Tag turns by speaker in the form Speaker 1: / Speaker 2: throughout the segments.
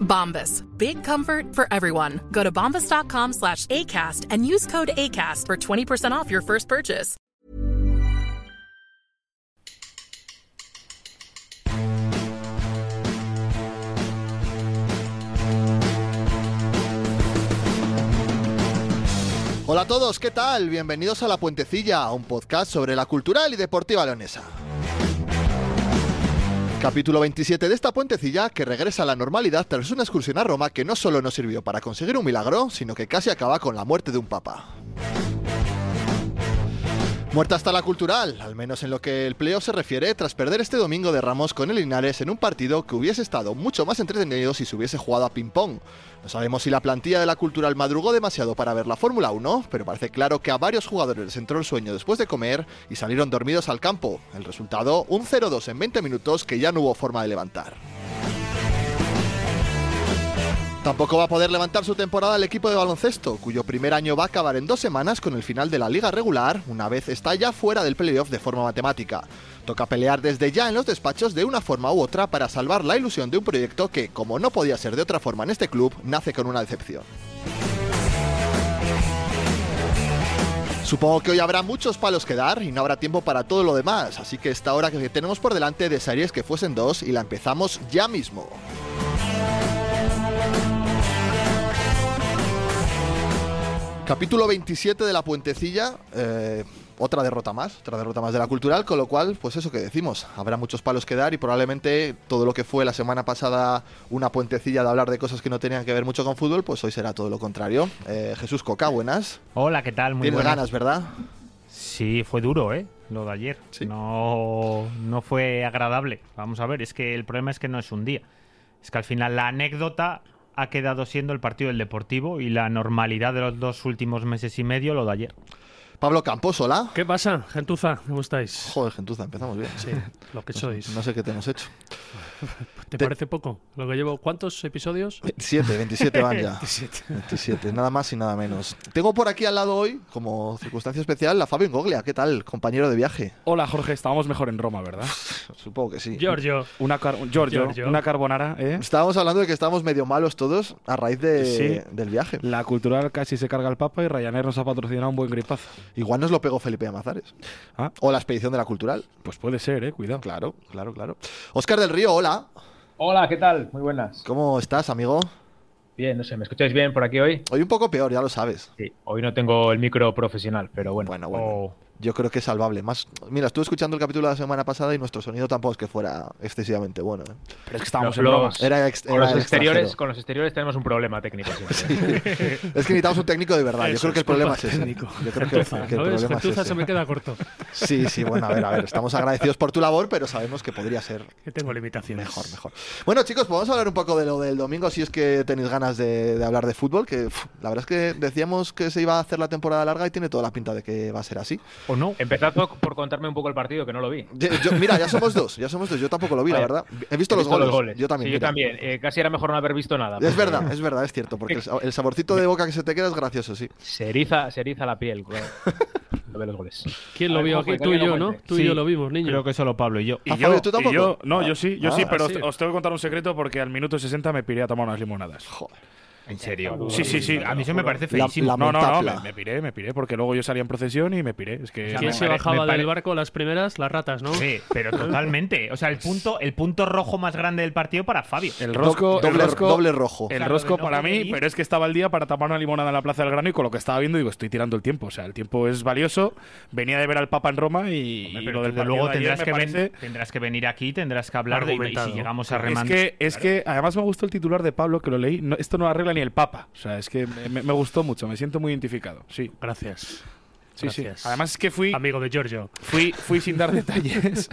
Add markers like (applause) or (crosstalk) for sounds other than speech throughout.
Speaker 1: Bombas. Big comfort for everyone. Go to bombas.com slash ACAST and use code ACAST for 20% off your first purchase.
Speaker 2: Hola a todos, ¿qué tal? Bienvenidos a La Puentecilla, un podcast sobre la cultural y deportiva leonesa. Capítulo 27 de esta puentecilla que regresa a la normalidad tras una excursión a Roma que no solo nos sirvió para conseguir un milagro, sino que casi acaba con la muerte de un papa. Muerta está la cultural, al menos en lo que el playoff se refiere, tras perder este domingo de Ramos con el Linares en un partido que hubiese estado mucho más entretenido si se hubiese jugado a ping-pong. No sabemos si la plantilla de la cultural madrugó demasiado para ver la Fórmula 1, pero parece claro que a varios jugadores les entró el sueño después de comer y salieron dormidos al campo. El resultado, un 0-2 en 20 minutos que ya no hubo forma de levantar. Tampoco va a poder levantar su temporada el equipo de baloncesto, cuyo primer año va a acabar en dos semanas con el final de la liga regular, una vez está ya fuera del playoff de forma matemática. Toca pelear desde ya en los despachos de una forma u otra para salvar la ilusión de un proyecto que, como no podía ser de otra forma en este club, nace con una decepción. Supongo que hoy habrá muchos palos que dar y no habrá tiempo para todo lo demás, así que esta hora que tenemos por delante de series que fuesen dos y la empezamos ya mismo. Capítulo 27 de la puentecilla. eh, otra derrota más, otra derrota más de la cultural, con lo cual, pues eso que decimos, habrá muchos palos que dar y probablemente todo lo que fue la semana pasada una puentecilla de hablar de cosas que no tenían que ver mucho con fútbol, pues hoy será todo lo contrario. Eh, Jesús Coca, buenas.
Speaker 3: Hola, ¿qué tal? Muy
Speaker 2: Tienes
Speaker 3: buenas.
Speaker 2: ganas, ¿verdad?
Speaker 3: Sí, fue duro, ¿eh? Lo de ayer.
Speaker 2: Sí.
Speaker 3: No, no fue agradable. Vamos a ver, es que el problema es que no es un día. Es que al final la anécdota ha quedado siendo el partido del Deportivo y la normalidad de los dos últimos meses y medio lo de ayer.
Speaker 2: Pablo Campos, hola.
Speaker 4: ¿Qué pasa, gentuza? ¿Cómo estáis?
Speaker 2: Joder, gentuza, empezamos bien.
Speaker 4: Sí, lo
Speaker 5: Pues
Speaker 4: que sois.
Speaker 2: No sé qué te hemos hecho.
Speaker 4: ¿Te,
Speaker 2: te-
Speaker 4: parece poco? Lo que llevo, ¿cuántos episodios?
Speaker 2: 27, 27 van ya. 27, nada más y nada menos. Tengo por aquí al lado hoy, como circunstancia especial, a Fabio Ingoglia. ¿Qué tal, compañero de viaje?
Speaker 5: Hola Jorge, estábamos mejor en Roma, ¿verdad?
Speaker 2: Supongo que sí.
Speaker 4: Giorgio.
Speaker 5: Una car- Giorgio,
Speaker 4: Giorgio.
Speaker 5: una carbonara, ¿eh?
Speaker 2: Estábamos hablando de que estábamos medio malos todos a raíz de,
Speaker 5: Sí.
Speaker 2: del viaje.
Speaker 5: La cultural casi se carga el papa y Ryanair nos ha patrocinado un buen gripazo.
Speaker 2: Igual nos lo pegó Felipe Amazares.
Speaker 5: Ah.
Speaker 2: O la expedición de la cultural.
Speaker 5: Pues puede ser, ¿eh? Cuidado.
Speaker 2: Claro, claro, claro. Oscar del Río, hola.
Speaker 6: Hola, ¿qué tal? Muy buenas.
Speaker 2: ¿Cómo estás, amigo?
Speaker 6: Bien, no sé, ¿me escucháis bien por aquí hoy?
Speaker 2: Hoy un poco peor, ya lo sabes.
Speaker 6: Sí, hoy no tengo el micro profesional, pero bueno. Oh,
Speaker 2: Bueno, bueno.
Speaker 3: O-
Speaker 2: Yo creo que es salvable. Más, mira, estuve escuchando el capítulo de la semana pasada y nuestro sonido tampoco es que fuera excesivamente bueno. ¿eh?
Speaker 4: (laughs)
Speaker 5: Pero es que estábamos
Speaker 6: Los-
Speaker 5: en Roma.
Speaker 6: los-
Speaker 2: Era, ex-
Speaker 6: con
Speaker 2: era
Speaker 6: los
Speaker 2: el
Speaker 6: exteriores,
Speaker 2: extranjero.
Speaker 6: con los exteriores tenemos un problema técnico
Speaker 2: (laughs)
Speaker 6: siempre. ¿eh?
Speaker 2: Es que necesitamos un técnico de verdad. Yo
Speaker 4: Eso,
Speaker 2: creo que
Speaker 4: es
Speaker 2: el
Speaker 4: culpa
Speaker 2: problema es
Speaker 4: del
Speaker 2: ese.
Speaker 4: técnico.
Speaker 2: Yo creo que,
Speaker 4: Gentuza,
Speaker 2: que el
Speaker 4: ¿no ves?
Speaker 2: problema es
Speaker 4: Gentuza
Speaker 2: ese.
Speaker 4: se me queda corto,
Speaker 2: Sí, sí, bueno, a ver, a ver. Estamos agradecidos por tu labor, pero sabemos que podría ser
Speaker 4: que tengo limitaciones.
Speaker 2: Mejor, mejor. Bueno, chicos, pues vamos a hablar un poco de lo del domingo, si es que tenéis ganas de, de hablar de fútbol, que pf, la verdad es que decíamos que se iba a hacer la temporada larga y tiene toda la pinta de que va a ser así.
Speaker 3: ¿O
Speaker 7: Eh,
Speaker 3: no?
Speaker 6: Empezad por, por contarme un poco el partido, que no lo vi.
Speaker 2: Yo- yo- mira, ya somos dos, ya somos dos. Yo tampoco lo vi, la
Speaker 6: Vale.
Speaker 2: verdad. He visto, los, goles. Yo también.
Speaker 6: Sí,
Speaker 2: mira.
Speaker 6: también. Eh, casi era mejor no haber visto nada.
Speaker 2: Es
Speaker 6: porque
Speaker 2: verdad, es verdad, es cierto. Porque el sa- el saborcito de boca que se te queda es gracioso, sí.
Speaker 6: Se eriza, se eriza la piel.
Speaker 7: (laughs)
Speaker 6: cuando- cuando ve los goles.
Speaker 5: ¿Quién
Speaker 6: A
Speaker 5: lo
Speaker 6: ver,
Speaker 5: vio
Speaker 6: Juanfe,
Speaker 5: aquí?
Speaker 6: que
Speaker 5: Tú y
Speaker 6: alguien
Speaker 5: yo,
Speaker 6: lo
Speaker 5: ¿no?
Speaker 6: cuente.
Speaker 5: Tú y yo lo vimos, niño.
Speaker 3: Creo que solo Pablo y yo.
Speaker 2: Ah,
Speaker 7: Y
Speaker 2: Fabio,
Speaker 7: yo,
Speaker 2: ¿tú
Speaker 7: y
Speaker 2: tampoco?
Speaker 7: yo- no, yo sí, yo
Speaker 2: Ah,
Speaker 7: sí, pero
Speaker 5: sí.
Speaker 7: os, os tengo que contar un secreto porque al minuto 60 me piré a tomar unas limonadas.
Speaker 3: En serio.
Speaker 7: Sí, sí, sí.
Speaker 3: A mí eso me parece feísimo.
Speaker 2: la-
Speaker 7: No, no, no,
Speaker 2: lamentable.
Speaker 7: me, me piré, me piré, porque luego yo salía en procesión y me piré. Es que
Speaker 3: sea,
Speaker 5: ¿Quién
Speaker 7: me
Speaker 5: se
Speaker 7: pare-
Speaker 5: bajaba
Speaker 7: me pare-
Speaker 5: del barco las primeras? Las ratas, ¿no?
Speaker 3: Sí,
Speaker 5: (laughs)
Speaker 3: pero totalmente. O sea, el punto, el punto rojo más grande del partido para Fabio.
Speaker 7: El
Speaker 2: Do-
Speaker 7: rosco, el
Speaker 2: doble,
Speaker 7: rosco-
Speaker 2: doble rojo.
Speaker 7: El
Speaker 3: sea, lo
Speaker 7: rosco
Speaker 3: de no
Speaker 7: para mí,
Speaker 3: querer ir.
Speaker 7: pero es que estaba el día para tapar una limonada en la Plaza del Grano y con lo que estaba viendo digo, estoy tirando el tiempo. O sea, el tiempo es valioso. Venía de ver al Papa en Roma y,
Speaker 3: Hombre,
Speaker 7: y
Speaker 3: pero
Speaker 7: lo del
Speaker 3: desde
Speaker 7: partido
Speaker 3: luego
Speaker 7: de ayer
Speaker 3: tendrás
Speaker 7: me
Speaker 3: que, ven-
Speaker 7: parece-
Speaker 3: tendrás que venir aquí, tendrás que hablar de y- y si
Speaker 5: Argumentado.
Speaker 3: llegamos a
Speaker 7: Es
Speaker 3: remandar.
Speaker 7: que, es que además me gustó el titular de Pablo, que lo leí. No, esto no lo arregla ni el Papa. O sea, es que me, me- me gustó mucho, me siento muy identificado. Sí,
Speaker 5: Gracias.
Speaker 7: sí, sí.
Speaker 5: Gracias.
Speaker 7: Además es que fui,
Speaker 5: Amigo de Giorgio.
Speaker 7: fui, fui sin dar (laughs) detalles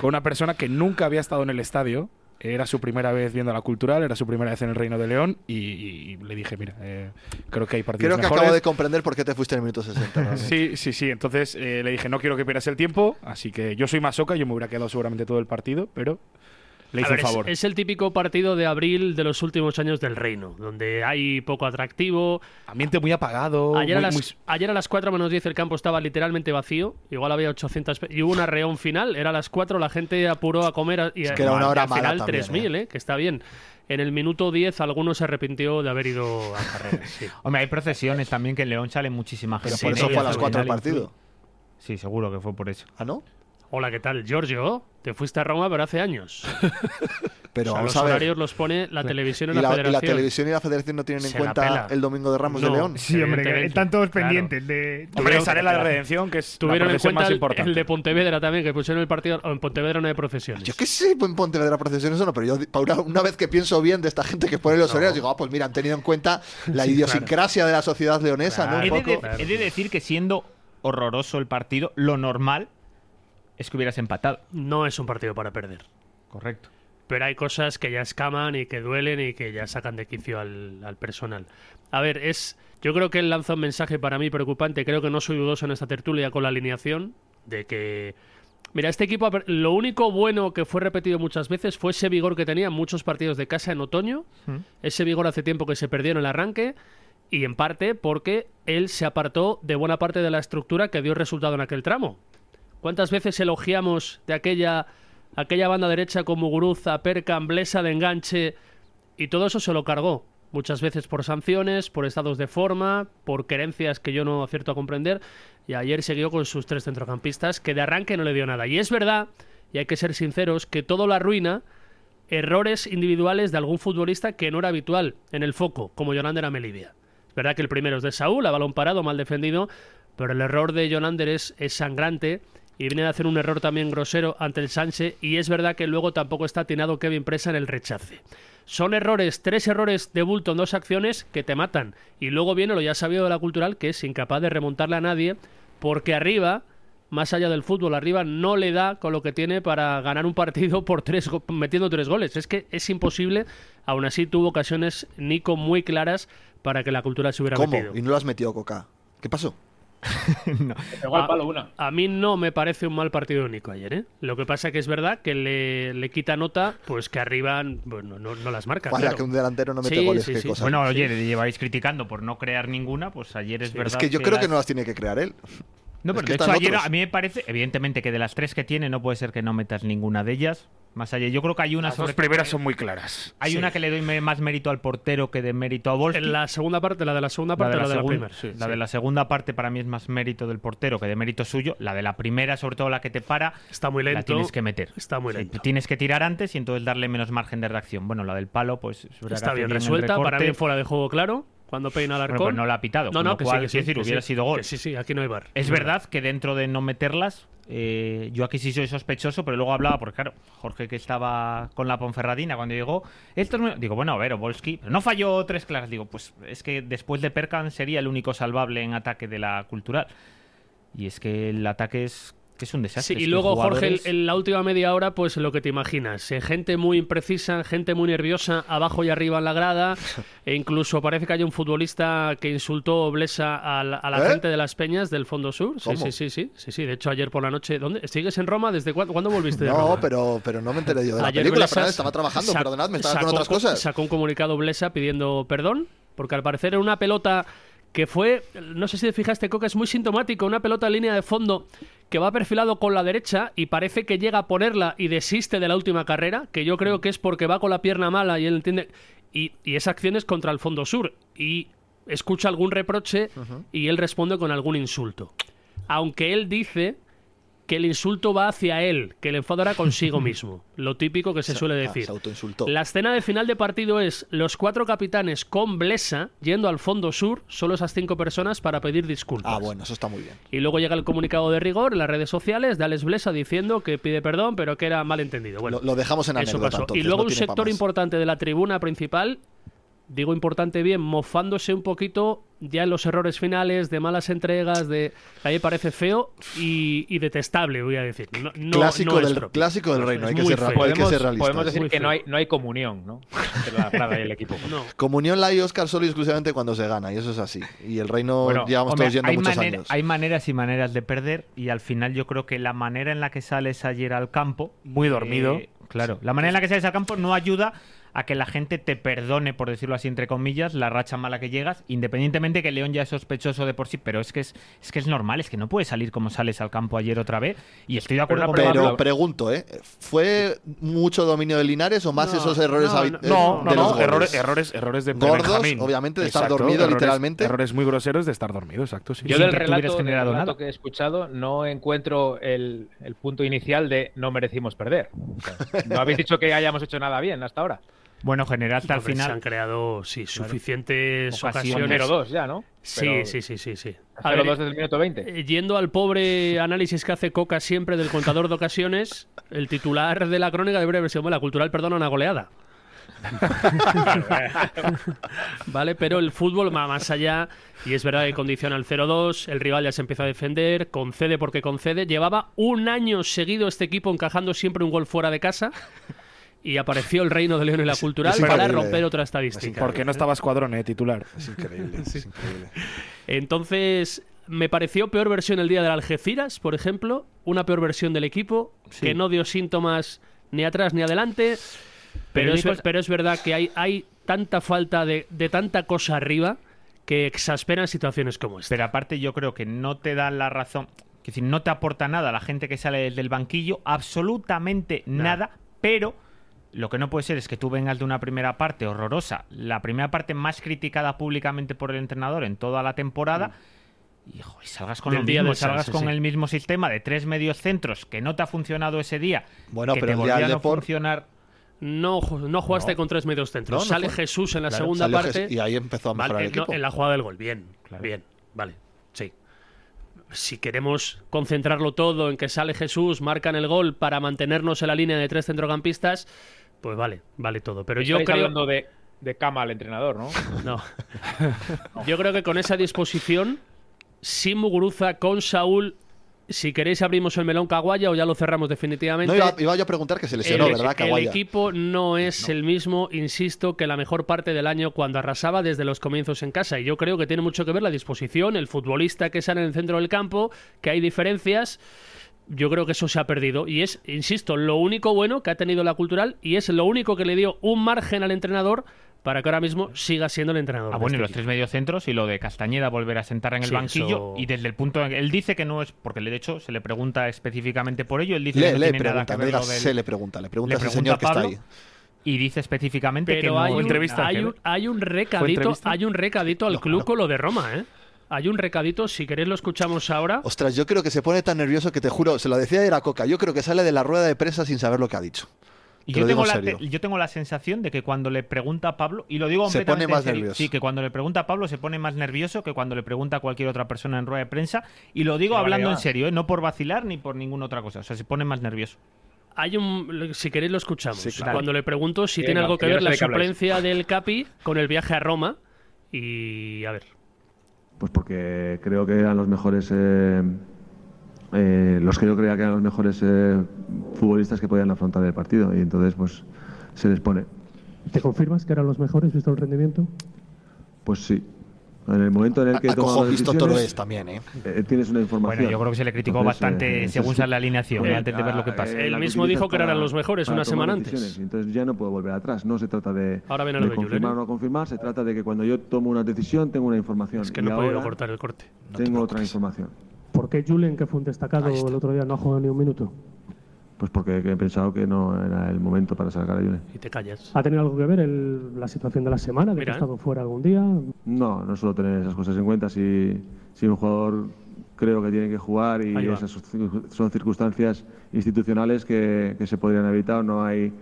Speaker 7: con una persona que nunca había estado en el estadio. Era su primera vez viendo la cultural, era su primera vez en el Reino de León y, y- y le dije, mira, eh, creo que hay partidos
Speaker 2: Creo que
Speaker 7: mejores.
Speaker 2: acabo de comprender por qué te fuiste en el minuto 60. ¿no?
Speaker 7: Sí, sí, sí. Entonces eh, le dije, no quiero que pierdas el tiempo, así que yo soy masoca, yo me hubiera quedado seguramente todo el partido, pero le
Speaker 5: A
Speaker 7: hice
Speaker 5: ver,
Speaker 7: un
Speaker 5: es-
Speaker 7: favor.
Speaker 5: Es, el típico partido de abril de los últimos años del reino, donde hay poco atractivo.
Speaker 7: Ambiente muy apagado.
Speaker 5: Ayer, a,
Speaker 7: muy-
Speaker 5: las,
Speaker 7: muy-
Speaker 5: ayer a las 4 menos 10 el campo estaba literalmente vacío, igual había 800... pe- Y hubo una reón final, era a las 4, la gente apuró a comer a- y
Speaker 2: Es que era una
Speaker 5: y
Speaker 2: hora
Speaker 5: al
Speaker 2: mala
Speaker 5: final
Speaker 2: también,
Speaker 5: 3.000, eh, que está bien. En el minuto 10 alguno se arrepintió de haber ido a carreras. sí.
Speaker 3: Hombre, hay procesiones también que en León sale muchísima gente.
Speaker 2: Pero por
Speaker 3: en
Speaker 2: eso
Speaker 3: ello,
Speaker 2: fue a las
Speaker 3: al
Speaker 2: 4 el
Speaker 3: final
Speaker 2: partido.
Speaker 3: incluye- Sí, seguro que fue por eso.
Speaker 2: ¿Ah, no?
Speaker 5: Hola, ¿qué tal? Giorgio, te fuiste a Roma pero hace años.
Speaker 2: Pero
Speaker 5: O sea,
Speaker 2: vamos
Speaker 5: los
Speaker 2: a ver.
Speaker 5: horarios los pone la televisión
Speaker 2: Y la,
Speaker 5: en la,
Speaker 2: y la
Speaker 5: federación.
Speaker 2: televisión y la federación no tienen en
Speaker 5: Se la
Speaker 2: cuenta
Speaker 5: pela.
Speaker 2: el domingo de Ramos
Speaker 5: No.
Speaker 2: de León.
Speaker 5: Sí, hombre, que Evidentemente. están todos Claro. pendientes
Speaker 7: de. Hombre, sale la redención, que es
Speaker 5: Tuvieron
Speaker 7: la
Speaker 5: en
Speaker 7: procesión
Speaker 5: cuenta
Speaker 7: más
Speaker 5: el,
Speaker 7: importante.
Speaker 5: el de Pontevedra también, que pusieron el partido. En Pontevedra no hay procesiones.
Speaker 2: Yo qué sé, en Pontevedra procesiones o no, pero yo pa' una, una vez que pienso bien de esta gente que pone los horarios, digo, ah, pues mira, han tenido en cuenta la idiosincrasia de la sociedad leonesa,
Speaker 3: He
Speaker 2: ¿no?
Speaker 3: de,
Speaker 2: Un poco.
Speaker 3: de- he de decir que siendo horroroso el partido, lo normal es que hubieras empatado.
Speaker 5: No es un partido para perder.
Speaker 3: Correcto.
Speaker 5: Pero hay cosas que ya escaman y que duelen y que ya sacan de quicio al, al personal. A ver, es. Yo creo que él lanza un mensaje para mí preocupante. Creo que no soy dudoso en esta tertulia con la alineación. De que. Mira, este equipo. Lo único bueno que fue repetido muchas veces fue ese vigor que tenía en muchos partidos de casa en otoño. Ese vigor hace tiempo que se perdió en el arranque. Y en parte porque él se apartó de buena parte de la estructura que dio resultado en aquel tramo. ¿Cuántas veces elogiamos de aquella, aquella banda derecha con Muguruza, Percan, Blesa de enganche? Y todo eso se lo cargó. Muchas veces por sanciones, por estados de forma, por querencias que yo no acierto a comprender. Y ayer siguió con sus tres centrocampistas que de arranque no le dio nada. Y es verdad, y hay que ser sinceros, que todo lo arruina errores individuales de algún futbolista que no era habitual en el foco, como Jonander Amelivia. Es verdad que el primero es de Saúl, a balón parado, mal defendido, pero el error de Jonander es, es sangrante y viene de hacer un error también grosero ante el Sánchez y es verdad que luego tampoco está atinado Kevin Presa en el rechace. Son errores, tres errores de bulto en dos acciones que te matan. Y luego viene lo ya sabido de la cultural, que es incapaz de remontarle a nadie, porque arriba más allá del fútbol arriba no le da con lo que tiene para ganar un partido por tres go- metiendo tres goles es que es imposible aún así tuvo ocasiones Nico muy claras para que la cultura se hubiera
Speaker 2: ¿Cómo?
Speaker 5: metido
Speaker 2: Y no lo has metido, Coca. ¿Qué pasó?
Speaker 6: Pegó al palo una.
Speaker 5: a mí no me parece un mal partido de Nico ayer ¿eh? lo que pasa que es verdad que le, le quita nota pues que arriba bueno no, no las marca
Speaker 2: Vaya,
Speaker 5: claro.
Speaker 2: que un delantero no mete
Speaker 5: Sí,
Speaker 2: goles,
Speaker 5: sí,
Speaker 2: qué
Speaker 5: sí.
Speaker 2: cosa.
Speaker 3: Bueno,
Speaker 5: Sí.
Speaker 3: oye, le lleváis criticando por no crear ninguna, pues ayer es
Speaker 2: es
Speaker 3: verdad.
Speaker 2: que yo creo que
Speaker 3: las-
Speaker 2: no las tiene que crear él.
Speaker 3: No,
Speaker 2: Es
Speaker 3: pero
Speaker 2: que
Speaker 3: de hecho
Speaker 2: están
Speaker 3: ayer
Speaker 2: otros.
Speaker 3: a mí me parece, evidentemente, que de las tres que tiene no puede ser que no metas ninguna de ellas. Más allá, yo creo que hay una
Speaker 7: Las dos
Speaker 3: sobre-
Speaker 7: primeras son muy claras.
Speaker 3: Hay una que le doy me- más mérito al portero que de mérito a Volsky.
Speaker 5: en la segunda parte la de la segunda
Speaker 3: La
Speaker 5: parte
Speaker 3: de la,
Speaker 5: la, de
Speaker 3: segun-
Speaker 5: la primera sí,
Speaker 3: la de
Speaker 5: sí.
Speaker 3: la segunda parte para mí es más mérito del portero que de mérito suyo. La de la primera, sobre todo la que te para,
Speaker 5: está muy lento
Speaker 3: la tienes que meter.
Speaker 5: está muy
Speaker 3: Sí,
Speaker 5: lento
Speaker 3: Tienes que tirar antes y entonces darle menos margen de reacción. Bueno, la del palo, pues es verdad que
Speaker 5: está
Speaker 3: hace
Speaker 5: bien
Speaker 3: el
Speaker 5: resuelta para
Speaker 3: recorte.
Speaker 5: mí fuera de juego claro cuando peina al
Speaker 3: Bueno,
Speaker 5: arcón
Speaker 3: pues no la ha pitado.
Speaker 5: No,
Speaker 3: con
Speaker 5: no,
Speaker 3: lo
Speaker 5: que
Speaker 3: cual,
Speaker 5: sí, que sí,
Speaker 3: quiero decir,
Speaker 5: que sí.
Speaker 3: hubiera sido gol.
Speaker 5: Que sí, sí, aquí no hay bar.
Speaker 3: Es verdad que dentro de no meterlas, eh, yo aquí sí soy sospechoso, pero luego hablaba, porque claro, Jorge que estaba con la Ponferradina cuando llegó, esto es muy- digo, bueno, a ver, Obolski, pero no falló tres claras, digo, pues es que después de Perkan sería el único salvable en ataque de la cultural. Y es que el ataque es que es un desastre.
Speaker 5: Sí,
Speaker 3: es
Speaker 5: y
Speaker 3: que
Speaker 5: luego,
Speaker 3: jugadores-
Speaker 5: Jorge, en en la última media hora, pues lo que te imaginas. eh, gente muy imprecisa, gente muy nerviosa, abajo y arriba en
Speaker 2: (laughs)
Speaker 5: la grada. E incluso parece que hay un futbolista que insultó Blesa a la, a la
Speaker 2: ¿Eh?
Speaker 5: gente de las Peñas del Fondo Sur. Sí,
Speaker 2: ¿Cómo?
Speaker 5: sí, sí, sí, sí, sí. De hecho, ayer por la noche. ¿Dónde? ¿Sigues en Roma? ¿Desde cuándo, ¿cuándo volviste de
Speaker 2: No,
Speaker 5: Roma?
Speaker 2: pero, pero no me enteré yo de la
Speaker 5: Ayer
Speaker 2: película,
Speaker 5: Blesa
Speaker 2: Fernández, estaba trabajando,
Speaker 5: sa-
Speaker 2: perdonadme, estaba con
Speaker 5: sacó
Speaker 2: otras
Speaker 5: co-
Speaker 2: cosas.
Speaker 5: Sacó un comunicado Blesa pidiendo perdón, porque al parecer era una pelota que fue, no sé si te fijaste, Coca, es muy sintomático, una pelota en línea de fondo que va perfilado con la derecha y parece que llega a ponerla y desiste de la última carrera, que yo creo que es porque va con la pierna mala y él entiende... Y, y esa acción es contra el fondo sur y escucha algún reproche y él responde con algún insulto. Aunque él dice que el insulto va hacia él, que el enfado
Speaker 2: (laughs)
Speaker 5: era consigo mismo. Lo típico que se suele
Speaker 2: Ah,
Speaker 5: decir.
Speaker 2: Se autoinsultó.
Speaker 5: La escena de final de partido es los cuatro capitanes con Blesa yendo al fondo sur, solo esas cinco personas, para pedir disculpas.
Speaker 2: Ah, bueno, eso está muy bien.
Speaker 5: Y luego llega el comunicado de rigor en las redes sociales de Alex Blesa diciendo que pide perdón, pero que era malentendido. Bueno,
Speaker 2: Lo, lo dejamos en
Speaker 5: eso
Speaker 2: anécdota,
Speaker 5: pasó.
Speaker 2: entonces,
Speaker 5: y luego
Speaker 2: no
Speaker 5: un
Speaker 2: tiene pa'
Speaker 5: sector
Speaker 2: más.
Speaker 5: importante de la tribuna principal, digo importante bien, mofándose un poquito ya en los errores finales, de malas entregas, de... A mí me parece feo y, y detestable, voy a decir. No, no-
Speaker 2: Clásico
Speaker 5: no es
Speaker 2: del-
Speaker 5: propio.
Speaker 2: clásico del
Speaker 5: No,
Speaker 2: reino,
Speaker 5: es
Speaker 2: hay que
Speaker 5: muy
Speaker 2: ser ra-
Speaker 5: feo.
Speaker 2: hay que
Speaker 6: Podemos,
Speaker 2: ser realistas.
Speaker 6: podemos decir
Speaker 5: Muy
Speaker 6: que
Speaker 5: feo.
Speaker 6: no hay, no hay comunión, ¿no? (laughs) Entre la grada y el
Speaker 5: (laughs)
Speaker 6: equipo.
Speaker 5: No.
Speaker 2: Comunión la hay Oscar solo y exclusivamente cuando se gana, y eso es así. Y el reino
Speaker 3: Bueno,
Speaker 2: llevamos
Speaker 3: hombre,
Speaker 2: todos yendo
Speaker 3: hay,
Speaker 2: muchos
Speaker 3: manera-
Speaker 2: años.
Speaker 3: hay maneras y maneras de perder y al final yo creo que la manera en la que sales ayer al campo... eh,
Speaker 7: Muy dormido.
Speaker 3: claro, la manera en la que sales al campo no ayuda a que la gente te perdone, por decirlo así, entre comillas, la racha mala que llegas, independientemente que León ya es sospechoso de por sí, pero es que es, es que es normal, es que no puedes salir como sales al campo ayer otra vez y estoy de acuerdo con Pablo.
Speaker 2: Pero pregunto, ¿eh? ¿Fue mucho dominio de Linares o más
Speaker 5: No,
Speaker 2: esos errores
Speaker 5: no,
Speaker 2: habi-
Speaker 5: no,
Speaker 2: eh,
Speaker 7: No,
Speaker 2: de
Speaker 7: no,
Speaker 2: los
Speaker 7: no,
Speaker 2: goles?
Speaker 7: errores, errores, errores de
Speaker 2: Gordos,
Speaker 7: Benjamín.
Speaker 2: obviamente, de estar dormido,
Speaker 7: errores-
Speaker 2: literalmente.
Speaker 7: Errores muy groseros de estar dormido, exacto. sí.
Speaker 6: Yo
Speaker 7: Sí.
Speaker 6: del
Speaker 3: tú hubieras
Speaker 6: relato, del
Speaker 3: generado
Speaker 6: relato
Speaker 3: nada.
Speaker 6: que he escuchado no encuentro el, el punto inicial de no merecimos perder. O
Speaker 7: (laughs)
Speaker 6: sea, no habéis dicho que hayamos hecho nada bien hasta ahora.
Speaker 3: Bueno, general, hasta el
Speaker 5: Hombre, Se han
Speaker 3: final...
Speaker 5: creado sí, suficientes
Speaker 3: Ocasiones.
Speaker 5: ocasiones.
Speaker 6: 0-2 ya, ¿no?
Speaker 5: Sí, sí, sí, sí, sí. A ver,
Speaker 6: 0-2 desde el minuto 20.
Speaker 5: eh, Yendo al pobre análisis que hace Coca siempre del contador de ocasiones, el titular de la crónica debería haber sido bueno, la cultural perdona
Speaker 2: (laughs)
Speaker 5: una goleada. vale, pero el fútbol va más allá y es verdad que condiciona el 0-2, el rival ya se empieza a defender, concede porque concede. Llevaba un año seguido este equipo encajando siempre un gol fuera de casa y apareció el reino de León y la cultural
Speaker 2: es
Speaker 5: para
Speaker 2: increíble.
Speaker 5: romper otra
Speaker 2: Es
Speaker 5: estadística.
Speaker 2: increíble.
Speaker 7: Porque no estaba escuadrón, eh, titular.
Speaker 2: Es increíble, es increíble.
Speaker 5: Entonces, me pareció peor versión el día del Algeciras, por ejemplo. Una peor versión del equipo, que no dio síntomas ni atrás ni adelante. Pero, es, ver- pero es verdad que hay, hay tanta falta de, de tanta cosa arriba que exasperan situaciones como esta.
Speaker 3: Pero aparte yo creo que no te dan la razón, es decir, no te aporta nada la gente que sale del banquillo, absolutamente nada, pero lo que no puede ser es que tú vengas de una primera parte horrorosa, la primera parte más criticada públicamente por el entrenador en toda la temporada. Y, jo, y salgas con,
Speaker 5: Mm. Del
Speaker 3: el
Speaker 5: día
Speaker 3: mismo,
Speaker 5: del Sanse,
Speaker 3: salgas con
Speaker 5: sí.
Speaker 3: el mismo sistema de tres medios centros que no te ha funcionado ese día,
Speaker 2: Bueno,
Speaker 3: que
Speaker 2: pero
Speaker 3: te
Speaker 2: el día
Speaker 3: volvió a
Speaker 2: del
Speaker 3: no
Speaker 2: Depor-
Speaker 3: funcionar.
Speaker 5: No, ju- no jugaste con tres medios centros.
Speaker 2: No, no
Speaker 5: Sale
Speaker 2: fue.
Speaker 5: Jesús en la
Speaker 2: Claro,
Speaker 5: segunda
Speaker 2: salió
Speaker 5: parte.
Speaker 2: Jes- Y ahí empezó a
Speaker 5: Vale,
Speaker 2: mejorar el
Speaker 5: eh, no,
Speaker 2: equipo.
Speaker 5: en la jugada del gol, bien, bien, vale, sí. Si queremos concentrarlo todo en que sale Jesús, marcan el gol para mantenernos en la línea de tres centrocampistas, pues vale, vale todo. Pero yo
Speaker 6: Estáis
Speaker 5: creo,
Speaker 6: hablando de, de cama al entrenador, ¿no?
Speaker 5: (laughs) no. yo creo que con esa disposición, sin Muguruza, con Saúl, si queréis abrimos el melón Caguaya o ya lo cerramos definitivamente.
Speaker 2: No, iba, iba yo a preguntar que se lesionó,
Speaker 5: El-
Speaker 2: ¿verdad,
Speaker 5: el,
Speaker 2: Kawaya?
Speaker 5: equipo no es el mismo, insisto, que la mejor parte del año cuando arrasaba desde los comienzos en casa. Y yo creo que tiene mucho que ver la disposición, el futbolista que sale en el centro del campo, que hay diferencias. Yo creo que eso se ha perdido. Y es, insisto, lo único bueno que ha tenido la cultural y es lo único que le dio un margen al entrenador para que ahora mismo siga siendo el entrenador.
Speaker 3: Ah,
Speaker 5: de
Speaker 3: bueno, y
Speaker 5: este
Speaker 3: los
Speaker 5: equipo.
Speaker 3: tres mediocentros y lo de Castañeda volver a sentar en el
Speaker 5: Sí,
Speaker 3: banquillo.
Speaker 5: eso-
Speaker 3: Y desde el punto. en que- Él dice que no es. Porque de hecho se le pregunta específicamente por ello. Él dice que
Speaker 2: Le,
Speaker 3: no
Speaker 2: le
Speaker 3: tiene nada
Speaker 2: pregunta,
Speaker 3: que
Speaker 2: no
Speaker 3: ver
Speaker 2: digas
Speaker 3: lo del-
Speaker 2: se le pregunta, le pregunta
Speaker 3: le
Speaker 2: a ese
Speaker 3: pregunta
Speaker 2: señor que está
Speaker 3: Pablo.
Speaker 2: ahí.
Speaker 3: Y dice específicamente que
Speaker 5: Pero
Speaker 3: no.
Speaker 5: hay un,
Speaker 7: entrevista,
Speaker 5: hay,
Speaker 7: Ángel,
Speaker 5: un,
Speaker 7: ¿eh?
Speaker 5: hay un recadito,
Speaker 7: entrevista?
Speaker 5: hay un recadito al club con lo de Roma, ¿eh? Hay un recadito, si queréis lo escuchamos ahora.
Speaker 2: Ostras, yo creo que se pone tan nervioso que te juro, se lo decía ayer a Coca, yo creo que sale de la rueda de prensa sin saber lo que ha dicho.
Speaker 3: Y
Speaker 2: Te
Speaker 3: yo
Speaker 2: lo digo
Speaker 3: tengo,
Speaker 2: en
Speaker 3: la,
Speaker 2: serio.
Speaker 3: te- yo tengo la sensación de que cuando le pregunta a Pablo, y lo digo
Speaker 2: Se
Speaker 3: completamente
Speaker 2: pone más
Speaker 3: en serio,
Speaker 2: nervioso.
Speaker 3: Sí, que cuando le pregunta a Pablo se pone más nervioso que cuando le pregunta a cualquier otra persona en rueda de prensa. Y lo digo
Speaker 6: Vale,
Speaker 3: hablando
Speaker 6: va.
Speaker 3: en serio, ¿eh? no por vacilar ni por ninguna otra cosa. O sea, se pone más nervioso.
Speaker 5: Hay un, si queréis lo escuchamos.
Speaker 2: Sí, claro.
Speaker 5: Cuando le pregunto si
Speaker 6: Venga,
Speaker 5: tiene algo que
Speaker 6: yo
Speaker 5: ver
Speaker 6: no sé
Speaker 5: la
Speaker 6: de qué habláis.
Speaker 5: suplencia del Capi con el viaje a Roma y a ver.
Speaker 8: Pues porque creo que eran los mejores eh, eh, los que yo creía que eran los mejores eh, futbolistas que podían afrontar el partido y entonces pues se les pone.
Speaker 9: ¿Te confirmas que eran los mejores visto el rendimiento?
Speaker 8: Pues sí. En el momento en el que
Speaker 2: A- acojo
Speaker 8: tomas las
Speaker 2: visto
Speaker 8: decisiones,
Speaker 2: Toroes también, ¿eh.
Speaker 8: Tienes una información.
Speaker 3: Bueno, yo creo que se le criticó
Speaker 8: Entonces,
Speaker 3: bastante
Speaker 8: eh,
Speaker 3: según
Speaker 8: eso es-
Speaker 3: sale la alineación,
Speaker 8: Eh,
Speaker 3: antes de ver lo que
Speaker 8: ah,
Speaker 3: pasa.
Speaker 8: eh,
Speaker 5: Él
Speaker 8: la
Speaker 5: mismo
Speaker 8: utilizas
Speaker 5: dijo que
Speaker 8: para-
Speaker 5: eran los mejores
Speaker 8: para
Speaker 5: una
Speaker 8: tomar
Speaker 5: semana antes.
Speaker 8: decisiones, y Entonces ya no puedo volver atrás. No se trata de,
Speaker 5: Ahora viene
Speaker 8: de
Speaker 5: lo de Julen,
Speaker 8: confirmar
Speaker 5: ¿eh?
Speaker 8: o no confirmar, se trata de que cuando yo tomo una decisión tengo una información.
Speaker 5: Es que
Speaker 8: y
Speaker 5: no he podido
Speaker 8: ahora
Speaker 5: cortar el corte.
Speaker 8: Tengo otra información.
Speaker 9: ¿Por qué Julen, que fue un destacado el otro día, no ha jugado ni un minuto?
Speaker 8: Pues porque he pensado que no era el momento para sacar a Julen.
Speaker 5: Y te callas.
Speaker 9: ¿Ha tenido algo que ver el- la situación de la semana? ¿De que
Speaker 8: Mira,
Speaker 9: ha
Speaker 8: ¿eh?
Speaker 9: estado fuera algún día?
Speaker 8: No, no suelo tener esas cosas en cuenta. Si, si un jugador creo que tiene que jugar y
Speaker 9: Ahí va.
Speaker 8: esas circu- son circunstancias institucionales que, que se podrían evitar, no hay.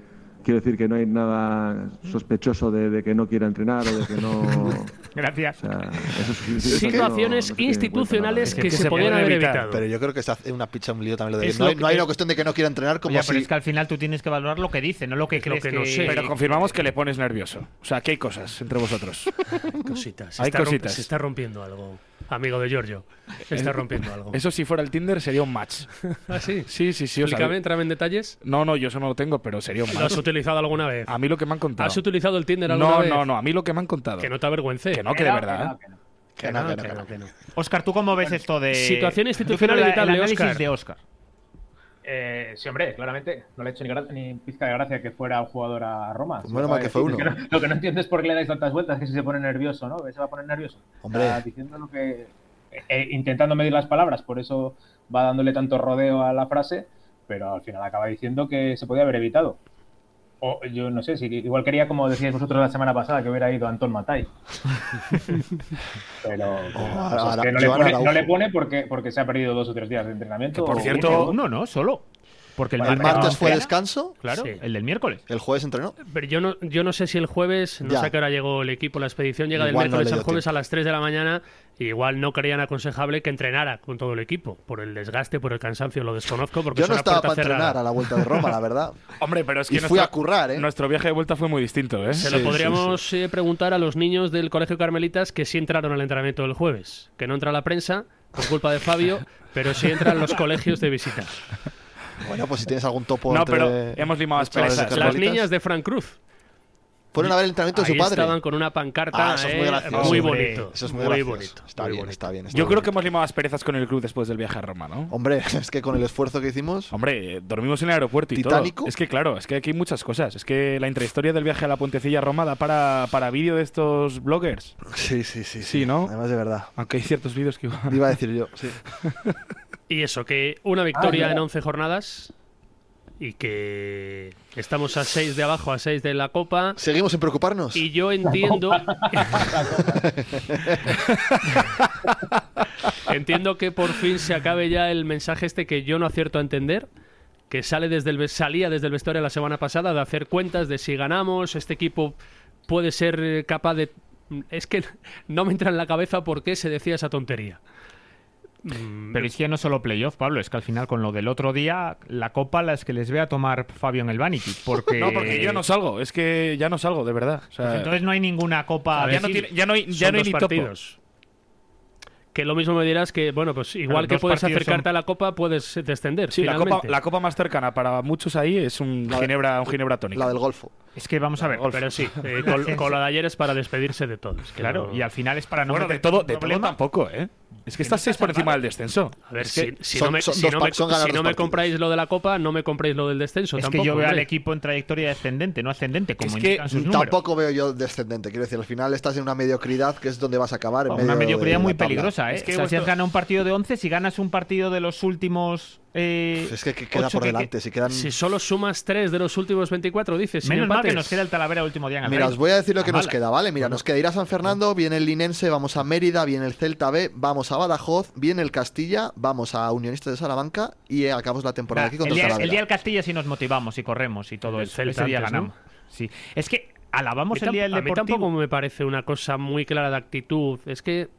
Speaker 8: Quiero decir que no hay nada sospechoso de, de que no quiera entrenar o de que no.
Speaker 3: Gracias.
Speaker 8: O sea, eso es-
Speaker 5: Situaciones
Speaker 8: no- no se tiene en cuenta
Speaker 5: institucionales
Speaker 8: nada.
Speaker 5: que se podían haber evitado.
Speaker 2: Pero yo creo que se hace una picha un lío también lo de.
Speaker 3: Es
Speaker 2: no,
Speaker 3: lo
Speaker 2: hay,
Speaker 3: que-
Speaker 2: no hay una cuestión de que no quiera entrenar como
Speaker 3: Ya,
Speaker 8: Pues
Speaker 2: si.
Speaker 3: pero es que al final tú tienes que valorar lo que dice, no lo que crees que,
Speaker 7: Pero confirmamos que le pones nervioso. O sea, que hay cosas entre vosotros.
Speaker 5: Cositas. Se
Speaker 7: Hay
Speaker 5: está romp-
Speaker 7: cositas.
Speaker 5: se está rompiendo algo, amigo de Giorgio. Se está rompiendo algo.
Speaker 7: Eso si fuera el Tinder sería un match.
Speaker 5: ¿Ah, sí?
Speaker 7: Sí, sí, sí.
Speaker 5: Explícame, entrame en detalles.
Speaker 7: No, no, yo eso no lo tengo, pero sería un match.
Speaker 5: ¿Lo has utilizado alguna vez?
Speaker 7: A mí lo que me han contado.
Speaker 5: ¿Has utilizado el Tinder alguna
Speaker 7: No,
Speaker 5: vez?
Speaker 7: no, no. A mí lo que me han contado.
Speaker 5: Que no te avergüence.
Speaker 7: Que no, que de verdad.
Speaker 5: Que no, que no, que no, que no.
Speaker 3: Oscar, ¿tú cómo ves esto de.
Speaker 5: Situación
Speaker 3: yo
Speaker 5: institucional
Speaker 3: quiero la-
Speaker 5: evitable,
Speaker 3: El análisis
Speaker 5: Óscar.
Speaker 3: de Oscar.
Speaker 6: Eh, sí, hombre, claramente no le he hecho ni, gra- ni pizca de gracia que fuera un jugador a Roma.
Speaker 2: Pues
Speaker 6: Sí,
Speaker 2: menos mal
Speaker 6: joder,
Speaker 2: que fue
Speaker 6: sí, es
Speaker 2: uno.
Speaker 6: no- lo que no entiendo es por qué le dais tantas vueltas, que si se pone nervioso, ¿no? Se va a poner nervioso. Ah,
Speaker 2: Hombre.
Speaker 6: Está diciendo lo que, eh, eh, intentando medir las palabras, por eso va dándole tanto rodeo a la frase, pero al final acaba diciendo que se podía haber evitado. O yo no sé, si igual quería, como decíais vosotros la semana pasada, que hubiera ido Antón Matai. pero
Speaker 2: oh,
Speaker 6: pero
Speaker 2: Ara-
Speaker 6: eso es
Speaker 2: Ara-
Speaker 6: que no, le
Speaker 2: Joan
Speaker 6: pone,
Speaker 2: Araujo.
Speaker 6: no le pone porque, porque se ha perdido dos o tres días de entrenamiento.
Speaker 3: Por
Speaker 6: o
Speaker 3: cierto,
Speaker 6: uno,
Speaker 3: uno, ¿no? Solo. Porque el,
Speaker 2: el martes fue
Speaker 3: no entrena.
Speaker 2: descanso.
Speaker 3: Claro,
Speaker 5: Sí.
Speaker 3: el del miércoles.
Speaker 2: El jueves entrenó.
Speaker 5: Pero yo no, yo no sé si el jueves, no
Speaker 2: Ya.
Speaker 5: sé a qué hora llegó el equipo, la expedición llega del
Speaker 2: Igual no
Speaker 5: miércoles
Speaker 2: le
Speaker 5: al
Speaker 2: dio
Speaker 5: jueves a las 3 de la mañana, y igual no creían aconsejable que entrenara con todo el equipo, por el desgaste, por el cansancio, lo desconozco, porque
Speaker 2: Yo
Speaker 5: es
Speaker 2: no
Speaker 5: una
Speaker 2: estaba para
Speaker 5: puerta cerrada.
Speaker 2: entrenar a la vuelta de
Speaker 5: (laughs)
Speaker 2: Roma, la verdad.
Speaker 7: Hombre, pero es que
Speaker 2: Y fui
Speaker 7: nuestro-
Speaker 2: a currar, ¿eh?
Speaker 7: Nuestro viaje de vuelta fue muy distinto, ¿eh?
Speaker 5: Se lo podríamos eh, preguntar a los niños del Colegio Carmelitas que sí entraron al entrenamiento del jueves, que no entra la prensa por culpa de Fabio,
Speaker 2: (laughs)
Speaker 5: pero sí entran los colegios de visita.
Speaker 2: Bueno, pues si tienes algún topo.
Speaker 7: No,
Speaker 2: entre
Speaker 7: pero hemos limado
Speaker 2: los
Speaker 7: las
Speaker 2: chavales de
Speaker 7: perezas.
Speaker 5: Las
Speaker 2: Carmelitas,
Speaker 5: niñas de Fran Cruz.
Speaker 2: Fueron a ver el entrenamiento de su
Speaker 5: Ahí
Speaker 2: padre.
Speaker 5: estaban con una pancarta
Speaker 2: Ah, eso es
Speaker 5: eh,
Speaker 2: muy gracioso.
Speaker 5: muy
Speaker 2: Hombre,
Speaker 5: bonito.
Speaker 2: eso es muy
Speaker 5: muy
Speaker 2: gracioso.
Speaker 5: bonito.
Speaker 2: Está
Speaker 5: muy
Speaker 2: bien,
Speaker 5: bonito.
Speaker 2: está bien. está
Speaker 7: Yo
Speaker 2: bien.
Speaker 7: creo que hemos limado las perezas con el club después del viaje a Roma, ¿no?
Speaker 2: Hombre, (laughs) es que con el esfuerzo que hicimos.
Speaker 7: Hombre, eh, dormimos en el aeropuerto y
Speaker 2: ¿Titánico?
Speaker 7: todo. Es que claro, es que aquí hay muchas cosas. Es que la intrahistoria del viaje a la Puentecilla a Roma da para, para vídeo de estos bloggers.
Speaker 2: Sí, sí, sí.
Speaker 7: Sí, ¿no?
Speaker 2: Además, de verdad.
Speaker 7: Aunque hay ciertos vídeos que igual-
Speaker 2: Iba a decir yo, sí.
Speaker 5: Y eso, que una victoria
Speaker 2: Ah, ya.
Speaker 5: en 11 jornadas y que estamos a 6 de abajo, a 6 de la Copa.
Speaker 2: Seguimos sin preocuparnos.
Speaker 5: Y yo entiendo. (laughs) entiendo que por fin se acabe ya el mensaje este que yo no acierto a entender. Que sale desde el, ve- salía desde el vestuario la semana pasada de hacer cuentas de si ganamos, este equipo puede ser eh, capaz de. Es que (laughs) no me entra en la cabeza por qué se decía esa tontería.
Speaker 3: Pero es que no solo playoff, Pablo, es que al final con lo del otro día, la copa la es que les ve a tomar Fabio en el
Speaker 7: (laughs)
Speaker 3: Vanity. Porque...
Speaker 7: No, porque yo no salgo. Es que ya no salgo, de verdad. O sea,
Speaker 3: Pues entonces no hay ninguna copa.
Speaker 7: ya, no
Speaker 3: decir.
Speaker 7: tiene- ya no hay, ya
Speaker 5: Son
Speaker 7: no hay
Speaker 5: dos
Speaker 7: ni
Speaker 5: partidos. Que lo mismo me dirás que, bueno, pues igual
Speaker 7: Claro,
Speaker 5: que
Speaker 7: dos
Speaker 5: puedes
Speaker 7: partidos
Speaker 5: acercarte a la copa, puedes descender.
Speaker 7: topo. Sí, la copa,
Speaker 5: finalmente.
Speaker 7: la copa más cercana para muchos ahí es un Ginebra, un Ginebra tónico.
Speaker 2: La del Golfo.
Speaker 3: Es que vamos a ver.
Speaker 5: Pues
Speaker 7: (laughs)
Speaker 3: (laughs)
Speaker 5: Pero sí, eh, col- con, la de ayer es para despedirse de todos. que
Speaker 3: Claro,
Speaker 5: no-
Speaker 3: y al final es para no
Speaker 7: Bueno, de
Speaker 3: meter
Speaker 7: todo, de todo
Speaker 3: problema.
Speaker 7: tampoco, ¿eh? Es que estás seis por encima del descenso.
Speaker 5: A ver,
Speaker 7: Es
Speaker 5: si,
Speaker 7: que
Speaker 5: si
Speaker 7: son-
Speaker 5: no me,
Speaker 7: son
Speaker 5: si
Speaker 7: dos
Speaker 5: no
Speaker 7: pa-
Speaker 5: me-
Speaker 7: son
Speaker 5: si
Speaker 7: ganar
Speaker 5: no
Speaker 7: dos
Speaker 5: me
Speaker 7: partidos.
Speaker 5: compráis lo de la copa, no me compráis lo del descenso.
Speaker 3: Es
Speaker 5: tampoco,
Speaker 3: que yo veo al
Speaker 5: hombre.
Speaker 3: equipo en trayectoria descendente, no ascendente, como
Speaker 7: ¿eh? Es que
Speaker 3: indican sus números.
Speaker 2: Tampoco veo yo descendente. Quiero decir, al final estás en una mediocridad que es donde vas a acabar. en
Speaker 3: Una
Speaker 2: medio de
Speaker 3: mediocridad
Speaker 2: la
Speaker 3: muy
Speaker 2: tabla.
Speaker 3: peligrosa, ¿eh?
Speaker 7: Es que
Speaker 3: o sea, si has
Speaker 7: vuestro-
Speaker 3: ganado un partido de 11, si ganas un partido de los últimos. eh,
Speaker 2: Pues Es que que queda
Speaker 3: ocho
Speaker 2: por
Speaker 3: que-
Speaker 2: delante. Si quedan.
Speaker 5: Si solo sumas tres de los últimos 24, dices.
Speaker 3: que-
Speaker 5: sin
Speaker 3: Menos mal que
Speaker 5: empates.
Speaker 3: nos queda el Talavera último día en el
Speaker 2: Mira,
Speaker 3: Rey.
Speaker 2: os voy a decir lo
Speaker 3: A
Speaker 2: que nos
Speaker 3: malas.
Speaker 2: queda, ¿vale? Mira,
Speaker 3: Bueno,
Speaker 2: nos queda ir a San Fernando, viene el Linense, vamos a Mérida, viene el Celta B, vamos a Badajoz, viene el Castilla, vamos a Unionistas de Salamanca y eh, acabamos la temporada aquí
Speaker 3: el,
Speaker 2: contra el
Speaker 3: día, el
Speaker 2: Talavera.
Speaker 3: día del Castilla sí nos motivamos y corremos y todo
Speaker 5: El
Speaker 3: eso.
Speaker 5: Celta
Speaker 3: Ese día
Speaker 5: antes,
Speaker 3: ganamos. Sí. Es que alabamos
Speaker 5: A
Speaker 3: el
Speaker 5: mí
Speaker 3: día del
Speaker 5: tam- a mí
Speaker 3: deportivo.
Speaker 5: tampoco me parece una cosa muy clara de actitud. Es que.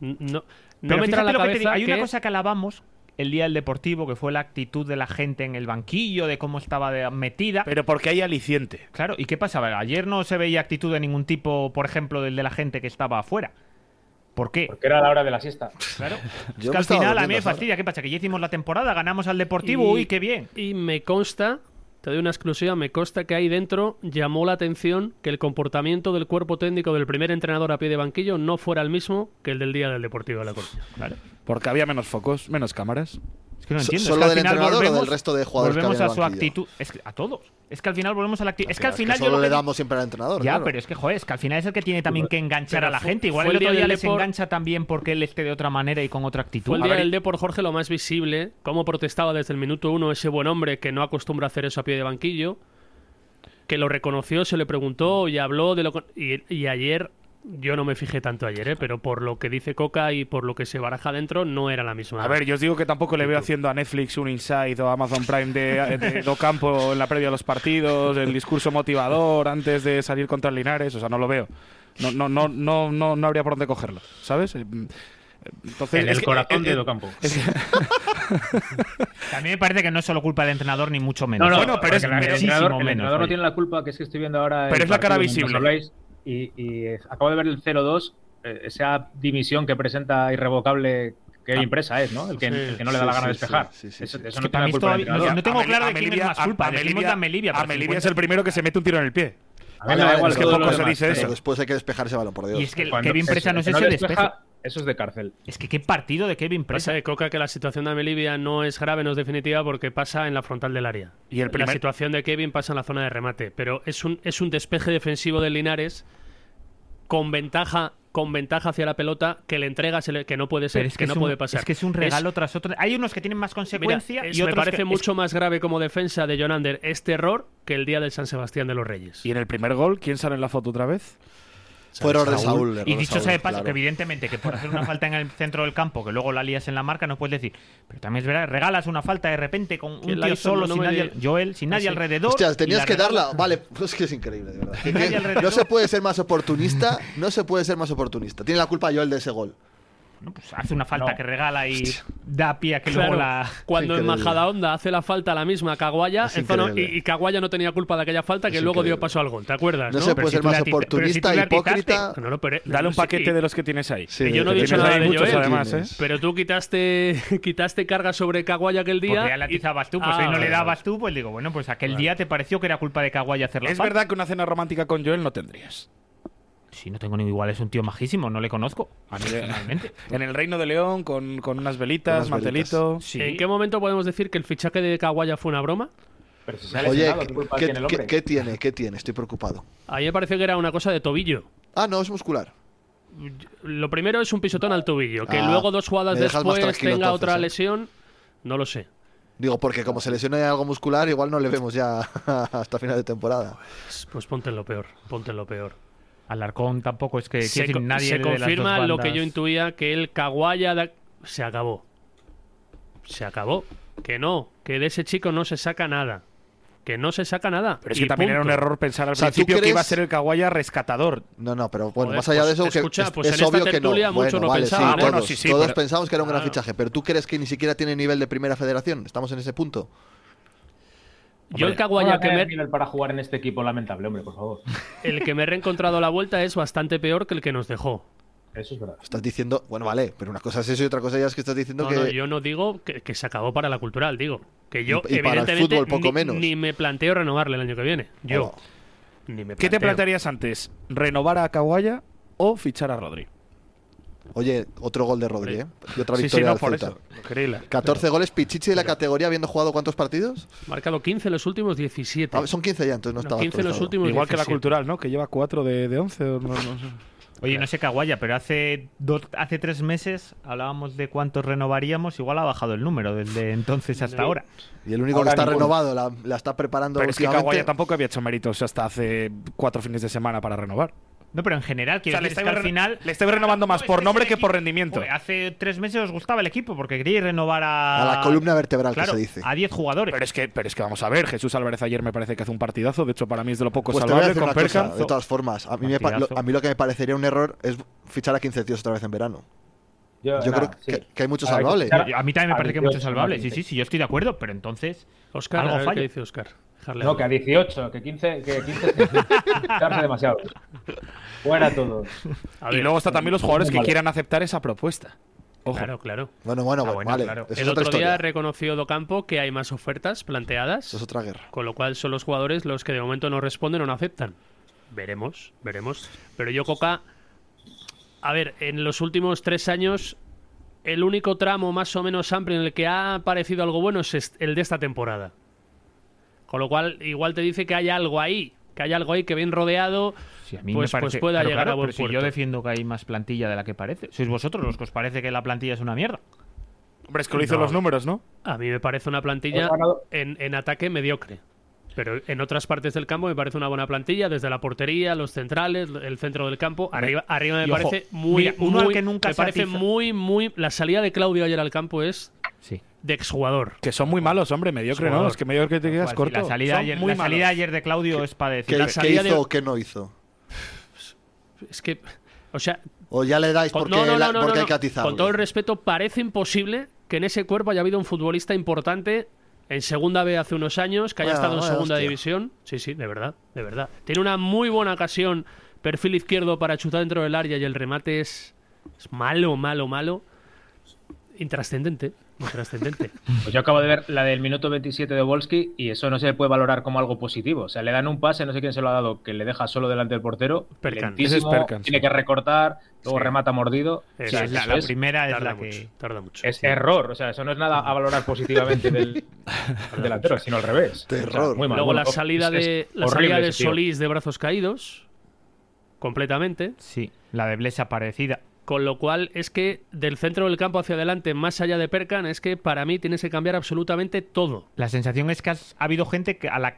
Speaker 5: n- No, no
Speaker 3: Pero
Speaker 5: me entra en
Speaker 3: fíjate
Speaker 5: la
Speaker 3: lo que te digo,
Speaker 5: cabeza.
Speaker 3: Hay
Speaker 5: que-
Speaker 3: una cosa que alabamos el día del deportivo, que fue la actitud de la gente en el banquillo, de cómo estaba de- metida.
Speaker 7: Pero porque hay aliciente.
Speaker 3: Claro, ¿y qué pasaba? Ayer no se veía actitud de ningún tipo, por ejemplo, del de la gente que estaba afuera. ¿Por qué?
Speaker 6: Porque era la hora de la siesta.
Speaker 3: Claro. Es que al final a mí me fastidia. ¿Qué pasa? Que ya hicimos la temporada, ganamos al Deportivo, uy, qué bien.
Speaker 5: Y me consta, te doy una exclusiva, me consta que ahí dentro llamó la atención que el comportamiento del cuerpo técnico del primer entrenador a pie de banquillo no fuera el mismo que el del día del Deportivo de la Coruña.
Speaker 7: Claro. Porque había menos focos, menos cámaras.
Speaker 3: Es que no entiendo.
Speaker 2: ¿Solo
Speaker 3: es que
Speaker 2: del
Speaker 3: al final
Speaker 2: entrenador
Speaker 3: volvemos,
Speaker 2: o del resto de jugadores que
Speaker 3: Volvemos
Speaker 2: había en
Speaker 3: a su
Speaker 2: el banquillo?
Speaker 3: actitud. Es que a todos. Es que al final volvemos a la actitud. Es que al
Speaker 2: Es que
Speaker 3: final yo
Speaker 2: solo
Speaker 3: lo
Speaker 2: le
Speaker 3: que-
Speaker 2: damos siempre al entrenador.
Speaker 3: Ya,
Speaker 2: claro.
Speaker 3: pero es que, joder, es que al final es el que tiene también que enganchar
Speaker 5: Pero
Speaker 3: a la
Speaker 5: fue-
Speaker 3: gente. Igual
Speaker 5: fue
Speaker 3: el
Speaker 5: el
Speaker 3: otro
Speaker 5: día
Speaker 3: día
Speaker 5: del
Speaker 3: les
Speaker 5: Depor-
Speaker 3: engancha también porque él esté de otra manera y con otra actitud.
Speaker 5: Fue el
Speaker 3: A
Speaker 5: día
Speaker 3: ver,
Speaker 5: del Depor Jorge lo más visible, cómo protestaba desde el minuto uno ese buen hombre que no acostumbra a hacer eso a pie de banquillo, que lo reconoció, se le preguntó y habló de lo con- y, y ayer yo no me fijé tanto ayer, ¿eh? pero por lo que dice Coca y por lo que se baraja dentro no era la misma.
Speaker 7: A ver, yo os digo que tampoco le veo haciendo a Netflix un Inside o a Amazon Prime de, de, de Ocampo en la previa de los partidos, el discurso motivador antes de salir contra el Linares, o sea, no lo veo. No, no, no, no, no, no habría por dónde cogerlo, ¿sabes? Eh, mm, Entonces,
Speaker 3: En
Speaker 7: es
Speaker 3: el
Speaker 7: que-
Speaker 3: corazón
Speaker 7: eh,
Speaker 3: de
Speaker 7: eh,
Speaker 3: Docampo.
Speaker 7: es que-
Speaker 3: A mí me parece que no es solo culpa del entrenador, ni mucho menos.
Speaker 6: bueno, pero es, el
Speaker 3: muchísimo
Speaker 6: entrenador, el
Speaker 3: menos,
Speaker 6: entrenador no
Speaker 3: vaya.
Speaker 6: tiene la culpa, que es que estoy viendo ahora.
Speaker 7: Pero
Speaker 6: el
Speaker 7: es la cara
Speaker 6: partido mientras
Speaker 7: visible.
Speaker 6: habláis, Y, y, eh, acabo de ver el 0-2, eh, esa dimisión que presenta irrevocable, que
Speaker 7: Ah.
Speaker 6: impresa es, ¿no? El que,
Speaker 7: Sí,
Speaker 6: el que no le
Speaker 7: sí,
Speaker 6: da la gana de
Speaker 7: sí, sí,
Speaker 6: despejar.
Speaker 7: sí, sí,
Speaker 6: eso
Speaker 7: sí.
Speaker 6: eso no
Speaker 7: Es que
Speaker 6: tiene
Speaker 7: para
Speaker 6: la
Speaker 7: mí
Speaker 6: culpa del
Speaker 7: esto- no-
Speaker 6: entrenador.
Speaker 7: no tengo
Speaker 6: Amel-
Speaker 7: claro de quién es
Speaker 6: Amelivia-
Speaker 7: más culpa.
Speaker 6: Amelivia-
Speaker 7: Decimos de Amelivia, pero
Speaker 6: Amelivia
Speaker 7: es el primero que se mete un tiro en el pie.
Speaker 6: A mí me da igual
Speaker 2: es que
Speaker 6: todo lo
Speaker 2: poco se
Speaker 6: demás,
Speaker 2: dice
Speaker 6: pero
Speaker 2: eso. Después hay que despejar ese balón, por Dios.
Speaker 3: Y es que el
Speaker 6: Cuando-
Speaker 3: Kevin Presa
Speaker 6: eso,
Speaker 3: no es
Speaker 6: que
Speaker 3: eso,
Speaker 6: despeja,
Speaker 3: despeja.
Speaker 6: Eso es de cárcel.
Speaker 3: Es que qué partido de Kevin Presa.
Speaker 5: Pasa de Coca que la situación de Amelivia no es grave, no es definitiva porque pasa en la frontal del área.
Speaker 7: Y el primer-
Speaker 5: La situación de Kevin pasa en la zona de remate, pero es un, es un despeje defensivo del Linares con ventaja con ventaja hacia la pelota que le entrega se le- que no puede ser
Speaker 3: Pero es
Speaker 5: que, no
Speaker 3: es un-
Speaker 5: puede pasar
Speaker 3: Es que es un regalo tras otro. Hay unos que tienen más consecuencia
Speaker 5: Mira, es-
Speaker 3: y otros
Speaker 5: me parece
Speaker 3: que- es-
Speaker 5: mucho más grave como defensa de Jonander este error que el día del San Sebastián de los Reyes
Speaker 7: Y en el primer gol, ¿quién sale en la foto otra vez?
Speaker 2: Fue error de Saúl. error
Speaker 3: Y
Speaker 2: de
Speaker 3: dicho
Speaker 2: Saúl,
Speaker 3: sea de paso,
Speaker 2: claro.
Speaker 3: que evidentemente que por hacer una falta en el centro del campo, que luego la lías en la marca, no puedes decir. Pero también es verdad, regalas una falta de repente con un
Speaker 5: ¿Quién la
Speaker 3: tío
Speaker 5: hizo?
Speaker 3: solo,
Speaker 5: No
Speaker 3: sin
Speaker 5: me
Speaker 3: nadie,
Speaker 5: di-
Speaker 3: Joel, sin nadie
Speaker 5: Ah, sí.
Speaker 3: alrededor.
Speaker 2: Hostias,
Speaker 3: y
Speaker 2: tenías
Speaker 3: la
Speaker 2: que
Speaker 3: regalas.
Speaker 2: darla. Vale, (laughs) es que es increíble, de verdad. Que-
Speaker 3: Nadie
Speaker 2: que
Speaker 3: alrededor.
Speaker 2: no se puede ser más oportunista. No se puede ser más oportunista. Tiene la culpa Joel de ese gol.
Speaker 3: Pues hace una falta
Speaker 6: No.
Speaker 3: que regala y da pie a que
Speaker 5: Claro,
Speaker 3: luego (laughs) la.
Speaker 5: cuando en
Speaker 2: Increíble.
Speaker 5: Majadahonda hace la falta la misma Caguaya
Speaker 2: Es
Speaker 5: en zona- y,
Speaker 2: increíble.
Speaker 5: y Caguaya no tenía culpa de aquella falta que
Speaker 2: Es
Speaker 5: luego dio
Speaker 2: increíble.
Speaker 5: paso al gol ¿te acuerdas?
Speaker 2: No
Speaker 5: no?
Speaker 2: se
Speaker 3: pero
Speaker 2: puede
Speaker 3: si
Speaker 2: ser
Speaker 3: tú
Speaker 2: más
Speaker 3: la quita- pero si tú
Speaker 2: oportunista,
Speaker 3: la quitaste-
Speaker 2: hipócrita.
Speaker 5: No, no, pero-
Speaker 7: Dale un
Speaker 5: sí,
Speaker 7: paquete de los que tienes ahí.
Speaker 2: Sí,
Speaker 5: yo no he
Speaker 7: Que
Speaker 5: dicho
Speaker 7: tienes
Speaker 5: nada
Speaker 7: ahí
Speaker 5: de
Speaker 7: muchos,
Speaker 5: Joel.
Speaker 7: además, ¿eh?
Speaker 5: Pero tú quitaste, (laughs) quitaste carga sobre Caguaya aquel día.
Speaker 3: Porque ya la
Speaker 5: y-
Speaker 3: atizabas tú, pues
Speaker 5: Ah,
Speaker 3: hoy no
Speaker 5: vale,
Speaker 3: le
Speaker 5: vale.
Speaker 3: dabas tú, pues digo, bueno, pues aquel día te pareció que era culpa de Kawhi hacer la
Speaker 7: Es
Speaker 3: falta.
Speaker 7: verdad Ah, que una cena romántica con Joel no tendrías.
Speaker 3: Sí, no tengo ni igual, es un tío majísimo, no le conozco. A mí, realmente.
Speaker 7: En el Reino de León, con, con unas velitas,
Speaker 2: Unas
Speaker 7: mantelito.
Speaker 3: Sí.
Speaker 5: ¿En qué momento podemos decir que el fichaje de Caguaya fue una broma?
Speaker 6: Pero si se ha
Speaker 2: Oye,
Speaker 6: lesionado, ¿qué culpa
Speaker 2: ¿qué,
Speaker 6: tiene el
Speaker 2: qué-
Speaker 6: hombre?
Speaker 2: qué tiene? ¿Qué tiene? Estoy preocupado.
Speaker 5: A mí me pareció que era una cosa de tobillo.
Speaker 2: Ah, no, es muscular.
Speaker 5: Lo primero es un pisotón al tobillo. Que
Speaker 2: Ah,
Speaker 5: luego dos jugadas
Speaker 2: me dejas más
Speaker 5: después tenga
Speaker 2: tranquilo entonces,
Speaker 5: otra
Speaker 2: ¿eh?
Speaker 5: lesión, no lo sé.
Speaker 2: Digo, porque como se lesiona algo muscular, igual no le vemos ya (laughs) hasta final de temporada.
Speaker 5: Pues, pues ponte en lo peor, ponte en lo peor.
Speaker 3: Alarcón tampoco es que Eh, quiero
Speaker 5: se
Speaker 3: decir,
Speaker 5: co-
Speaker 3: nadie
Speaker 5: se
Speaker 3: de las dos
Speaker 5: confirma lo que
Speaker 3: bandas-
Speaker 5: yo intuía, que el Caguaya da- se acabó. Se acabó. Que no, que de ese chico no se saca nada. Que no se saca nada.
Speaker 7: Pero es
Speaker 5: Y
Speaker 7: que también
Speaker 5: punto.
Speaker 7: era un error pensar al
Speaker 2: sea, ¿tú
Speaker 7: principio que
Speaker 2: crees-
Speaker 7: iba a ser el Kawaya rescatador.
Speaker 2: No, no, pero bueno,
Speaker 5: Joder,
Speaker 2: más allá
Speaker 5: pues,
Speaker 2: de eso, que
Speaker 5: escucha,
Speaker 2: es,
Speaker 5: pues
Speaker 2: es
Speaker 5: en esta
Speaker 2: obvio que no.
Speaker 5: tertulia muchos
Speaker 2: Bueno,
Speaker 5: lo
Speaker 2: vale, sí,
Speaker 5: pensaban,
Speaker 7: ¿eh?
Speaker 2: todos,
Speaker 7: Bueno, sí, sí,
Speaker 2: todos
Speaker 7: pero-
Speaker 2: pensamos que era un gran
Speaker 5: Claro.
Speaker 2: fichaje, pero tú crees que ni siquiera tiene nivel de primera federación. Estamos en ese punto.
Speaker 5: Yo el
Speaker 6: Hola,
Speaker 5: Caguaya que
Speaker 3: eh,
Speaker 5: me,
Speaker 6: Miguel, para jugar en este equipo lamentable, hombre, por favor.
Speaker 5: el que me he reencontrado a la vuelta es bastante peor que el que nos dejó.
Speaker 6: Eso es
Speaker 7: (laughs)
Speaker 6: verdad.
Speaker 2: Estás diciendo, bueno, vale, pero una cosa es eso y otra cosa ya es que estás diciendo
Speaker 5: No,
Speaker 2: que.
Speaker 5: no, yo no digo que, que se acabó para la cultural, digo. Que yo,
Speaker 2: Y- y para el
Speaker 5: evidentemente,
Speaker 2: fútbol, poco
Speaker 5: ni,
Speaker 2: menos. Oh.
Speaker 5: ni me planteo renovarle el año que viene. Yo.
Speaker 2: Hola.
Speaker 5: Ni me
Speaker 7: ¿Qué te
Speaker 5: planteo.
Speaker 7: plantearías antes? ¿Renovar a Kawaya o fichar a Rodri?
Speaker 2: Oye, otro gol de Rodri, ¿eh? Y otra
Speaker 7: sí,
Speaker 2: victoria
Speaker 7: sí, no,
Speaker 2: del
Speaker 7: por
Speaker 2: Celta.
Speaker 7: eso. Increíble.
Speaker 2: 14 goles, Pichichi de la categoría, habiendo jugado cuántos partidos?
Speaker 5: Marcado 15 en los últimos 17.
Speaker 2: Ah, son 15 ya, entonces no
Speaker 5: No,
Speaker 2: estaba
Speaker 5: 15 en Eh, los
Speaker 2: actualizado.
Speaker 5: últimos
Speaker 7: Igual que la
Speaker 5: 17.
Speaker 7: cultural, ¿no? Que lleva 4 de, de 11. o no- no sé.
Speaker 3: Oye, no sé Caguaya, pero hace do- hace tres meses hablábamos de cuántos renovaríamos, igual ha bajado el número desde entonces hasta ahora.
Speaker 2: Y el único
Speaker 6: Ahora
Speaker 2: que está
Speaker 6: ninguno.
Speaker 2: renovado, la, la está preparando
Speaker 7: Pero es que
Speaker 2: últimamente.
Speaker 7: Kawaya tampoco había hecho méritos hasta hace 4 fines de semana para renovar.
Speaker 3: No, pero en general,
Speaker 7: O
Speaker 3: quiero
Speaker 7: sea, le
Speaker 3: decir
Speaker 7: estoy,
Speaker 3: es que al
Speaker 7: reno-
Speaker 3: final.
Speaker 7: le estoy renovando más
Speaker 3: No, es
Speaker 7: por
Speaker 3: que
Speaker 7: nombre
Speaker 3: es
Speaker 7: que
Speaker 3: el
Speaker 7: por
Speaker 3: equipo-
Speaker 7: rendimiento.
Speaker 3: Joder, hace tres meses os gustaba el equipo porque queríais renovar a.
Speaker 2: A la columna vertebral que
Speaker 3: Claro,
Speaker 2: se dice.
Speaker 3: A 10 jugadores.
Speaker 7: Pero es, que, pero es que vamos a ver, Jesús Álvarez ayer me parece que hace un partidazo. De hecho, para mí es de lo poco
Speaker 2: Pues te voy a
Speaker 7: salvable
Speaker 2: decir
Speaker 7: con
Speaker 2: una cosa,
Speaker 7: Perca.
Speaker 2: de todas formas, a mí, me pa- lo,
Speaker 3: Partidazo.
Speaker 2: a mí lo que me parecería un error es fichar a 15 tíos otra vez en verano.
Speaker 6: Yo,
Speaker 2: Yo
Speaker 6: nada,
Speaker 2: creo
Speaker 6: sí.
Speaker 2: que, que hay muchos
Speaker 6: Ahora hay que
Speaker 2: salvables.
Speaker 6: fichar
Speaker 3: a mí también me
Speaker 6: a
Speaker 3: parece que mucho
Speaker 6: 18,
Speaker 3: salvable. Sí,
Speaker 6: 15.
Speaker 3: sí, sí, yo estoy de acuerdo, pero entonces.
Speaker 5: Oscar,
Speaker 3: Algo
Speaker 5: a ver
Speaker 3: falla.
Speaker 5: qué dice Oscar. Harley
Speaker 6: No, que a 18, que 15, que 15 (laughs) es quitarse demasiado. Fuera todos.
Speaker 7: y luego está también los jugadores que quieran hacer esta propuesta. Ojo.
Speaker 5: Claro, claro.
Speaker 2: Bueno, bueno,
Speaker 7: Ah,
Speaker 2: bueno,
Speaker 7: bueno,
Speaker 2: vale.
Speaker 7: claro.
Speaker 2: Eso es
Speaker 5: el
Speaker 2: otra
Speaker 5: otro día
Speaker 2: historia.
Speaker 5: reconoció Docampo que hay más ofertas planteadas.
Speaker 2: Eso es otra guerra.
Speaker 5: Con lo cual son los jugadores los que de momento no responden o no aceptan. Veremos, veremos. Pero yo, Coca, a ver, en los últimos tres años, el único tramo más o menos amplio en el que ha parecido algo bueno es est- el de esta temporada. Con lo cual, igual te dice que hay algo ahí, que hay algo ahí que bien rodeado,
Speaker 3: Sí, a mí
Speaker 5: pues,
Speaker 3: me parece,
Speaker 5: pues pueda
Speaker 3: pero
Speaker 5: llegar
Speaker 3: claro,
Speaker 5: a buen
Speaker 3: pero si
Speaker 5: puerto.
Speaker 3: yo defiendo que hay más plantilla de la que parece. Sois vosotros los que os parece que la plantilla es una mierda.
Speaker 7: Hombre, es que lo dicen los números, ¿no?
Speaker 5: A mí me parece una plantilla en, en ataque mediocre. Pero en otras partes del campo me parece una buena plantilla, desde la portería, los centrales, el centro del campo. Arriba, arriba me
Speaker 3: Y ojo,
Speaker 5: parece muy.
Speaker 3: mira, uno al
Speaker 5: muy-
Speaker 3: que nunca
Speaker 5: me
Speaker 3: se
Speaker 5: parece
Speaker 3: atiza.
Speaker 5: muy, muy. La salida de Claudio ayer al campo es
Speaker 3: Sí.
Speaker 5: de exjugador.
Speaker 7: Que son muy malos, hombre, mediocre, ¿no?
Speaker 5: Jugador.
Speaker 7: Es que mediocre te quedas
Speaker 5: Tal cual, sí,
Speaker 7: corto.
Speaker 5: la salida
Speaker 7: Son
Speaker 5: ayer-
Speaker 7: muy
Speaker 5: la salida
Speaker 7: malos.
Speaker 3: ayer de Claudio es para
Speaker 2: ¿Qué,
Speaker 3: decir.
Speaker 5: La
Speaker 2: qué
Speaker 5: salida
Speaker 2: hizo
Speaker 5: de-
Speaker 2: o qué no hizo?
Speaker 5: Es que. O sea.
Speaker 2: O ya le dais
Speaker 5: con-
Speaker 2: porque,
Speaker 5: Pues no, no,
Speaker 2: la-
Speaker 5: no, no,
Speaker 2: porque
Speaker 5: no,
Speaker 2: hay que
Speaker 5: no.
Speaker 2: atizarlo.
Speaker 5: Con todo el respeto, parece imposible que en ese cuerpo haya habido un futbolista importante en segunda B hace unos años, que haya
Speaker 2: Vaya-
Speaker 5: estado en
Speaker 2: vaya
Speaker 5: segunda
Speaker 2: hostia.
Speaker 5: división. Sí, sí, de verdad, de verdad. Tiene una muy buena ocasión, perfil izquierdo para chutar dentro del área y el remate es, es malo, malo, malo. Intrascendente,
Speaker 6: (laughs)
Speaker 5: intrascendente.
Speaker 6: Pues yo acabo de ver la del minuto 27 de Wolski y eso no se puede valorar como algo positivo. O sea, le dan un pase, no sé quién se lo ha dado, que le deja solo delante del portero.
Speaker 5: Perkan.
Speaker 6: lentísimo,
Speaker 5: Ese es Perkan, sí.
Speaker 6: tiene que recortar, luego
Speaker 5: Sí.
Speaker 6: remata mordido.
Speaker 5: Eso
Speaker 6: O sea,
Speaker 5: es, la-
Speaker 6: eso
Speaker 5: la
Speaker 6: es-
Speaker 3: primera
Speaker 5: tarda
Speaker 3: la
Speaker 5: mucho,
Speaker 3: que-
Speaker 5: tarda mucho.
Speaker 6: Es error, o sea, eso no es nada a valorar positivamente
Speaker 7: (laughs)
Speaker 6: del, del delantero, sino al revés.
Speaker 2: Terror.
Speaker 6: O sea, muy mal.
Speaker 5: Luego
Speaker 6: Bueno,
Speaker 5: la salida
Speaker 6: es- es
Speaker 5: de la
Speaker 6: horrible
Speaker 5: salida de
Speaker 6: ese tío.
Speaker 5: Solís de brazos caídos, completamente.
Speaker 3: Sí, la de Blesa parecida.
Speaker 5: Con lo cual es que del centro del campo hacia adelante, más allá de Perkan, es que para mí tienes que cambiar absolutamente todo.
Speaker 3: La sensación es que has- ha habido gente que a la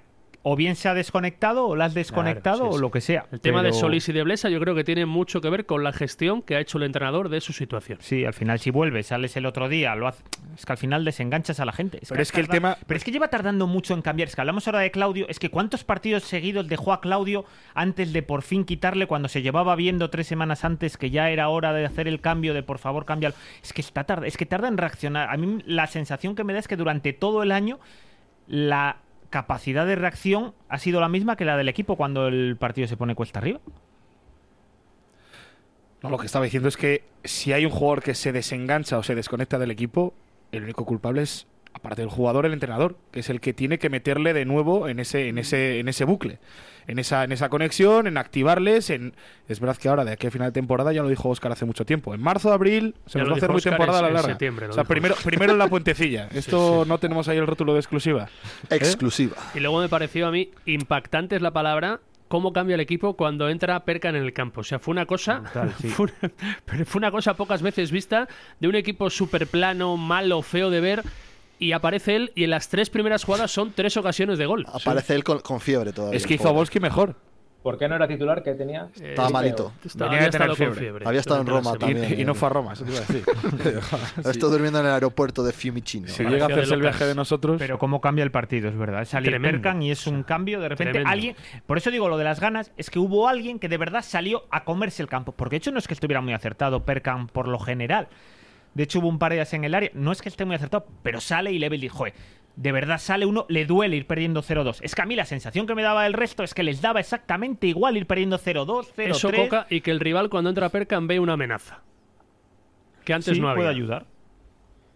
Speaker 3: o bien se ha desconectado o la has desconectado
Speaker 5: Claro, sí,
Speaker 3: o
Speaker 5: sí.
Speaker 3: lo que sea.
Speaker 5: El tema de
Speaker 3: Pero-
Speaker 5: Solís y de Blesa yo creo que tiene mucho que ver con la gestión que ha hecho el entrenador de su situación.
Speaker 3: Sí, al final si vuelves, sales el otro día, lo hace- es que al final desenganchas a la gente.
Speaker 7: Pero es que el tema-
Speaker 3: Pero es que lleva tardando mucho en cambiar. Es que hablamos ahora de Claudio, es que cuántos partidos seguidos dejó a Claudio antes de por fin quitarle cuando se llevaba viendo tres semanas antes que ya era hora de hacer el cambio de por favor cámbialo. Es que está tarde, es que tarda en reaccionar. A mí la sensación que me da es que durante todo el año la capacidad de reacción ha sido la misma que la del equipo cuando el partido se pone cuesta arriba.
Speaker 7: No, lo que estaba diciendo es que si hay un jugador que se desengancha o se desconecta del equipo, el único culpable es, aparte del jugador, el entrenador, que es el que tiene que meterle de nuevo en ese, en ese, en ese bucle, en esa, en esa conexión, en activarles, en es verdad que ahora de aquí a final de temporada ya lo dijo Oscar hace mucho tiempo. En marzo, abril, se
Speaker 5: Ya
Speaker 7: nos
Speaker 5: lo
Speaker 7: va a hacer
Speaker 5: dijo
Speaker 7: muy
Speaker 5: Óscar
Speaker 7: temporada a la
Speaker 5: en- en
Speaker 7: larga.
Speaker 5: septiembre, lo
Speaker 7: o sea,
Speaker 5: dijo.
Speaker 7: primero, primero en la
Speaker 5: (laughs)
Speaker 7: puentecilla. Esto no tenemos ahí el rótulo de exclusiva.
Speaker 2: Exclusiva.
Speaker 5: Y luego me pareció a mí impactante es la palabra cómo cambia el equipo cuando entra Perkan en el campo. O sea, fue una cosa, (laughs) fue una- pero fue una cosa pocas veces vista de un equipo súper plano, malo, feo de ver. Y aparece él y en las tres primeras jugadas son tres ocasiones de gol.
Speaker 2: Aparece él con, con fiebre todavía.
Speaker 7: Es que hizo a Volsky mejor.
Speaker 6: ¿Por qué no era titular que tenía?
Speaker 5: Eh,
Speaker 2: Estaba malito.
Speaker 5: Está-
Speaker 7: Venía
Speaker 5: había
Speaker 7: de tener
Speaker 5: estado con
Speaker 7: fiebre.
Speaker 5: fiebre.
Speaker 2: Había estado en
Speaker 5: durante la
Speaker 2: Roma
Speaker 5: semana.
Speaker 2: también.
Speaker 7: Y, y no fue a Roma, eso te iba a decir.
Speaker 2: Estoy durmiendo en el aeropuerto de Fiumicino.
Speaker 7: Si llega a hacerse el viaje de nosotros.
Speaker 3: Pero cómo cambia el partido, es verdad. Es salir
Speaker 5: Tremendo.
Speaker 3: Perkan y es un cambio. De repente
Speaker 5: tremendo.
Speaker 3: alguien. Por eso digo lo de las ganas, es que hubo alguien que de verdad salió a comerse el campo. Porque de hecho no es que estuviera muy acertado Perkan por lo general. De hecho hubo un par de días en el área. No es que esté muy acertado, pero sale y Level dijo, "Joder, de verdad sale uno, le duele ir perdiendo 0-2. Es que a mí la sensación que me daba el resto es que les daba exactamente igual ir perdiendo 0-2, 0-3.
Speaker 5: Eso coca y que el rival cuando entra Perkan ve una amenaza. Que antes
Speaker 3: Sí,
Speaker 5: no había.
Speaker 3: puede ayudar.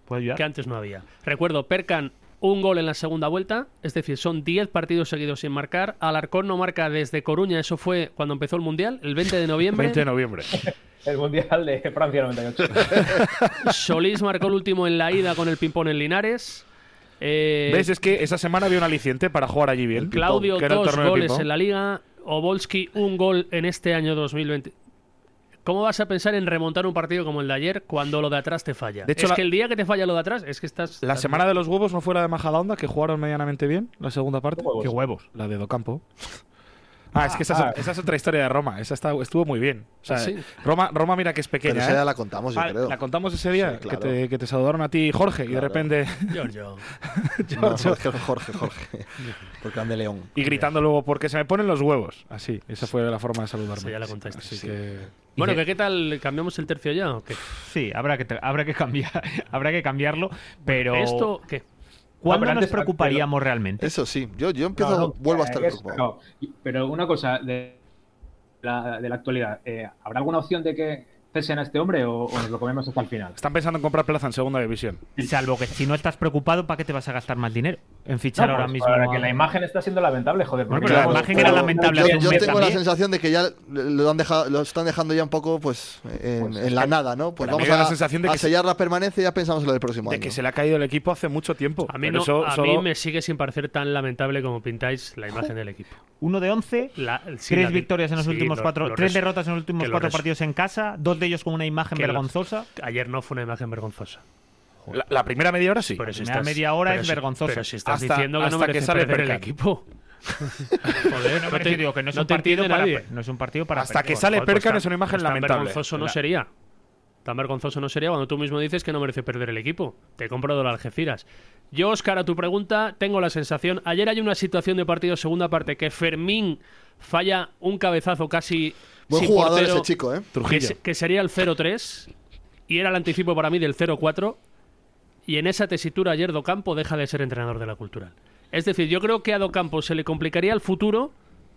Speaker 3: Puede ayudar.
Speaker 5: Que antes no había. Recuerdo, Perkan un gol en la segunda vuelta, es decir, son 10 partidos seguidos sin marcar. Alarcón no marca desde Coruña, eso fue cuando empezó el Mundial, el 20
Speaker 3: (laughs)
Speaker 5: de noviembre.
Speaker 7: 20 de (laughs) noviembre.
Speaker 6: El Mundial de Francia 98.
Speaker 5: Solís marcó el último en la ida con el ping-pong en Linares. Eh,
Speaker 7: ¿Ves? Es que esa semana había un aliciente para jugar allí bien.
Speaker 5: Claudio,
Speaker 7: Que era el
Speaker 5: dos
Speaker 7: torneo de
Speaker 5: goles
Speaker 7: ping-pong.
Speaker 5: en la liga. Obolski, un gol en este año 2020. ¿Cómo vas a pensar en remontar un partido como el de ayer cuando lo de atrás te falla?
Speaker 7: De hecho,
Speaker 5: es
Speaker 7: la-
Speaker 5: que el día que te falla lo de atrás es que estás.
Speaker 7: La
Speaker 5: estás-
Speaker 7: semana de los huevos no fue la de Majadahonda, que jugaron medianamente bien, la segunda parte.
Speaker 3: Qué huevos.
Speaker 7: La de Docampo. (laughs) Ah, es que esa, es-
Speaker 6: Ah.
Speaker 7: esa es otra historia de Roma. Esa está- estuvo muy bien. O sea,
Speaker 5: Ah, sí.
Speaker 7: Roma, Roma, mira que es pequeña.
Speaker 2: Pero esa ya
Speaker 7: ¿eh?
Speaker 2: la contamos, yo
Speaker 7: Ah,
Speaker 2: creo.
Speaker 7: la contamos ese día,
Speaker 2: Sí,
Speaker 7: que,
Speaker 2: claro.
Speaker 7: te, que te saludaron a ti, Jorge, y de repente. (laughs)
Speaker 5: Giorgio.
Speaker 2: (laughs) No, Jorge, Jorge, Jorge. Por Can de León.
Speaker 7: y gritando luego, porque se me ponen los huevos. Así, esa fue la forma de saludarme.
Speaker 5: Esa ya la contaste,
Speaker 7: Así
Speaker 5: sí.
Speaker 7: que.
Speaker 5: Bueno, que ¿qué tal? ¿Cambiamos el tercio ya o qué? (laughs)
Speaker 3: Sí, habrá que, habrá que cambiar, habrá que cambiarlo, pero
Speaker 5: ¿Esto qué?
Speaker 3: ¿Cuándo
Speaker 6: pero
Speaker 3: nos
Speaker 6: antes-
Speaker 3: preocuparíamos realmente?
Speaker 2: Eso sí, yo, yo
Speaker 6: No, no, eh, es- no. Pero una cosa de la, de la actualidad, eh, ¿habrá alguna opción de que cesen a este hombre o, o nos lo comemos hasta el final?
Speaker 7: Están pensando en comprar plaza en segunda división.
Speaker 3: Salvo que si no estás preocupado, ¿para qué te vas a gastar más dinero? En fichar
Speaker 6: No,
Speaker 3: ahora
Speaker 6: pues,
Speaker 3: mismo.
Speaker 6: para
Speaker 3: a-
Speaker 6: que la imagen está siendo lamentable, joder.
Speaker 3: Bueno,
Speaker 6: porque
Speaker 3: pero la
Speaker 6: luego-
Speaker 3: imagen era
Speaker 6: luego-
Speaker 3: lamentable
Speaker 2: Yo,
Speaker 3: hace un
Speaker 2: yo
Speaker 3: mes
Speaker 2: tengo la
Speaker 3: también.
Speaker 2: sensación de que ya lo, han dejado, lo están dejando ya un poco pues en, en la nada, ¿no? Pues
Speaker 7: pero a mí
Speaker 2: vamos
Speaker 7: me
Speaker 2: a,
Speaker 7: da la sensación de
Speaker 2: a
Speaker 7: que se-
Speaker 2: sellar la permanencia y ya pensamos en lo del próximo
Speaker 7: De
Speaker 2: año.
Speaker 7: que se le ha caído el equipo hace mucho tiempo.
Speaker 5: A mí,
Speaker 7: Pero
Speaker 5: no,
Speaker 7: eso
Speaker 5: a
Speaker 7: solo-
Speaker 5: mí me sigue sin parecer tan lamentable como pintáis la imagen del equipo.
Speaker 3: Uno de 11,
Speaker 5: La- sí,
Speaker 3: tres
Speaker 5: la-
Speaker 3: victorias en los
Speaker 5: sí,
Speaker 3: últimos
Speaker 5: lo-
Speaker 3: cuatro,
Speaker 5: lo
Speaker 3: tres
Speaker 5: res-
Speaker 3: derrotas en los
Speaker 5: que
Speaker 3: últimos
Speaker 5: lo
Speaker 3: cuatro
Speaker 5: res-
Speaker 3: partidos en casa, dos de ellos con una imagen
Speaker 5: que lo-
Speaker 3: vergonzosa.
Speaker 5: Ayer no fue una imagen vergonzosa.
Speaker 7: La, la primera media hora sí.
Speaker 5: Pero si
Speaker 3: primera media hora es
Speaker 5: si-
Speaker 3: vergonzosa.
Speaker 5: Pero si estás
Speaker 3: Hasta-
Speaker 5: diciendo que no
Speaker 3: hasta que
Speaker 5: merece
Speaker 3: sale
Speaker 5: perder el
Speaker 3: Perkan.
Speaker 5: equipo. (laughs)
Speaker 3: Joder, no,
Speaker 5: no
Speaker 3: me
Speaker 5: te-
Speaker 3: digo que no es
Speaker 5: no
Speaker 3: un
Speaker 5: te
Speaker 3: partido
Speaker 5: entiende
Speaker 3: para
Speaker 5: nadie.
Speaker 3: per- no es un partido para
Speaker 7: Hasta
Speaker 3: perder.
Speaker 7: que sale
Speaker 3: Joder, pues
Speaker 7: Perkan
Speaker 3: tan-
Speaker 7: es una imagen
Speaker 3: pues tan
Speaker 7: lamentable.
Speaker 5: vergonzoso no
Speaker 3: Mira,
Speaker 5: sería. Tan vergonzoso no sería cuando tú mismo dices que no merece perder el equipo. Te compro de Algeciras. Yo, Óscar, a tu pregunta, tengo la sensación. Ayer hay una situación de partido segunda parte que Fermín falla un cabezazo casi.
Speaker 2: Buen
Speaker 5: sin
Speaker 2: jugador
Speaker 5: portero,
Speaker 2: ese chico, ¿eh?
Speaker 5: que
Speaker 2: Trujillo.
Speaker 5: se- Que, sería el 0-3. Y era el anticipo para mí del 0-4. Y en esa tesitura, ayer Docampo deja de ser entrenador de la cultural. Es decir, yo creo que a Docampo se le complicaría el futuro,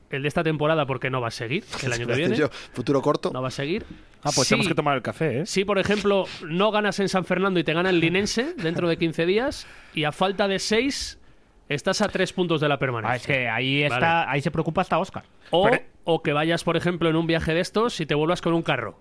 Speaker 5: el de esta temporada, porque no va a seguir el año que viene.
Speaker 2: Yo, futuro corto.
Speaker 5: No va a seguir.
Speaker 7: Ah, pues
Speaker 5: Sí,
Speaker 7: tenemos que tomar el café, ¿eh?
Speaker 5: si, por ejemplo, no ganas en San Fernando y te gana el Linense dentro de 15 días, y a falta de 6, estás a 3 puntos de la permanencia.
Speaker 3: Ah, es que ahí está, ahí se preocupa hasta Oscar.
Speaker 5: O, o que vayas, por ejemplo, en un viaje de estos y te vuelvas con un carro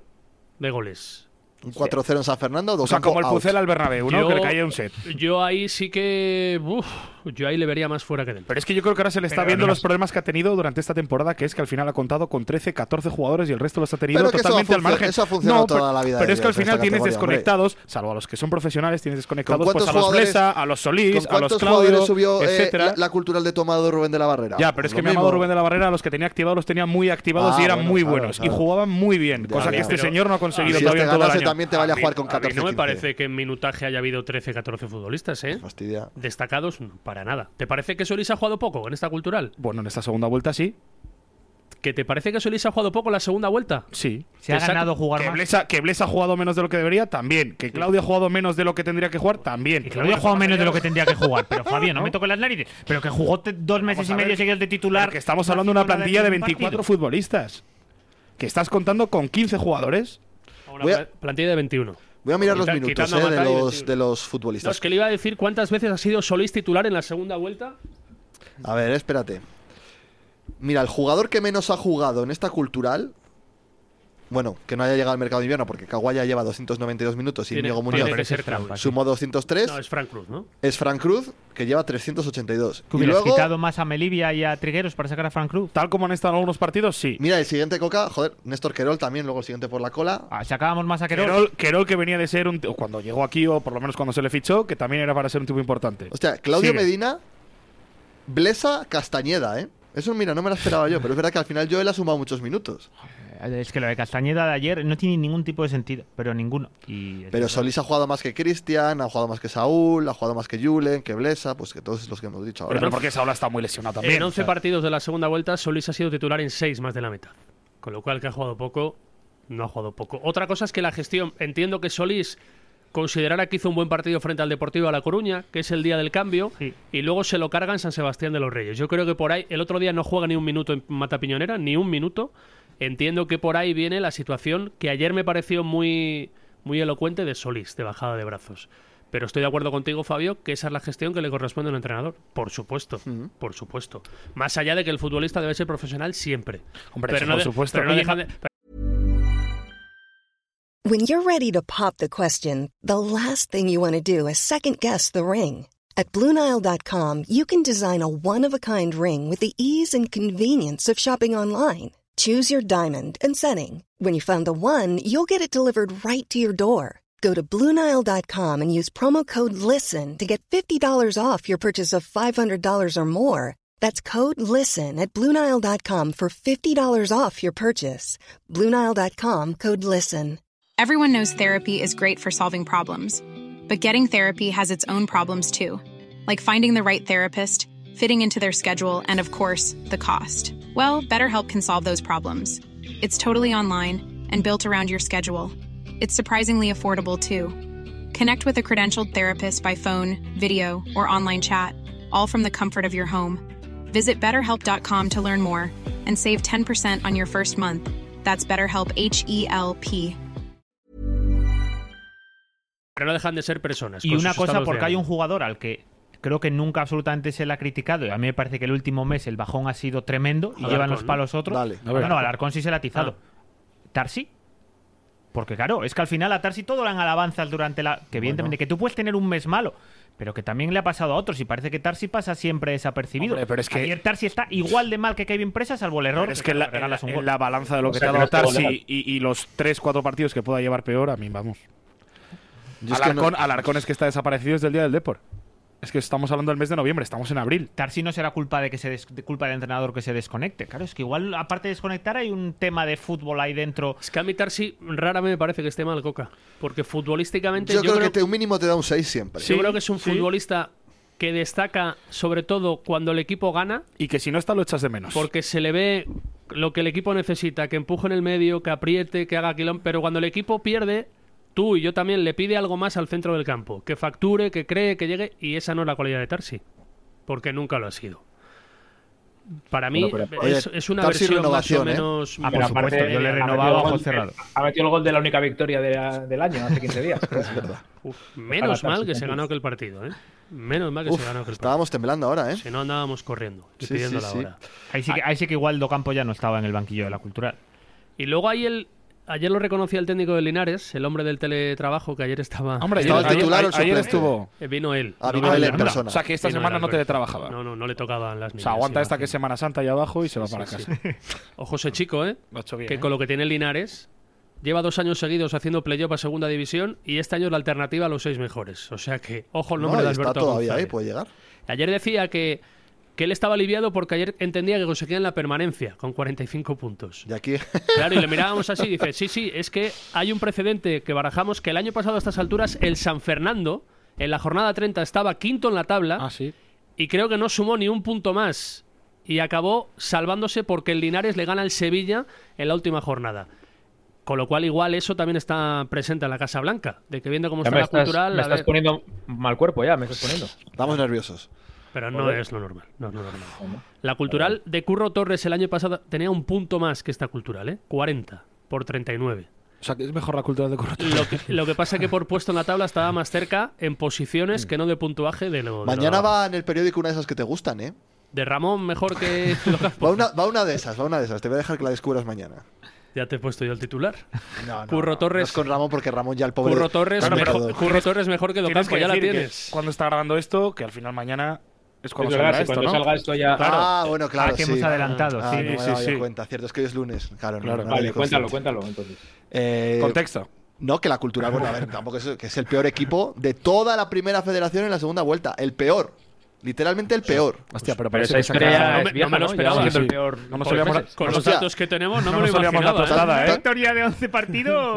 Speaker 5: de goles.
Speaker 2: Un 4-0 en San Fernando, dos
Speaker 7: O sea, como el Pucela al Bernabéu, ¿no?
Speaker 5: Yo-
Speaker 7: Que le caía un set.
Speaker 5: Yo ahí sí que. uf, yo ahí le vería más fuera que dentro.
Speaker 7: Pero es que yo creo que ahora se le está
Speaker 5: Pero
Speaker 7: viendo
Speaker 5: además-
Speaker 7: los problemas que ha tenido durante esta temporada, que es que al final ha contado con 13, 14 jugadores y el resto los ha tenido
Speaker 2: Pero que eso
Speaker 7: totalmente
Speaker 2: ha
Speaker 7: al margen.
Speaker 2: funcio- eso ha funcionado
Speaker 7: No,
Speaker 2: toda
Speaker 7: pero-
Speaker 2: la vida
Speaker 7: Pero
Speaker 2: de
Speaker 7: es que al
Speaker 2: esta
Speaker 7: final tienes
Speaker 2: categoría, hombre.
Speaker 7: desconectados, salvo a los que son profesionales, tienes desconectados
Speaker 2: ¿Con
Speaker 7: pues, a
Speaker 2: cuántos
Speaker 7: los
Speaker 2: jugadores-
Speaker 7: Blesa, a los
Speaker 2: ¿Con
Speaker 7: Solís, a los
Speaker 2: cuántos
Speaker 7: Claudio,
Speaker 2: jugadores subió eh,
Speaker 7: etcétera.
Speaker 2: la, la cultural de tomado Rubén de la Barrera?
Speaker 7: Ya, pero es
Speaker 2: Lo
Speaker 7: que mi
Speaker 2: mismo.
Speaker 7: amado Rubén de la Barrera, los que tenía activados los tenía muy activados
Speaker 2: Ah,
Speaker 7: y eran
Speaker 2: bueno,
Speaker 7: muy
Speaker 2: claro,
Speaker 7: buenos.
Speaker 2: claro.
Speaker 7: Y jugaban muy bien,
Speaker 2: Ya,
Speaker 7: cosa que
Speaker 2: ya.
Speaker 7: este
Speaker 2: Pero-
Speaker 7: señor no ha conseguido
Speaker 2: Si
Speaker 7: todavía
Speaker 2: este
Speaker 7: en todo el
Speaker 2: ganase,
Speaker 7: año.
Speaker 2: también te vaya a jugar con
Speaker 5: A mí
Speaker 2: 14
Speaker 5: no me parece que en minutaje haya habido 13, 14 futbolistas, ¿eh?
Speaker 2: Fastidia.
Speaker 5: Destacados, no, para nada. ¿Te parece que Solís ha jugado poco en esta cultural?
Speaker 7: Bueno,
Speaker 3: Ah.
Speaker 7: en esta segunda vuelta sí.
Speaker 5: ¿Que te parece que Solís ha jugado poco la segunda vuelta?
Speaker 7: Sí.
Speaker 5: Se ha Te saca- ganado jugar
Speaker 7: que
Speaker 5: más.
Speaker 7: Blesa, que Blesa ha jugado menos de lo que debería, también. Que Claudio ha jugado menos de lo que tendría que jugar, también.
Speaker 3: Claudio ha jugado menos de lo que tendría que jugar,
Speaker 7: (laughs)
Speaker 3: pero Fabio, no me toques las narices. Pero que jugó te- dos meses y
Speaker 7: a ver,
Speaker 3: medio seguidos de titular.
Speaker 7: Que estamos hablando de una plantilla de 24 futbolistas. Que estás contando con 15 jugadores.
Speaker 5: Una Voy a- pla- plantilla de 21.
Speaker 2: Voy a mirar los
Speaker 5: Quita-
Speaker 2: minutos
Speaker 5: quitando a
Speaker 2: eh, de,
Speaker 5: Matai,
Speaker 2: los,
Speaker 5: sí.
Speaker 2: de los
Speaker 5: No,
Speaker 2: futbolistas.
Speaker 5: es que le iba a decir cuántas veces ha sido Solís titular en la segunda vuelta.
Speaker 2: A ver, espérate. Mira, el jugador que menos ha jugado en esta cultural. Bueno, que no haya llegado al mercado de invierno porque Kawaya lleva 292 minutos y
Speaker 5: Tiene-
Speaker 2: Diego
Speaker 5: tiene
Speaker 2: Muñoz
Speaker 5: que ser Claudio.
Speaker 2: sumó 203.
Speaker 5: No, es Frank Cruz, ¿no?
Speaker 2: Es Fran Cruz, que lleva 382.
Speaker 3: Que
Speaker 2: y
Speaker 3: hubieras
Speaker 2: luego,
Speaker 3: quitado más a Melivia y a Trigueros para sacar a Frank Cruz.
Speaker 7: Tal como han estado algunos partidos, sí.
Speaker 2: mira, el siguiente Coca, joder, Néstor Querol también, luego el siguiente por la cola.
Speaker 3: Sacábamos más a Querol.
Speaker 7: Querol, Querol que venía de ser un. o Cuando llegó aquí, o por lo menos cuando se le fichó, que también era para ser un tipo importante.
Speaker 2: O sea, Claudio
Speaker 7: Sigue.
Speaker 2: Medina, Blesa Castañeda, ¿eh? Eso, mira, no me lo esperaba yo, pero es verdad que al final yo él ha sumado muchos minutos.
Speaker 3: Es que lo de Castañeda de ayer no tiene ningún tipo de sentido, pero ninguno. Y
Speaker 2: Pero Solís ha jugado más que Cristian, ha jugado más que Saúl, ha jugado más que Julen, que Blesa, pues que todos los que hemos dicho ahora.
Speaker 7: Pero, porque Saula está muy lesionado también.
Speaker 5: en 11
Speaker 7: o sea.
Speaker 5: partidos de la segunda vuelta, Solís ha sido titular en 6 más de la mitad. Con lo cual, que ha jugado poco, no ha jugado poco. Otra cosa es que la gestión. Entiendo que Solís considerara que hizo un buen partido frente al Deportivo a La Coruña, que es el día del cambio, y luego se lo carga en San Sebastián de los Reyes. Yo creo que por ahí, el otro día no juega ni un minuto en Matapiñonera, ni un minuto. Entiendo que por ahí viene la situación que ayer me pareció muy, muy elocuente de Solís, de bajada de brazos. Pero estoy de acuerdo contigo, Fabio, que esa es la gestión que le corresponde a un entrenador. Por supuesto, por supuesto. Más allá de que el futbolista debe ser profesional siempre.
Speaker 7: Hombre,
Speaker 5: pero
Speaker 7: eso
Speaker 5: no
Speaker 7: por
Speaker 5: de-
Speaker 7: supuesto.
Speaker 5: pero no
Speaker 7: Oye,
Speaker 5: dejan de-
Speaker 10: When you're ready to pop the question, the last thing you want to do is second guess the ring. At Bluenile.com, you can design a one of a kind ring with the ease and convenience of shopping online. Choose your diamond and setting. When you find the one, you'll get it delivered right to your door. Go to Bluenile.com and use promo code LISTEN to get $50 off your purchase of $500 or more. That's code LISTEN at Bluenile.com for $50 off your purchase. Bluenile.com code LISTEN.
Speaker 1: Everyone knows therapy is great for solving problems, but getting therapy has its own problems too, like finding the right therapist, fitting into their schedule, and of course, the cost. Well, BetterHelp can solve those problems. It's totally online and built around your schedule. It's surprisingly affordable too. Connect with a credentialed therapist by phone, video, or online chat, all from the comfort of your home. Visit betterhelp.com to learn more and save 10% on your first month. That's BetterHelp H E L P.
Speaker 5: Pero no dejan de ser personas.
Speaker 3: Y
Speaker 5: con
Speaker 3: una
Speaker 5: sus
Speaker 3: cosa,
Speaker 5: estados
Speaker 3: porque
Speaker 5: de
Speaker 3: hay un
Speaker 5: ánimo.
Speaker 3: jugador al que creo que nunca absolutamente se le ha criticado, y a mí me parece que el último mes el bajón ha sido tremendo y
Speaker 5: Alarcón,
Speaker 3: llevan los
Speaker 5: ¿no?
Speaker 3: palos otros.
Speaker 5: Dale.
Speaker 3: no, no, Alarcón sí se le ha atizado. Tarsi. Porque claro, es que al final a Tarsi todo eran alabanzas durante la... Que evidentemente que tú puedes tener un mes malo, pero que también le ha pasado a otros y parece que Tarsi pasa siempre desapercibido.
Speaker 7: Hombre, pero es que-
Speaker 3: Ayer Tarsi está igual de mal que Kevin Presa, salvo el error.
Speaker 7: Pero es que en la, en la-
Speaker 3: regalas un
Speaker 7: en
Speaker 3: gol.
Speaker 7: la balanza de lo
Speaker 3: O
Speaker 7: que
Speaker 3: sea,
Speaker 7: te ha
Speaker 3: que
Speaker 7: dado
Speaker 3: no estuvo
Speaker 7: Tarsi
Speaker 3: legal.
Speaker 7: y, y los 3-4 partidos que pueda llevar peor, a mí vamos.
Speaker 11: Yo es que
Speaker 7: Alarcón,
Speaker 11: no-
Speaker 7: Alarcón es que está desaparecido desde el día del Depor. Es que estamos hablando del mes de noviembre, estamos en abril.
Speaker 3: Tarsi no será culpa de que se des- de culpa del entrenador que se desconecte. Claro, es que igual aparte de desconectar hay un tema de fútbol ahí dentro.
Speaker 5: Es que a mí Tarsi rara me parece que esté mal Coca, porque futbolísticamente
Speaker 2: Yo, creo, que te- un mínimo te da un 6 siempre.
Speaker 5: yo creo que es un futbolista que destaca sobre todo cuando el equipo gana.
Speaker 7: Y que si no está lo echas de menos.
Speaker 5: Porque se le ve lo que el equipo necesita, que empuje en el medio, que apriete, que haga quilón. Pero cuando el equipo pierde, tú y yo también le pide algo más al centro del campo. Que facture, que cree, que llegue. Y esa no es la cualidad de Tarsi. Porque nunca lo ha sido. Para mí
Speaker 6: Bueno, pero-
Speaker 5: es,
Speaker 6: Oye,
Speaker 5: es una
Speaker 6: Tarsi
Speaker 5: versión más o
Speaker 6: renovación, ¿eh?
Speaker 5: menos...
Speaker 6: Ah, por supuesto, yo le he renovado a ojos cerrados. Ha metido el gol de la única victoria de la- del año hace 15 días. (laughs) es verdad.
Speaker 5: Menos mal que se ganó aquel partido, ¿eh? Menos mal que se
Speaker 2: Uf,
Speaker 5: ganó aquel partido.
Speaker 2: estábamos temblando ahora, ¿eh?
Speaker 5: Si no andábamos corriendo y pidiendo la hora.
Speaker 3: Ahí sí, que, ahí sí que igual Docampo ya no estaba en el banquillo de la cultural.
Speaker 5: Y luego ahí el... Ayer lo reconocía el técnico de Linares, el hombre del teletrabajo que ayer estaba.
Speaker 7: Hombre, ¿Estaba ayer- el titular ayer- o el ayer suplente? estuvo.
Speaker 5: Eh, Vino él.
Speaker 7: Ah,
Speaker 5: No
Speaker 7: vino
Speaker 5: me
Speaker 7: él en
Speaker 5: acuerdo.
Speaker 7: persona. O sea, que esta
Speaker 5: Vino
Speaker 7: semana
Speaker 5: él,
Speaker 7: no
Speaker 5: Alberto.
Speaker 7: teletrabajaba.
Speaker 5: No, no, no le tocaban las
Speaker 7: O
Speaker 5: niñas.
Speaker 7: sea, aguanta esta que es Semana Santa y abajo y se va para
Speaker 5: sí,
Speaker 7: casa.
Speaker 5: Ojo ese chico, ¿eh?
Speaker 7: Lo ha hecho bien,
Speaker 5: que
Speaker 7: ¿eh?
Speaker 5: con lo que tiene Linares, lleva dos años seguidos haciendo playoff a segunda división y este año es la alternativa a los seis mejores. O sea que, ojo el nombre
Speaker 2: No,
Speaker 5: de
Speaker 2: y está
Speaker 5: Alberto
Speaker 2: todavía
Speaker 5: González.
Speaker 2: ahí, puede llegar.
Speaker 5: Ayer decía que, que él estaba aliviado porque ayer entendía que conseguían la permanencia con 45 puntos.
Speaker 2: Y aquí. (laughs)
Speaker 5: Claro, y le mirábamos así y dice, sí, sí, es que hay un precedente que barajamos que el año pasado a estas alturas el San Fernando en la jornada 30 estaba quinto en la tabla
Speaker 3: Ah,
Speaker 5: y creo que no sumó ni un punto más y acabó salvándose porque el Linares le gana al Sevilla en la última jornada. Con lo cual igual eso también está presente en la Casa Blanca, de que viendo cómo
Speaker 6: Ya
Speaker 5: está
Speaker 6: me
Speaker 5: la
Speaker 6: estás,
Speaker 5: cultural...
Speaker 6: me
Speaker 5: a
Speaker 6: estás
Speaker 5: ver-
Speaker 6: poniendo mal cuerpo ya, me estás poniendo.
Speaker 2: Estamos nerviosos.
Speaker 5: Pero no es lo normal. No es lo normal. La cultural de Curro Torres el año pasado tenía un punto más que esta cultural, ¿eh? 40 por 39.
Speaker 7: O sea, que es mejor la cultura de corrupción.
Speaker 5: Lo que, lo que pasa es que por puesto en la tabla estaba más cerca en posiciones que no de puntuaje de lo. de
Speaker 2: Mañana
Speaker 5: lo-
Speaker 2: va en el periódico una de esas que te gustan, ¿eh?
Speaker 5: De Ramón mejor que. lo que has
Speaker 2: Va
Speaker 5: puesto.
Speaker 2: una, va una de esas, va una de esas. Te voy a dejar que la descubras mañana.
Speaker 5: Ya te he puesto yo el titular. Curro Torres.
Speaker 2: No es con Ramón porque Ramón ya el pobre.
Speaker 5: Curro Torres,
Speaker 2: Bueno, pero-
Speaker 5: mejor, Curro Torres mejor que
Speaker 7: Tienes
Speaker 5: Docampo,
Speaker 7: que
Speaker 5: ya la
Speaker 7: decir que
Speaker 5: tienes.
Speaker 7: Cuando está grabando esto, que al final mañana es cuando
Speaker 2: Es verdad,
Speaker 7: salga
Speaker 2: sí,
Speaker 7: esto,
Speaker 2: cuando
Speaker 7: ¿no?
Speaker 2: salga esto ya-
Speaker 7: Claro.
Speaker 2: Ah, bueno, claro.
Speaker 7: Ah, que
Speaker 2: sí.
Speaker 7: hemos adelantado,
Speaker 2: Ah,
Speaker 7: sí,
Speaker 2: no me
Speaker 7: sí,
Speaker 2: había dado
Speaker 7: sí.
Speaker 2: cuenta, cierto, es que hoy es lunes. Claro, no,
Speaker 7: Claro.
Speaker 2: no
Speaker 7: Vale,
Speaker 2: había
Speaker 7: cuéntalo,
Speaker 2: consciente.
Speaker 6: cuéntalo, entonces.
Speaker 2: Eh,
Speaker 7: Contexto.
Speaker 2: No, que la cultura, bueno, a ver, tampoco es, que es el peor equipo de toda la primera federación en la segunda vuelta. El peor. Literalmente el peor.
Speaker 7: Hostia, pero
Speaker 2: Pero
Speaker 7: parece
Speaker 2: esa
Speaker 7: que
Speaker 2: historia
Speaker 7: saca-
Speaker 2: ya es
Speaker 7: No me-
Speaker 2: vieja,
Speaker 7: no me lo
Speaker 2: ¿no?
Speaker 7: esperaba.
Speaker 2: Llevamos
Speaker 7: Sí,
Speaker 2: siendo el
Speaker 7: sí.
Speaker 2: peor
Speaker 7: No nos
Speaker 2: por
Speaker 7: habíamos-
Speaker 2: meses.
Speaker 7: con
Speaker 2: O
Speaker 7: los
Speaker 2: sea,
Speaker 7: datos
Speaker 5: que tenemos,
Speaker 7: no me lo
Speaker 2: solíamos
Speaker 7: imaginaba,
Speaker 2: dar
Speaker 7: ¿eh?
Speaker 2: tostada, ¿eh?
Speaker 3: Victoria de 11 partidos.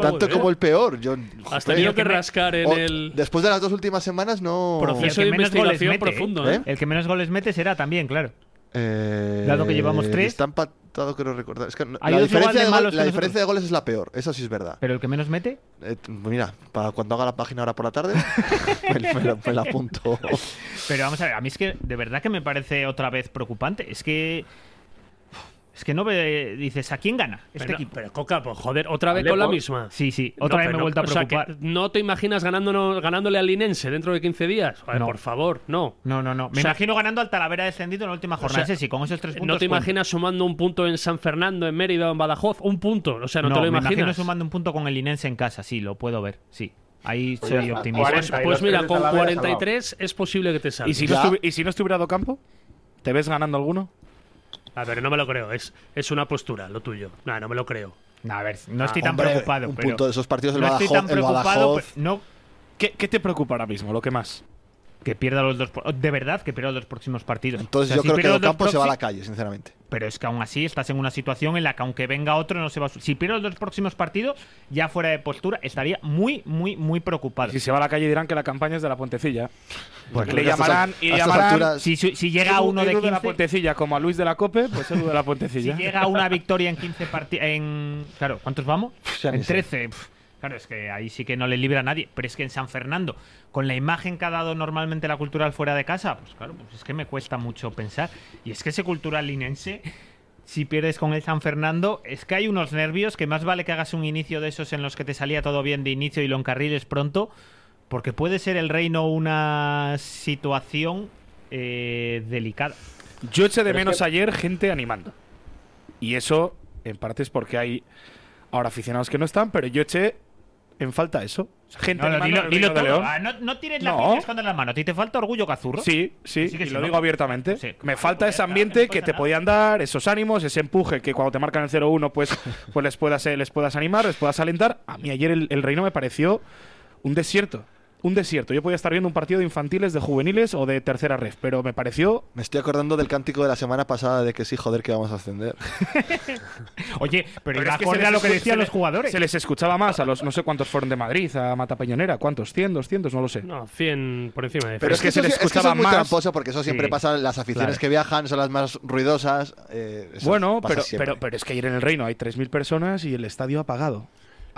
Speaker 2: (laughs) Tanto como el peor. Yo,
Speaker 5: Has
Speaker 2: joder.
Speaker 5: tenido que rascar en
Speaker 2: O-
Speaker 5: el-
Speaker 2: Después de las dos últimas semanas, no.
Speaker 3: Y el que menos goles mete, ¿eh? El que menos goles mete será también, claro.
Speaker 2: Eh,
Speaker 3: Dado que llevamos
Speaker 2: eh,
Speaker 3: tres.
Speaker 2: Está empatado, creo recordar. Es que no-
Speaker 3: Hay
Speaker 2: la
Speaker 3: dos igual
Speaker 2: diferencia,
Speaker 3: de
Speaker 2: de, gol-
Speaker 3: malos que
Speaker 2: la
Speaker 3: nosotros.
Speaker 2: diferencia de goles es la peor, eso sí es verdad.
Speaker 3: ¿Pero el que menos mete?
Speaker 2: Eh, pues mira, para cuando haga la página ahora por la tarde, (laughs) me, la- me la- me la apunto.
Speaker 3: Pero vamos a ver, a mí es que de verdad que me parece otra vez preocupante. Es que. Es que no ve. Dices, ¿a quién gana este
Speaker 5: Pero-
Speaker 3: equipo?
Speaker 5: Pero Coca, pues joder, otra vez con la misma.
Speaker 3: Sí, sí, otra
Speaker 5: No,
Speaker 3: vez me
Speaker 5: pero
Speaker 3: he vuelto a
Speaker 5: o sea,
Speaker 3: preocupar.
Speaker 5: que no te imaginas ganándonos- ganándole al Linense dentro de 15 días. Joder,
Speaker 3: No.
Speaker 5: Por favor, no.
Speaker 3: No, no, no. Me
Speaker 5: O sea-
Speaker 3: imagino ganando al Talavera descendido en la última jornada.
Speaker 5: sea,
Speaker 3: Ese sí, con esos tres puntos. pues,
Speaker 5: No te
Speaker 3: cuenta.
Speaker 5: imaginas sumando un punto en San Fernando, en Mérida o en Badajoz. Un punto, o sea, no, te lo
Speaker 3: me
Speaker 5: imaginas.
Speaker 3: imagino sumando un punto con el Inense en casa, sí, lo puedo ver, sí. Ahí
Speaker 5: Pues
Speaker 3: soy
Speaker 5: ya está,
Speaker 3: optimista.
Speaker 5: 40, Pues mira, con 43 es posible que te salga.
Speaker 7: ¿Y si, no estuvi- ¿Y si no estuviera dado campo? ¿Te ves ganando alguno?
Speaker 5: A ver, no me lo creo. Es, es una postura, lo tuyo. No, no me lo creo.
Speaker 3: a ver, no estoy tan preocupado.
Speaker 2: Ah, un
Speaker 3: pero-
Speaker 2: punto de esos partidos del
Speaker 3: no estoy tan
Speaker 2: Badajoz- el
Speaker 3: preocupado,
Speaker 2: Badajoz.
Speaker 3: pero- no.
Speaker 7: ¿Qué, te preocupa ahora mismo? ¿Lo que más?
Speaker 3: Que pierda los dos. pro- De verdad, que pierda los próximos partidos.
Speaker 2: Entonces
Speaker 3: O sea,
Speaker 2: yo
Speaker 3: si
Speaker 2: creo que
Speaker 3: pierdo los dos
Speaker 2: Docampo
Speaker 3: pues
Speaker 2: se va a la
Speaker 3: próximos-
Speaker 2: calle, sinceramente.
Speaker 3: Pero es que aún así estás en una situación en la que aunque venga otro no se va a... su- Si pierdo los dos próximos partidos, ya fuera de postura, estaría muy, muy, muy preocupado.
Speaker 7: Si se va a la calle dirán que la campaña es de la Pontecilla.
Speaker 3: Bueno,
Speaker 7: le
Speaker 3: a estas
Speaker 7: llamarán
Speaker 3: al-
Speaker 7: y
Speaker 3: a estas
Speaker 7: llamarán.
Speaker 3: alturas- Si su- si llega
Speaker 7: Edu-
Speaker 3: uno de
Speaker 7: Edu la
Speaker 3: 15.
Speaker 7: Pontecilla, como a Luis de la Cope, pues Edu de la
Speaker 3: Si
Speaker 7: Pontecilla.
Speaker 3: llega una victoria en 15 partidos... En... Claro, ¿cuántos vamos?
Speaker 7: Ya ni
Speaker 3: en
Speaker 7: sé.
Speaker 3: 13. pf, Claro, es que ahí sí que no le libra a nadie. Pero es que en San Fernando, con la imagen que ha dado normalmente la cultural fuera de casa, pues claro, pues es que me cuesta mucho pensar. Y es que ese cultural linense, si pierdes con el San Fernando, es que hay unos nervios que más vale que hagas un inicio de esos en los que te salía todo bien de inicio y lo encarriles pronto, porque puede ser el reino una situación eh, delicada.
Speaker 7: Yo eché de
Speaker 3: Pero es
Speaker 7: menos
Speaker 3: que-
Speaker 7: ayer gente animando. Y eso, en parte, es porque hay ahora aficionados que no están, pero yo eché en falta eso. O sea, Gente
Speaker 3: No, no,
Speaker 7: animando
Speaker 3: dilo-
Speaker 7: en el
Speaker 3: dilo
Speaker 7: Reino de
Speaker 3: todo.
Speaker 7: León.
Speaker 3: Ah, no, no tires la
Speaker 7: No.
Speaker 3: piña esconde la mano. ¿A ti te falta orgullo cazurro?
Speaker 7: Sí, sí,
Speaker 3: Sí que
Speaker 7: y
Speaker 3: sí,
Speaker 7: lo
Speaker 3: ¿no?
Speaker 7: digo abiertamente. Me falta ese ambiente que te podían dar, esos ánimos, ese empuje que cuando te marcan el 0-1 pues, pues les, puedas, eh, les puedas animar, les puedas alentar. A mí ayer el, el Reino me pareció un desierto. Un desierto. Yo podía estar viendo un partido de infantiles, de juveniles o de tercera red, pero me pareció
Speaker 2: Me estoy acordando del cántico de la semana pasada de que sí, joder, que vamos a ascender.
Speaker 3: Oye, pero, ir
Speaker 7: es que se
Speaker 3: acorde a
Speaker 7: les
Speaker 3: lo que
Speaker 7: escu-
Speaker 3: decían
Speaker 7: se
Speaker 3: los
Speaker 7: le-
Speaker 3: jugadores.
Speaker 7: Se les escuchaba más a los no sé cuántos fueron de Madrid, a Mata Peñonera, ¿cuántos? ¿100, 200? No lo sé.
Speaker 5: No, 100 por encima de
Speaker 7: Pero es que se
Speaker 2: eso
Speaker 7: les
Speaker 2: sí- es que eso
Speaker 7: escuchaba
Speaker 2: es muy
Speaker 7: más.
Speaker 2: tramposo porque eso siempre
Speaker 7: Sí,
Speaker 2: pasa. Las aficiones
Speaker 7: claro.
Speaker 2: que viajan son las más ruidosas. eh, eso
Speaker 7: Bueno,
Speaker 2: pasa
Speaker 7: pero,
Speaker 2: siempre.
Speaker 7: pero, pero es que ayer en el Reino hay 3.000 personas y el estadio apagado.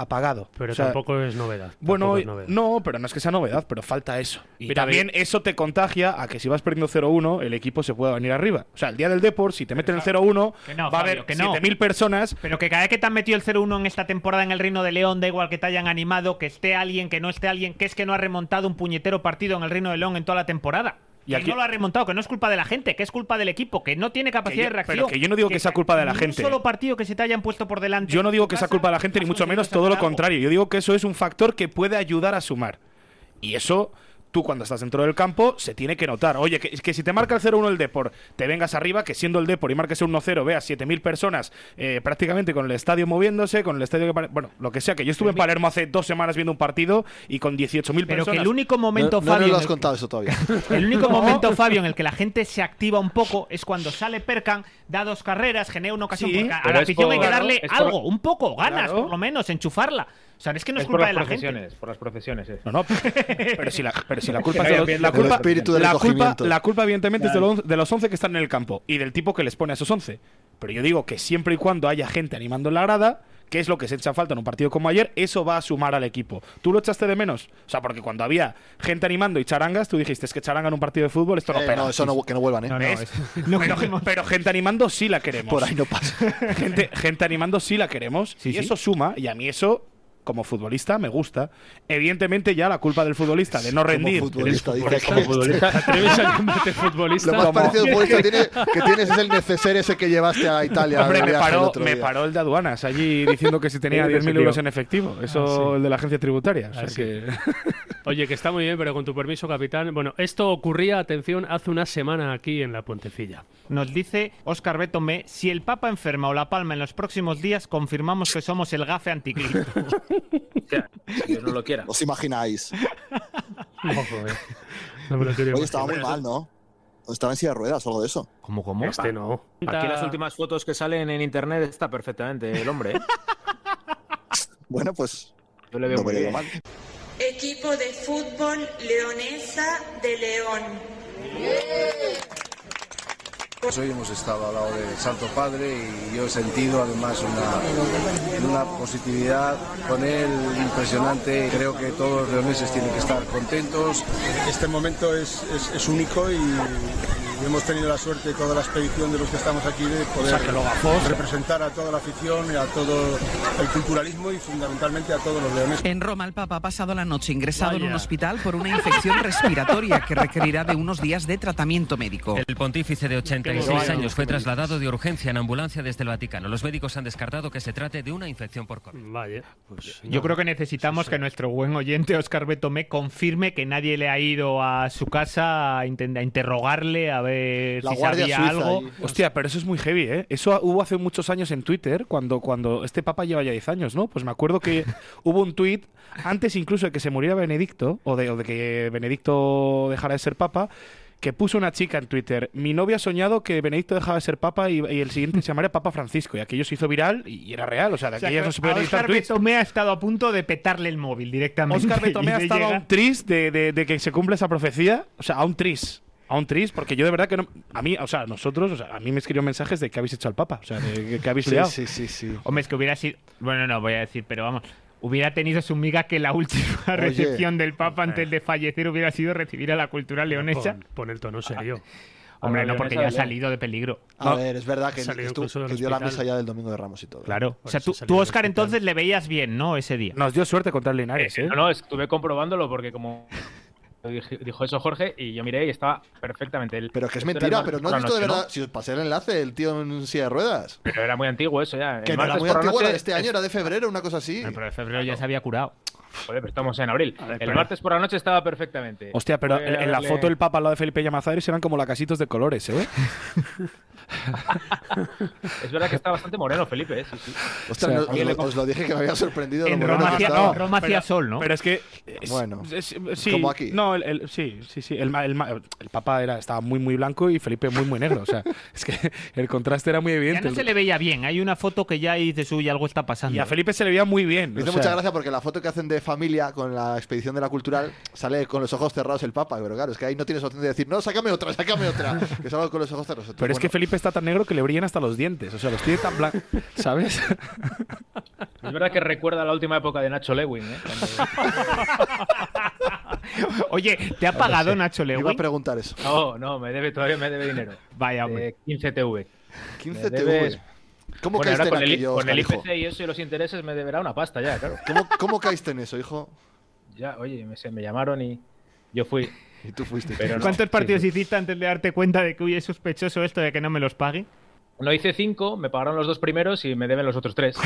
Speaker 7: Apagado.
Speaker 5: Pero
Speaker 7: O sea,
Speaker 5: tampoco es novedad.
Speaker 7: Bueno,
Speaker 5: tampoco es novedad.
Speaker 7: no, pero no es que sea novedad, pero falta eso. Y
Speaker 5: Mira,
Speaker 7: también eso te contagia a que si vas perdiendo 0-1, el equipo se pueda venir arriba. O sea, el día del Deport, si te meten el 0-1,
Speaker 3: Que no,
Speaker 7: va a
Speaker 3: Fabio,
Speaker 7: haber
Speaker 3: que no.
Speaker 7: 7.000 personas.
Speaker 3: Pero que cada vez que te han metido el 0-1 en esta temporada en el Reino de León, da igual que te hayan animado, que esté alguien, que no esté alguien, que es que no ha remontado un puñetero partido en el Reino de León en toda la temporada.
Speaker 7: Y
Speaker 3: que
Speaker 7: aquí-
Speaker 3: no lo ha remontado, que no es culpa de la gente, que es culpa del equipo, que no tiene
Speaker 7: que
Speaker 3: capacidad
Speaker 7: yo-
Speaker 3: de reacción.
Speaker 7: pero que yo no digo que, sea culpa de la
Speaker 3: ni
Speaker 7: gente.
Speaker 3: Un solo partido que se te hayan puesto por delante.
Speaker 7: Yo no digo que sea culpa de la gente, ni mucho menos todo lo contrario. Yo digo que eso es un factor que puede ayudar a sumar. Y eso, tú cuando estás dentro del campo, se tiene que notar. Oye, que, que si te marca el 0-1 el Depor, te vengas arriba, que siendo el Depor y marques el 1-0, veas 7.000 personas eh, prácticamente con el estadio moviéndose, con el estadio que pare- Bueno, lo que sea, que yo estuve en Palermo hace dos semanas viendo un partido y con 18.000 personas.
Speaker 3: Pero que el único momento,
Speaker 2: No- no nos
Speaker 3: Fabio,
Speaker 2: lo
Speaker 3: en
Speaker 2: has
Speaker 3: el-
Speaker 2: contado eso todavía.
Speaker 3: El
Speaker 2: (laughs)
Speaker 3: único momento, Fabio, en el que la gente se activa un poco es cuando sale Percan, da dos carreras, genera una ocasión.
Speaker 7: Sí,
Speaker 3: porque a
Speaker 7: pero
Speaker 3: la
Speaker 7: es
Speaker 3: afición
Speaker 7: por-
Speaker 3: hay que darle
Speaker 7: es por-
Speaker 3: algo, un poco, ganas,
Speaker 7: Claro.
Speaker 3: por lo menos, enchufarla. O sea, es que no es,
Speaker 6: Es por
Speaker 3: culpa
Speaker 6: las
Speaker 3: de la gente.
Speaker 6: procesiones, por las procesiones. es.
Speaker 7: No, no, pero si la, pero si la culpa
Speaker 6: Que
Speaker 7: es
Speaker 6: no
Speaker 7: de los,
Speaker 6: pierdas
Speaker 7: la
Speaker 6: el
Speaker 7: culpa,
Speaker 6: espíritu del
Speaker 7: la culpa,
Speaker 6: recogimiento.
Speaker 7: la culpa, evidentemente, es de los, de los 11 que están en el campo y del tipo que les pone a esos 11. Pero yo digo que siempre y cuando haya gente animando en la grada, que es lo que se echa falta en un partido como ayer, eso va a sumar al equipo. ¿Tú lo echaste de menos? O sea, porque cuando había gente animando y charangas, tú dijiste, es que charanga en un partido de fútbol, esto no
Speaker 2: Eh,
Speaker 7: pega.
Speaker 2: no, eso no, que no vuelvan, ¿eh?
Speaker 7: ¿Ves?
Speaker 3: (laughs)
Speaker 7: pero, (laughs) pero gente animando sí la queremos.
Speaker 2: Por ahí no pasa.
Speaker 7: Gente, gente animando sí la queremos. y eso suma, y a mí eso, como futbolista, me gusta. Evidentemente, ya la culpa del futbolista de no rendir.
Speaker 2: futbolista,
Speaker 7: Eres (laughs)
Speaker 2: dice que- ¿Te atreves a
Speaker 7: llamarte futbolista?
Speaker 2: Lo más parecido al futbolista (laughs) tiene- que tienes es el neceser ese que llevaste a Italia.
Speaker 7: Hombre,
Speaker 2: al
Speaker 7: me
Speaker 2: viaje el
Speaker 7: paró,
Speaker 2: otro
Speaker 7: me
Speaker 2: día.
Speaker 7: paró el de aduanas allí diciendo que si tenía
Speaker 2: Sí,
Speaker 7: 10.000
Speaker 2: ese
Speaker 7: euros
Speaker 2: tío.
Speaker 7: en efectivo. Eso,
Speaker 5: Ah, sí.
Speaker 7: el de la agencia tributaria. O sea
Speaker 5: Ah, sí.
Speaker 7: que-
Speaker 5: Oye, que está muy bien, pero con tu permiso, capitán. Bueno, esto ocurría, atención, hace una semana aquí en La Puentecilla.
Speaker 3: Nos dice Óscar Betome, si el Papa enferma o la palma en los próximos días, confirmamos que somos el gafe anticristo.
Speaker 12: Dios no lo quiera.
Speaker 2: ¿Os imagináis?
Speaker 5: No me lo quería
Speaker 2: Oye, estaba muy
Speaker 12: imaginar.
Speaker 2: mal, ¿no? O Estaba en silla de ruedas o algo de eso.
Speaker 3: ¿Cómo, cómo?
Speaker 12: Este
Speaker 5: no.
Speaker 12: Aquí las últimas fotos que salen en internet está perfectamente el hombre. ¿eh?
Speaker 2: Bueno, pues.
Speaker 12: Yo le veo
Speaker 2: no
Speaker 12: muy
Speaker 2: me
Speaker 12: bien.
Speaker 2: mal.
Speaker 13: Equipo de fútbol leonesa de León.
Speaker 14: Hoy hemos estado al lado del Santo Padre y yo he sentido además una, una positividad con él impresionante. Creo que todos los leoneses tienen que estar contentos.
Speaker 15: Este momento es, es- es único y, y hemos tenido la suerte toda la expedición de los que estamos aquí de poder
Speaker 7: sea, que lo gafos.
Speaker 15: representar a toda la afición, a todo el culturalismo y fundamentalmente a todos los leoneses.
Speaker 16: En Roma, el Papa ha pasado la noche ingresado en
Speaker 15: Vaya.
Speaker 16: un hospital por una
Speaker 13: (laughs)
Speaker 16: infección respiratoria que requerirá de unos días de tratamiento médico.
Speaker 17: El pontífice de 86
Speaker 16: bueno.
Speaker 17: años fue trasladado de urgencia en ambulancia desde el Vaticano. Los médicos han descartado que se trate de una infección por COVID.
Speaker 5: Vaya, pues
Speaker 3: Yo creo que necesitamos que nuestro buen oyente Oscar Betome confirme que nadie le ha ido a su casa a, inten- a interrogarle a ver si sabía algo. (laughs)
Speaker 7: Hostia, pero eso es muy heavy, ¿eh? Eso hubo hace muchos años en Twitter, cuando, cuando este papa lleva ya 10 años, ¿no? Pues me acuerdo que hubo un tuit, antes incluso de que se muriera Benedicto, o de, o de que Benedicto dejara de ser papa, que puso una chica en Twitter, mi novia ha soñado que Benedicto dejaba de ser papa y, y el siguiente se llamaría Papa Francisco, y aquello se hizo viral y, y era real, o sea, de
Speaker 3: O sea,
Speaker 7: aquellas no se
Speaker 3: que a
Speaker 7: pueden editar
Speaker 3: Óscar
Speaker 7: tweets.
Speaker 3: Betome ha estado a punto de petarle el móvil directamente.
Speaker 18: (laughs)
Speaker 7: (laughs) Oscar Betomé
Speaker 3: y
Speaker 7: ha
Speaker 3: de
Speaker 7: estado a
Speaker 3: llegar-
Speaker 7: un tris de, de- de que se cumpla esa profecía, o sea, a un tris. A un tris, porque yo de verdad que no. A mí, o sea, nosotros, o sea, a mí me escribió mensajes de que habéis hecho al Papa, o sea, de que, que habéis
Speaker 3: Sí,
Speaker 7: liado.
Speaker 3: sí,
Speaker 2: sí.
Speaker 3: Hombre, es que hubiera sido. Bueno, no voy a decir, pero vamos.
Speaker 18: hubiera tenido su miga que la última recepción del Papa antes de fallecer hubiera sido recibir a la cultura leonesa.
Speaker 5: Pon, pon el tono serio.
Speaker 18: Hombre,
Speaker 5: Ahora
Speaker 18: no, porque
Speaker 5: leonesa
Speaker 18: ya ha
Speaker 5: de
Speaker 18: salido de peligro.
Speaker 2: A
Speaker 18: No.
Speaker 2: ver, es verdad que,
Speaker 5: Salió
Speaker 2: que estuvo-
Speaker 5: incluso del
Speaker 2: que dio la
Speaker 5: hospital.
Speaker 2: misa ya del domingo de Ramos y todo.
Speaker 18: Claro. O
Speaker 2: Por
Speaker 18: sea,
Speaker 2: eso
Speaker 18: tú,
Speaker 2: salió
Speaker 18: tú,
Speaker 2: del
Speaker 18: Oscar, entonces le veías bien, ¿no? Ese día.
Speaker 3: Nos dio suerte contra el Linares, ¿eh?
Speaker 7: No, no, estuve comprobándolo porque como dije- dijo eso Jorge y yo miré y estaba perfectamente. El,
Speaker 2: Pero que es mentira, pero no has visto de verdad.
Speaker 7: ¿no?
Speaker 2: Si os pasé el enlace, el tío en silla de ruedas.
Speaker 7: Pero era muy antiguo eso ya. El
Speaker 2: Que no era
Speaker 7: martes
Speaker 2: muy
Speaker 7: por la
Speaker 2: antiguo, era
Speaker 7: noche-
Speaker 2: de este año, era de febrero, una
Speaker 7: Eh,
Speaker 2: cosa así.
Speaker 18: Pero de febrero ya se había curado.
Speaker 7: Joder, pero estamos en abril. el
Speaker 3: pero-
Speaker 7: martes por la noche estaba perfectamente.
Speaker 3: Hostia, pero
Speaker 7: Fue
Speaker 3: en,
Speaker 7: a
Speaker 3: en la
Speaker 7: verle-
Speaker 3: foto el Papa al lado de Felipe Llamazares eran como lacasitos de colores, ¿eh?
Speaker 7: (laughs) Es verdad que está bastante moreno, Felipe. ¿eh? Sí, sí.
Speaker 2: Hostia, no- os, lo, os lo dije que me había sorprendido. lo
Speaker 7: En
Speaker 2: moreno
Speaker 7: Roma
Speaker 2: que
Speaker 7: hacía-
Speaker 2: estaba.
Speaker 7: no, Roma hacía
Speaker 3: Pero-
Speaker 7: sol, ¿no?
Speaker 3: Pero es que. es-
Speaker 2: Bueno,
Speaker 3: es- sí,
Speaker 2: como aquí.
Speaker 3: No, el, el- sí, sí, sí. El, ma- el ma- el Papa era, estaba muy, muy blanco y Felipe muy, muy negro. O sea, (laughs) es que el contraste era muy
Speaker 18: Ya
Speaker 3: evidente.
Speaker 18: no se le veía bien. Hay una foto que ya dice suya, algo está pasando.
Speaker 3: Y a Felipe se le veía muy bien.
Speaker 2: Me
Speaker 3: o
Speaker 2: hizo
Speaker 3: sea,
Speaker 2: mucha gracia porque la foto que hacen de familia con la expedición de la cultural sale con los ojos cerrados el Papa, pero claro, es que ahí no tienes opción de decir, no, sácame otra, sácame
Speaker 7: (laughs)
Speaker 2: otra, que salgo con los ojos cerrados.
Speaker 3: Pero es que Felipe está tan negro que le brillan hasta los dientes. O sea, los tiene tan blancos. ¿Sabes?
Speaker 7: Es verdad que recuerda la última época de Nacho Lewin. ¿eh?
Speaker 18: (laughs) Oye, ¿te ha pagado Nacho Lewin?
Speaker 2: Iba a preguntar eso.
Speaker 7: No, Oh, no, me debe, todavía me debe dinero.
Speaker 18: Vaya,
Speaker 7: hombre. 15 TV.
Speaker 2: 15
Speaker 7: Me
Speaker 2: TV.
Speaker 7: debes-
Speaker 2: ¿Cómo
Speaker 7: Bueno, ahora
Speaker 2: caíste en
Speaker 7: con el, I-
Speaker 2: aquello,
Speaker 7: con el
Speaker 2: Oscar, hijo?
Speaker 7: IPC y eso y los intereses me deberá una pasta ya, claro.
Speaker 2: ¿Cómo, cómo caíste en eso, hijo?
Speaker 7: Ya, oye, me, se me llamaron y yo fui.
Speaker 2: Y tú fuiste. (laughs)
Speaker 7: Pero no.
Speaker 18: ¿Cuántos partidos
Speaker 7: Sí,
Speaker 18: hiciste antes de darte cuenta de que uy, es sospechoso esto de que no me los pague?
Speaker 7: No hice cinco, me pagaron los dos primeros y me deben los otros (laughs) tres.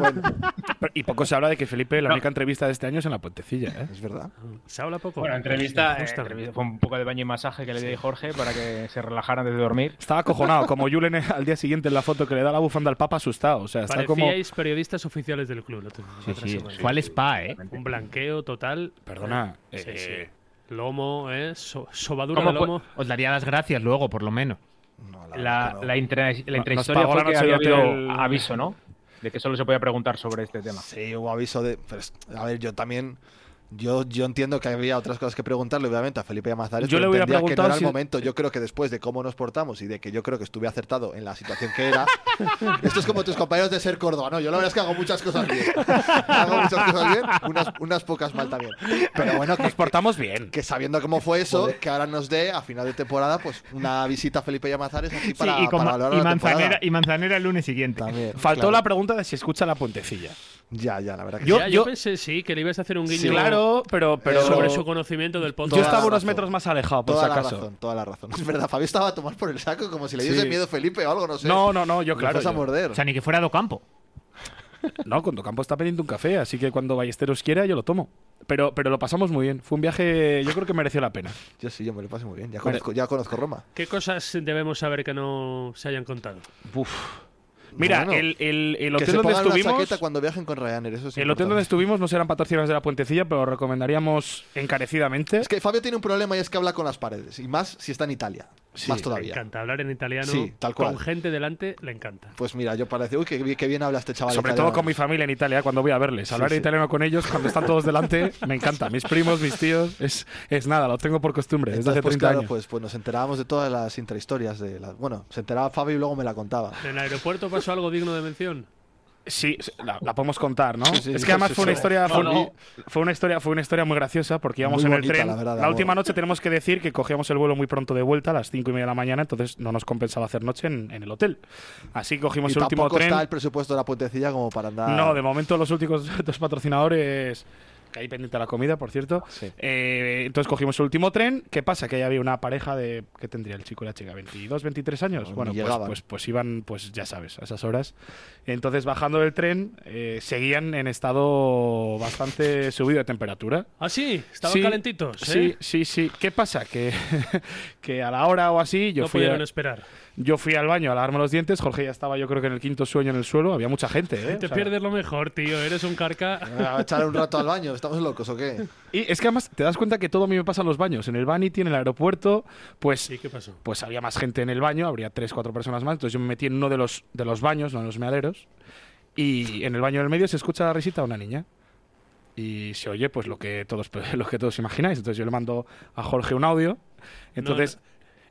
Speaker 3: Pero- Y poco se habla de que Felipe, la
Speaker 7: No.
Speaker 3: única entrevista de este año es en la puentecilla, ¿eh?
Speaker 2: Es verdad.
Speaker 5: Se habla poco.
Speaker 7: Bueno,
Speaker 18: Pues
Speaker 7: entrevista, eh,
Speaker 5: Justamente.
Speaker 7: entrevista- fue un poco de baño y masaje que le di a Jorge para que se relajara antes de dormir.
Speaker 3: Estaba acojonado, como Julen (laughs) al día siguiente en la foto que le da la bufanda al Papa asustado. O sea, está como.
Speaker 5: Parecíais periodistas oficiales del club. la otra- la otra semana.
Speaker 18: ¿Cuál spa, eh?
Speaker 5: Un blanqueo total.
Speaker 3: Perdona,
Speaker 5: Sí,
Speaker 3: eh,
Speaker 5: sí. Lomo, ¿eh? So- sobadura de
Speaker 18: ¿Cómo
Speaker 5: lomo.
Speaker 18: fue? Os daría las gracias luego, por lo menos.
Speaker 7: La, la, intra- la
Speaker 3: Nos
Speaker 7: intrahistoria
Speaker 3: pagó
Speaker 7: fue
Speaker 3: la
Speaker 7: que
Speaker 3: noche de
Speaker 7: había habido
Speaker 3: hotel.
Speaker 7: aviso, ¿no? De que solo se podía preguntar sobre este tema.
Speaker 2: Sí, hubo aviso de. pero es- a ver, yo también. Yo, yo entiendo que había otras cosas que preguntarle, obviamente, a Felipe Llamazares.
Speaker 3: Yo
Speaker 2: pero
Speaker 3: le hubiera
Speaker 2: entendía que no
Speaker 3: preguntado
Speaker 2: era el
Speaker 3: si-
Speaker 2: momento. Yo creo que después de cómo nos portamos y de que yo creo que estuve acertado en la situación que
Speaker 3: (laughs)
Speaker 2: era. esto es como tus compañeros de ser Córdoba, ¿no? Yo la verdad es que hago muchas cosas bien. hago muchas cosas bien, unas, unas pocas mal también. Pero bueno, que,
Speaker 3: Nos portamos bien.
Speaker 2: que sabiendo cómo fue eso, que ahora nos dé a final de temporada pues una visita a Felipe Llamazares aquí
Speaker 18: Sí,
Speaker 2: para,
Speaker 18: y, con-
Speaker 2: para valorar
Speaker 18: y
Speaker 2: la
Speaker 18: manzanera,
Speaker 2: temporada.
Speaker 18: y manzanera el lunes siguiente.
Speaker 2: También,
Speaker 3: Faltó
Speaker 2: claro.
Speaker 3: la pregunta de si escucha la puentecilla.
Speaker 2: Ya, ya, la verdad que
Speaker 3: Yo-
Speaker 2: sí.
Speaker 5: Ya, yo, pensé, sí, que le ibas a hacer un guiño
Speaker 2: Sí.
Speaker 3: Claro, pero. pero
Speaker 5: sobre su conocimiento del podcast.
Speaker 3: yo
Speaker 2: Toda
Speaker 3: estaba
Speaker 2: la
Speaker 3: unos
Speaker 2: razón.
Speaker 3: metros más alejado, por
Speaker 2: toda
Speaker 3: si
Speaker 2: la
Speaker 3: acaso.
Speaker 2: razón, toda la razón. (laughs) Es verdad, Fabio estaba a tomar por el saco como si le diese
Speaker 3: Sí.
Speaker 2: miedo Felipe o algo, no sé.
Speaker 3: No, no, no, yo
Speaker 2: Le
Speaker 3: claro.
Speaker 2: fuese a
Speaker 3: yo-
Speaker 2: morder.
Speaker 18: O sea, ni que fuera Docampo.
Speaker 3: (laughs) No, cuando Campo está pidiendo un café, así que cuando Ballesteros quiera, yo lo tomo. Pero, pero lo pasamos muy bien. Fue un viaje, yo creo que mereció la pena.
Speaker 2: Yo sí, yo me lo pasé muy bien. Ya
Speaker 3: Vale.
Speaker 2: conozco, ya conozco Roma.
Speaker 5: ¿Qué cosas debemos saber que no se hayan contado?
Speaker 3: Uf. Mira,
Speaker 2: Bueno,
Speaker 3: el, el- el
Speaker 2: que se
Speaker 3: hotel donde
Speaker 2: pongan la
Speaker 3: estuvimos.
Speaker 2: chaqueta cuando viajen con Ryanair, eso es
Speaker 3: El hotel
Speaker 2: importante.
Speaker 3: donde estuvimos no serán patrocinadores de la puentecilla, pero lo recomendaríamos encarecidamente.
Speaker 2: Es que Fabio tiene un problema y es que habla con las paredes. Y más si está en Italia.
Speaker 3: Sí.
Speaker 2: Más
Speaker 5: Le
Speaker 2: todavía.
Speaker 5: encanta hablar en italiano
Speaker 2: Sí, tal cual.
Speaker 5: con gente delante, le encanta.
Speaker 2: Pues mira, yo parece, uy, qué, bi- qué bien habla este chaval.
Speaker 3: Sobre todo
Speaker 2: italiano.
Speaker 3: con mi familia en Italia, cuando voy a verles. Hablar
Speaker 2: sí.
Speaker 3: italiano con ellos cuando están todos delante me encanta. Mis primos, mis tíos, es, es nada, lo tengo por costumbre desde
Speaker 2: Entonces,
Speaker 3: hace
Speaker 2: pues
Speaker 3: 30
Speaker 2: claro,
Speaker 3: años.
Speaker 2: pues, pues nos enterábamos de todas las intrahistorias. De las Bueno, se enteraba Fabio y luego me la contaba.
Speaker 5: ¿En el aeropuerto pasó algo digno de mención?
Speaker 3: Sí, sí, la, la podemos contar, ¿no?
Speaker 2: Sí, sí,
Speaker 3: es
Speaker 2: sí,
Speaker 3: que además
Speaker 2: sí,
Speaker 3: fue una
Speaker 2: sí.
Speaker 3: historia,
Speaker 2: No,
Speaker 3: fue,
Speaker 2: no.
Speaker 3: fue una historia, fue una historia muy graciosa porque íbamos
Speaker 2: Muy
Speaker 3: en el
Speaker 2: bonita,
Speaker 3: tren.
Speaker 2: la verdad,
Speaker 3: la
Speaker 2: amor.
Speaker 3: última noche tenemos que decir que cogíamos el vuelo muy pronto de vuelta a las cinco y media de la mañana, entonces no nos compensaba hacer noche en, en el hotel. Así que cogimos
Speaker 2: Y
Speaker 3: el último
Speaker 2: tampoco
Speaker 3: tren.
Speaker 2: está el presupuesto de la puentecilla como para andar.
Speaker 3: No, de momento los últimos (laughs) dos patrocinadores. Que ahí pendiente la comida, por cierto.
Speaker 2: Sí.
Speaker 3: Eh, entonces cogimos el último tren. ¿Qué pasa? Que ahí había una pareja de. ¿Qué tendría el chico y la chica? ¿22, 23 años?
Speaker 2: No,
Speaker 3: bueno,
Speaker 2: ni
Speaker 3: pues,
Speaker 2: llegaban.
Speaker 3: pues, pues iban, pues ya sabes, a esas horas. Entonces bajando del tren, eh, seguían en estado bastante subido de temperatura.
Speaker 5: Ah, sí, estaban
Speaker 3: Sí,
Speaker 5: calentitos.
Speaker 3: Sí,
Speaker 5: ¿eh?
Speaker 3: sí, sí. ¿Qué pasa? Que, (laughs) que a la hora o así yo
Speaker 5: no
Speaker 3: fui. a-
Speaker 5: pudieron esperar.
Speaker 3: yo fui al baño a lavarme los dientes. Jorge ya estaba, yo creo que en el quinto sueño en el suelo. Había mucha gente, ¿eh?
Speaker 5: Te
Speaker 3: O sea,
Speaker 5: pierdes lo mejor, tío. Eres un carca.
Speaker 2: (laughs) A echar un rato al baño, ¿estamos locos o qué?
Speaker 3: Y es que además te das cuenta que todo a mí me pasa en los baños. En el vanity, en el aeropuerto, pues,
Speaker 5: Sí, ¿qué pasó?
Speaker 3: pues había más gente en el baño, habría tres, cuatro personas más. Entonces yo me metí en uno de los, de los baños, no en los mealeros. Y en el baño del medio se escucha la risita de una niña. Y se oye pues lo que todos (laughs) lo que todos imagináis. Entonces yo le mando a Jorge un audio. Entonces,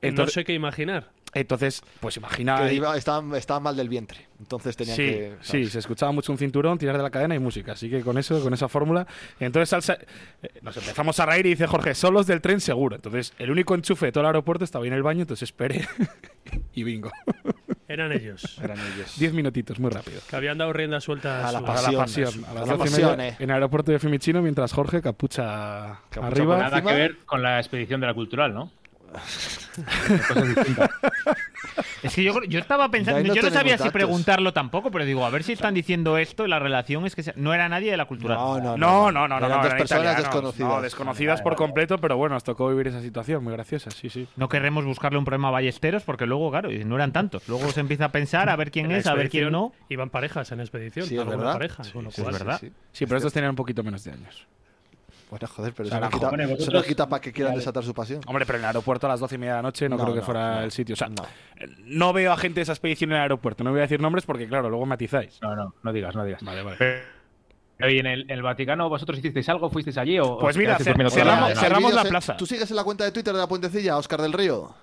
Speaker 5: no
Speaker 3: entonces
Speaker 5: sé qué imaginar.
Speaker 3: Entonces, pues imagina.
Speaker 2: Que iba- estaba, estaba mal del vientre. Entonces tenían
Speaker 3: sí,
Speaker 2: que.
Speaker 3: sí, se escuchaba mucho un cinturón, tirar de la cadena y música. Así que con eso, con esa fórmula. Entonces Salsa- eh, nos empezamos a reír y dice Jorge, solos del tren seguro. Entonces, el único enchufe de todo el aeropuerto estaba ahí en el baño, entonces esperé (laughs) y bingo.
Speaker 5: Eran ellos.
Speaker 3: Eran Diez minutitos, muy rápido.
Speaker 5: Que habían dado rienda suelta su-
Speaker 3: A la pasión. A las doce y media, en el aeropuerto de Fiumicino, mientras Jorge capucha, arriba.
Speaker 7: Nada que ver con la expedición de la
Speaker 19: (laughs)
Speaker 7: cultural, ¿no?
Speaker 19: Es que yo, creo- yo estaba pensando,
Speaker 7: ahí no
Speaker 19: yo no
Speaker 7: tenemos
Speaker 19: sabía si
Speaker 7: datos.
Speaker 19: preguntarlo tampoco, pero digo, a ver si están diciendo esto y la relación es que se- no era nadie de la cultura.
Speaker 3: No, no,
Speaker 19: no,
Speaker 3: no, no, no, no,
Speaker 19: eran
Speaker 3: eran
Speaker 19: italianos,
Speaker 3: italianos. No, desconocidas por completo, pero bueno, nos tocó vivir esa situación, muy graciosa, sí, sí.
Speaker 19: No querremos buscarle un problema a Ballesteros porque luego, claro, y no eran tantos. Luego se empieza a pensar a ver quién
Speaker 5: En la
Speaker 19: es, a ver quién
Speaker 5: expedición
Speaker 19: no.
Speaker 5: Iban parejas en la expedición.
Speaker 19: Sí, es
Speaker 5: alguna
Speaker 19: verdad.
Speaker 5: pareja,
Speaker 19: Sí,
Speaker 5: con lo
Speaker 19: sí, es
Speaker 5: cual-
Speaker 19: verdad.
Speaker 3: Sí, pero estos tenían un poquito menos de años.
Speaker 2: Bueno, joder, pero
Speaker 3: O sea,
Speaker 2: eso no
Speaker 3: abajo.
Speaker 2: quita,
Speaker 3: Bueno, y
Speaker 2: eso no
Speaker 3: vosotros-
Speaker 2: quita para que quieran
Speaker 3: Vale.
Speaker 2: desatar su pasión.
Speaker 3: Hombre, pero en el aeropuerto a las doce y media de la noche no,
Speaker 2: No,
Speaker 3: creo que
Speaker 2: no,
Speaker 3: fuera
Speaker 2: no.
Speaker 3: el sitio. O sea, eh, no. veo a gente de esa expedición en el aeropuerto. No voy a decir nombres porque, claro, luego matizáis.
Speaker 7: No, no, no digas, no digas.
Speaker 3: Vale, vale.
Speaker 7: Pero, ¿Y en el, el Vaticano vosotros hicisteis algo? ¿Fuisteis allí? O,
Speaker 3: Pues
Speaker 7: os
Speaker 3: mira,
Speaker 7: quedasteis
Speaker 3: cer-
Speaker 7: durmiendo toda
Speaker 3: cerramos-
Speaker 7: mañana?
Speaker 3: cerramos la
Speaker 2: Eh,
Speaker 3: plaza.
Speaker 2: ¿Tú sigues en la cuenta de Twitter de la Puentecilla, Oscar del Río?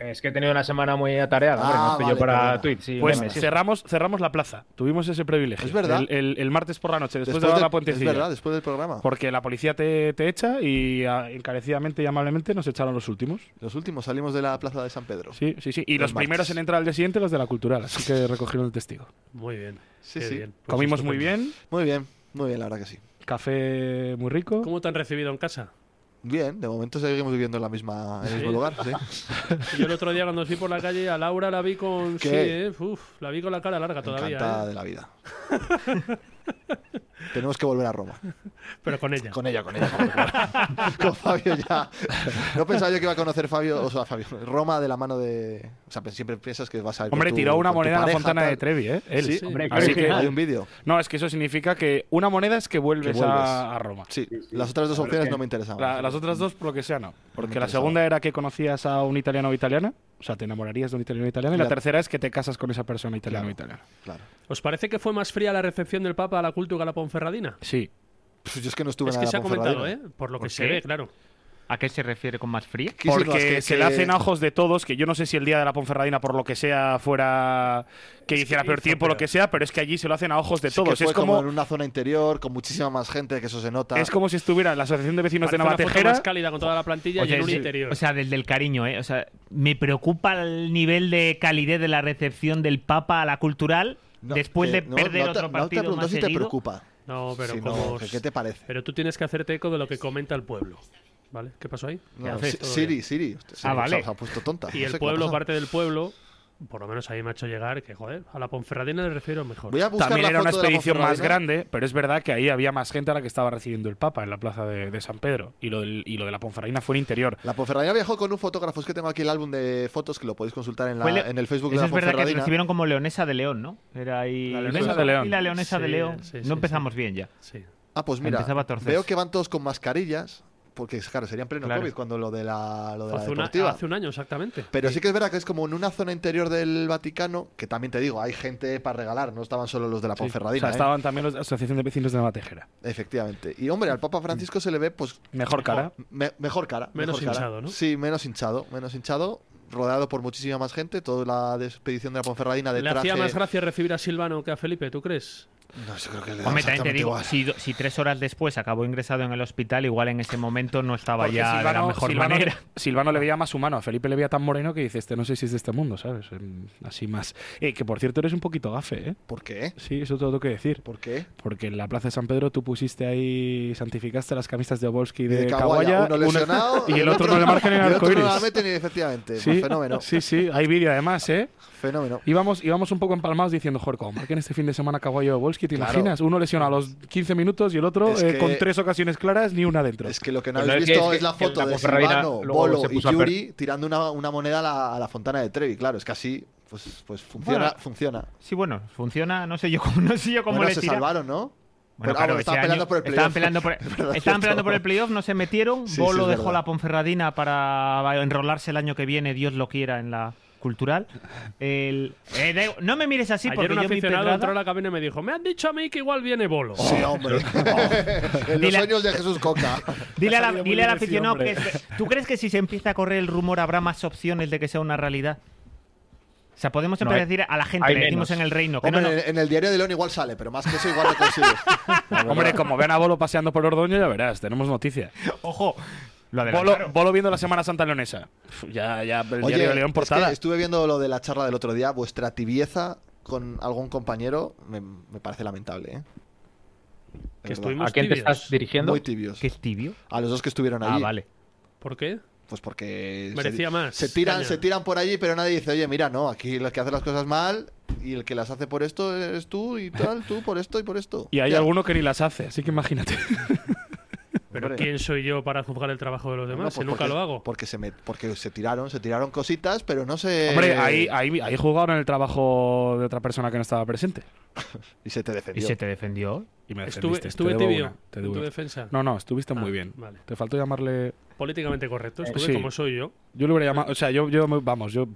Speaker 7: Es que he tenido una semana muy atareada, hombre, no
Speaker 2: Ah,
Speaker 7: estoy
Speaker 2: vale,
Speaker 7: yo para
Speaker 2: perdona.
Speaker 7: tweets. y
Speaker 3: Pues
Speaker 7: memes y eso.
Speaker 3: cerramos, cerramos la plaza. Tuvimos ese privilegio.
Speaker 2: Es verdad.
Speaker 3: El, el- el martes por la noche, después, de
Speaker 2: Después
Speaker 3: la,
Speaker 2: de-
Speaker 3: la puentecilla.
Speaker 2: es verdad, después del programa.
Speaker 3: Porque la policía te, te echa y a- encarecidamente y amablemente nos echaron los últimos.
Speaker 2: Los últimos salimos de la Plaza de San Pedro.
Speaker 3: Sí, sí, sí. Y los,
Speaker 2: martes.
Speaker 3: primeros en entrar al día siguiente, los de la cultural. Así que recogieron el testigo.
Speaker 5: Muy bien.
Speaker 2: Sí,
Speaker 5: qué
Speaker 2: sí.
Speaker 5: bien. Pues
Speaker 3: Comimos muy
Speaker 5: estupendo.
Speaker 3: bien,
Speaker 2: Muy bien, muy bien, la verdad que sí.
Speaker 3: café muy rico.
Speaker 5: ¿Cómo te han recibido en casa?
Speaker 2: Bien, de momento seguimos viviendo en, la misma, en el
Speaker 5: Sí.
Speaker 2: mismo lugar, sí.
Speaker 5: Yo el otro día cuando fui por la calle a Laura la vi con...
Speaker 2: ¿Qué?
Speaker 5: Sí, eh, uf, la vi con la cara larga todavía.
Speaker 2: Encantada
Speaker 5: eh.
Speaker 2: de la vida. (laughs) Tenemos que volver a Roma.
Speaker 5: ¿eh? Pero con ella.
Speaker 2: Con ella, con ella. con ella. Con Fabio ya. No pensaba yo que iba a conocer Fabio, o sea, Fabio, Roma de la mano de. O sea, siempre piensas que vas a ir. con
Speaker 3: Hombre,
Speaker 2: tu-
Speaker 3: tiró una
Speaker 2: con tu
Speaker 3: moneda a la
Speaker 2: pareja,
Speaker 3: fontana
Speaker 2: tal.
Speaker 3: de Trevi, ¿eh? Él.
Speaker 2: Sí, hombre,
Speaker 3: Así
Speaker 2: claro.
Speaker 3: que
Speaker 2: Hay un vídeo.
Speaker 3: No, es que eso significa que una moneda es que vuelves,
Speaker 2: Que vuelves.
Speaker 3: A, a Roma.
Speaker 2: Sí, las otras dos
Speaker 3: La verdad
Speaker 2: opciones
Speaker 3: es que
Speaker 2: no me interesaban.
Speaker 3: la- las otras dos, por lo que sea, no. Porque la
Speaker 2: interesaban.
Speaker 3: segunda era que conocías a un italiano o italiana. O sea, te enamorarías de un italiano o italiana. Y la
Speaker 5: Claro.
Speaker 3: tercera es que te casas con esa persona italiana o italiana.
Speaker 2: Claro.
Speaker 5: ¿Os parece que fue más fría la recepción del Papa a la cultura que a la Ponferradina?
Speaker 3: Sí.
Speaker 2: Pues yo es que no estuve
Speaker 5: es
Speaker 2: nada
Speaker 5: que se ha comentado, ¿eh?
Speaker 2: Ponferradina.
Speaker 5: Por lo que
Speaker 19: ¿Por
Speaker 5: se
Speaker 19: qué?
Speaker 5: ve, claro.
Speaker 19: ¿A qué se refiere con más fría?
Speaker 2: Sí, sí, no,
Speaker 3: Porque
Speaker 2: es que-
Speaker 3: se
Speaker 2: que-
Speaker 3: le hacen a ojos de todos, que yo no sé si el día de la Ponferradina, por lo que sea, fuera que hiciera peor
Speaker 2: hizo
Speaker 3: tiempo, lo
Speaker 2: peor.
Speaker 3: que sea, pero es que allí se lo hacen a ojos de
Speaker 2: Sí que
Speaker 3: todos.
Speaker 2: fue
Speaker 3: Es como,
Speaker 2: en una zona interior, con muchísima más gente, que eso se nota.
Speaker 3: es como si estuviera la Asociación de Vecinos
Speaker 5: Parece
Speaker 3: de
Speaker 5: una foto
Speaker 3: Navatejera.
Speaker 5: más cálida con toda la plantilla y en un
Speaker 19: sí.
Speaker 5: interior.
Speaker 19: o sea, desde el cariño, ¿eh? O sea, me preocupa el nivel de calidez de la recepción del Papa a la cultural después
Speaker 2: que
Speaker 19: de
Speaker 2: no-
Speaker 19: perder
Speaker 2: no te-
Speaker 19: otro
Speaker 2: no te
Speaker 19: partido
Speaker 2: pregunto
Speaker 19: más
Speaker 2: si te
Speaker 19: seguido.
Speaker 2: preocupa.
Speaker 5: No, pero
Speaker 2: Sí, no,
Speaker 5: como...
Speaker 2: ¿qué- qué te parece?
Speaker 5: Pero tú tienes que hacerte eco de lo que comenta el pueblo. ¿Vale? ¿Qué pasó ahí?
Speaker 2: No,
Speaker 5: ¿Qué
Speaker 2: no,
Speaker 5: haces?
Speaker 2: Si-
Speaker 5: Todo
Speaker 2: Siri,
Speaker 5: bien.
Speaker 2: Siri. Hostia, se-
Speaker 5: Ah, vale.
Speaker 2: se- se ha puesto tonta.
Speaker 5: Y
Speaker 2: No sé qué
Speaker 5: el
Speaker 2: le ha
Speaker 5: pueblo,
Speaker 2: pasado.
Speaker 5: parte del pueblo, por lo menos ahí me ha hecho llegar que, joder, a la Ponferradina le refiero mejor.
Speaker 3: También era una expedición más grande, pero es verdad que ahí había más gente a la que estaba recibiendo el Papa en la plaza de, de San Pedro. Y lo, del- y lo de la Ponferradina fue en interior.
Speaker 2: La Ponferradina viajó con un fotógrafo. Es que tengo aquí el álbum de fotos que lo podéis consultar en, la-
Speaker 19: Fue le-
Speaker 2: en el Facebook
Speaker 19: Eso
Speaker 2: de la
Speaker 19: es verdad que
Speaker 2: Ponferradina.
Speaker 19: recibieron como leonesa de León, ¿no? Era ahí.
Speaker 2: La
Speaker 3: leonesa de León.
Speaker 19: Y la leonesa de
Speaker 3: Sí,
Speaker 19: León.
Speaker 3: sí, sí,
Speaker 19: no empezamos bien ya.
Speaker 2: Ah, pues mira,
Speaker 19: Empezaba a torcerse.
Speaker 2: veo que van todos con mascarillas, porque claro, sería en pleno
Speaker 19: Claro.
Speaker 2: COVID cuando lo de la, lo de la
Speaker 5: Hace, una-
Speaker 2: deportiva.
Speaker 5: hace un año exactamente.
Speaker 2: Pero sí que es verdad que es como en una zona interior del Vaticano, que también te digo, hay gente para regalar, no estaban solo los de la
Speaker 3: Sí.
Speaker 2: Ponferradina.
Speaker 3: O sea,
Speaker 2: ¿eh?
Speaker 3: estaban también los de la Asociación de Vecinos de Navatejera.
Speaker 2: Efectivamente. Y hombre, al Papa Francisco se le ve pues
Speaker 3: Mejor cara.
Speaker 2: me- mejor cara.
Speaker 5: Menos
Speaker 2: mejor cara.
Speaker 5: hinchado, ¿no?
Speaker 2: Sí, menos hinchado, menos hinchado, rodeado por muchísima más gente, toda la expedición de la Ponferradina de
Speaker 5: Le
Speaker 2: traje.
Speaker 5: hacía más gracia recibir a Silvano que a Felipe, ¿tú crees?
Speaker 2: No, yo creo que le
Speaker 19: Hombre, también te digo, si, do- si tres horas después acabó ingresado en el hospital, igual en ese momento no estaba
Speaker 3: Porque
Speaker 19: ya de la mejor
Speaker 3: Silvano
Speaker 5: (laughs)
Speaker 19: manera.
Speaker 3: Le, (laughs) Silvano le veía más humano. A Felipe le veía tan moreno que dice, este no sé si es de este mundo, ¿sabes? Em, Así más. Eh, que por cierto eres un poquito gafe, ¿eh?
Speaker 2: ¿Por qué?
Speaker 3: Sí, eso te lo tengo que decir.
Speaker 2: ¿Por qué?
Speaker 3: Porque en la Plaza de San Pedro tú pusiste ahí, santificaste las camisas de Obolski y
Speaker 2: Y
Speaker 3: de,
Speaker 2: de
Speaker 3: Kawaya.
Speaker 2: Uno lesionado
Speaker 3: (laughs) y el otro no le marca ni el
Speaker 2: y el otro
Speaker 3: arcoíris.
Speaker 2: no la mete ni efectivamente.
Speaker 3: Sí,
Speaker 2: pues, fenómeno.
Speaker 3: (laughs) Sí, sí, hay vídeo además, ¿eh?
Speaker 2: Fenómeno.
Speaker 3: Íbamos, íbamos un poco empalmados diciendo, joder, como marquen este fin de semana Kawhi o Volsky, ¿te
Speaker 2: Claro.
Speaker 3: imaginas? Uno lesiona a los 15 minutos y el otro
Speaker 2: Es
Speaker 3: eh,
Speaker 2: que-
Speaker 3: con tres ocasiones claras, ni una dentro.
Speaker 2: Es que lo que no
Speaker 3: Pues no,
Speaker 2: habéis
Speaker 3: es que-
Speaker 2: visto
Speaker 3: es que-
Speaker 2: es la
Speaker 3: que
Speaker 2: foto
Speaker 3: la
Speaker 2: de
Speaker 3: Ponferradina
Speaker 2: Silvano,
Speaker 3: luego
Speaker 2: Bolo
Speaker 3: se
Speaker 2: y
Speaker 3: puso a per-
Speaker 2: Yuri tirando una, una moneda a la, a la fontana de Trevi. Claro, es que así pues, pues funciona.
Speaker 19: Bueno,
Speaker 2: funciona.
Speaker 19: Sí, bueno, funciona, no sé yo (laughs) cómo, no sé yo cómo
Speaker 2: Bueno,
Speaker 19: le
Speaker 2: se
Speaker 19: tira.
Speaker 2: salvaron, ¿no?
Speaker 19: Bueno,
Speaker 2: Pero, ah,
Speaker 19: claro,
Speaker 3: este
Speaker 19: ese
Speaker 2: bueno, estaban peleando
Speaker 19: año
Speaker 2: por el playoff.
Speaker 19: Estaban peleando por,
Speaker 2: (laughs) Verdad,
Speaker 19: estaban peleando
Speaker 2: cierto.
Speaker 19: por el playoff, no se metieron.
Speaker 2: Sí, sí,
Speaker 19: Bolo
Speaker 2: es
Speaker 19: dejó
Speaker 2: verdad.
Speaker 19: la Ponferradina para enrolarse el año que viene, Dios lo quiera, en la cultural. El- eh, da igual- no me mires así
Speaker 5: Ayer
Speaker 19: porque
Speaker 5: un
Speaker 19: yo mi
Speaker 5: aficionado
Speaker 19: pedrada-
Speaker 5: entró a la cabina y me dijo, me han dicho a mí que igual viene Bolo.
Speaker 2: Sí, hombre. (laughs) en los
Speaker 19: Dile-
Speaker 2: sueños de Jesús Coca.
Speaker 19: Dile, a la-
Speaker 5: Ha salido muy
Speaker 19: dile al
Speaker 5: bien ese
Speaker 19: aficionado
Speaker 5: hombre.
Speaker 19: que. ¿Tú crees que si se empieza a correr el rumor habrá más opciones de que sea una realidad?
Speaker 3: O sea, podemos
Speaker 2: No,
Speaker 3: siempre
Speaker 2: hay-
Speaker 3: decir a la gente,
Speaker 2: hay
Speaker 3: le decimos
Speaker 2: menos.
Speaker 3: en el reino, que
Speaker 2: Hombre,
Speaker 3: no,
Speaker 2: en
Speaker 3: no.
Speaker 2: el- en el diario de León igual sale, pero más que eso igual no consigues.
Speaker 7: Hombre, como vean a Bolo paseando por Ordoño, ya verás, tenemos noticias.
Speaker 3: Ojo, lo
Speaker 7: Bolo,
Speaker 2: adelantaron.
Speaker 7: Bolo viendo la Semana Santa leonesa. Uf, Ya, ya, el
Speaker 2: Oye,
Speaker 7: diario de León
Speaker 2: es
Speaker 7: portada.
Speaker 2: que estuve viendo lo de la charla del otro día, vuestra tibieza con algún compañero me, me parece lamentable, ¿eh? De verdad. Ah,
Speaker 5: estuvimos ¿A quién te tibios? estás dirigiendo?
Speaker 2: Muy tibios.
Speaker 3: ¿Qué es tibio?
Speaker 2: A los dos que estuvieron
Speaker 5: Ah,
Speaker 2: allí.
Speaker 5: vale. ¿Por qué?
Speaker 2: Pues porque se-
Speaker 5: Merecía más.
Speaker 2: Se tiran,
Speaker 5: Caña.
Speaker 2: se tiran por allí, pero nadie dice, oye, mira, no, aquí los que hacen las cosas mal y el que las hace por esto eres tú y tal, tú por esto y por esto.
Speaker 7: (laughs) Y hay
Speaker 2: Ya.
Speaker 7: alguno que ni las hace, así que
Speaker 2: (laughs)
Speaker 7: imagínate.
Speaker 5: Pero
Speaker 2: Hombre.
Speaker 5: ¿quién soy yo para juzgar el trabajo de los demás?
Speaker 2: No, pues
Speaker 5: si nunca
Speaker 2: porque-
Speaker 5: lo hago.
Speaker 2: Porque se, me- porque se tiraron, se tiraron cositas, pero no se.
Speaker 7: Hombre, ahí, ahí, ahí jugaron el trabajo de otra persona que no estaba presente.
Speaker 2: y se te defendió.
Speaker 3: Y se te defendió.
Speaker 7: Y me
Speaker 5: Estuve-
Speaker 7: defendiste.
Speaker 5: estuve
Speaker 7: te debo
Speaker 5: tibio
Speaker 7: una, te
Speaker 5: en
Speaker 7: debo
Speaker 5: tu
Speaker 7: una.
Speaker 5: defensa.
Speaker 7: No, no, estuviste muy
Speaker 5: Ah,
Speaker 7: bien.
Speaker 5: vale.
Speaker 7: Te faltó llamarle.
Speaker 5: Políticamente correcto.
Speaker 7: Eh,
Speaker 5: Estuve
Speaker 7: sí.
Speaker 5: como soy yo.
Speaker 7: Yo le hubiera llamado. O sea, yo. yo me- vamos, yo.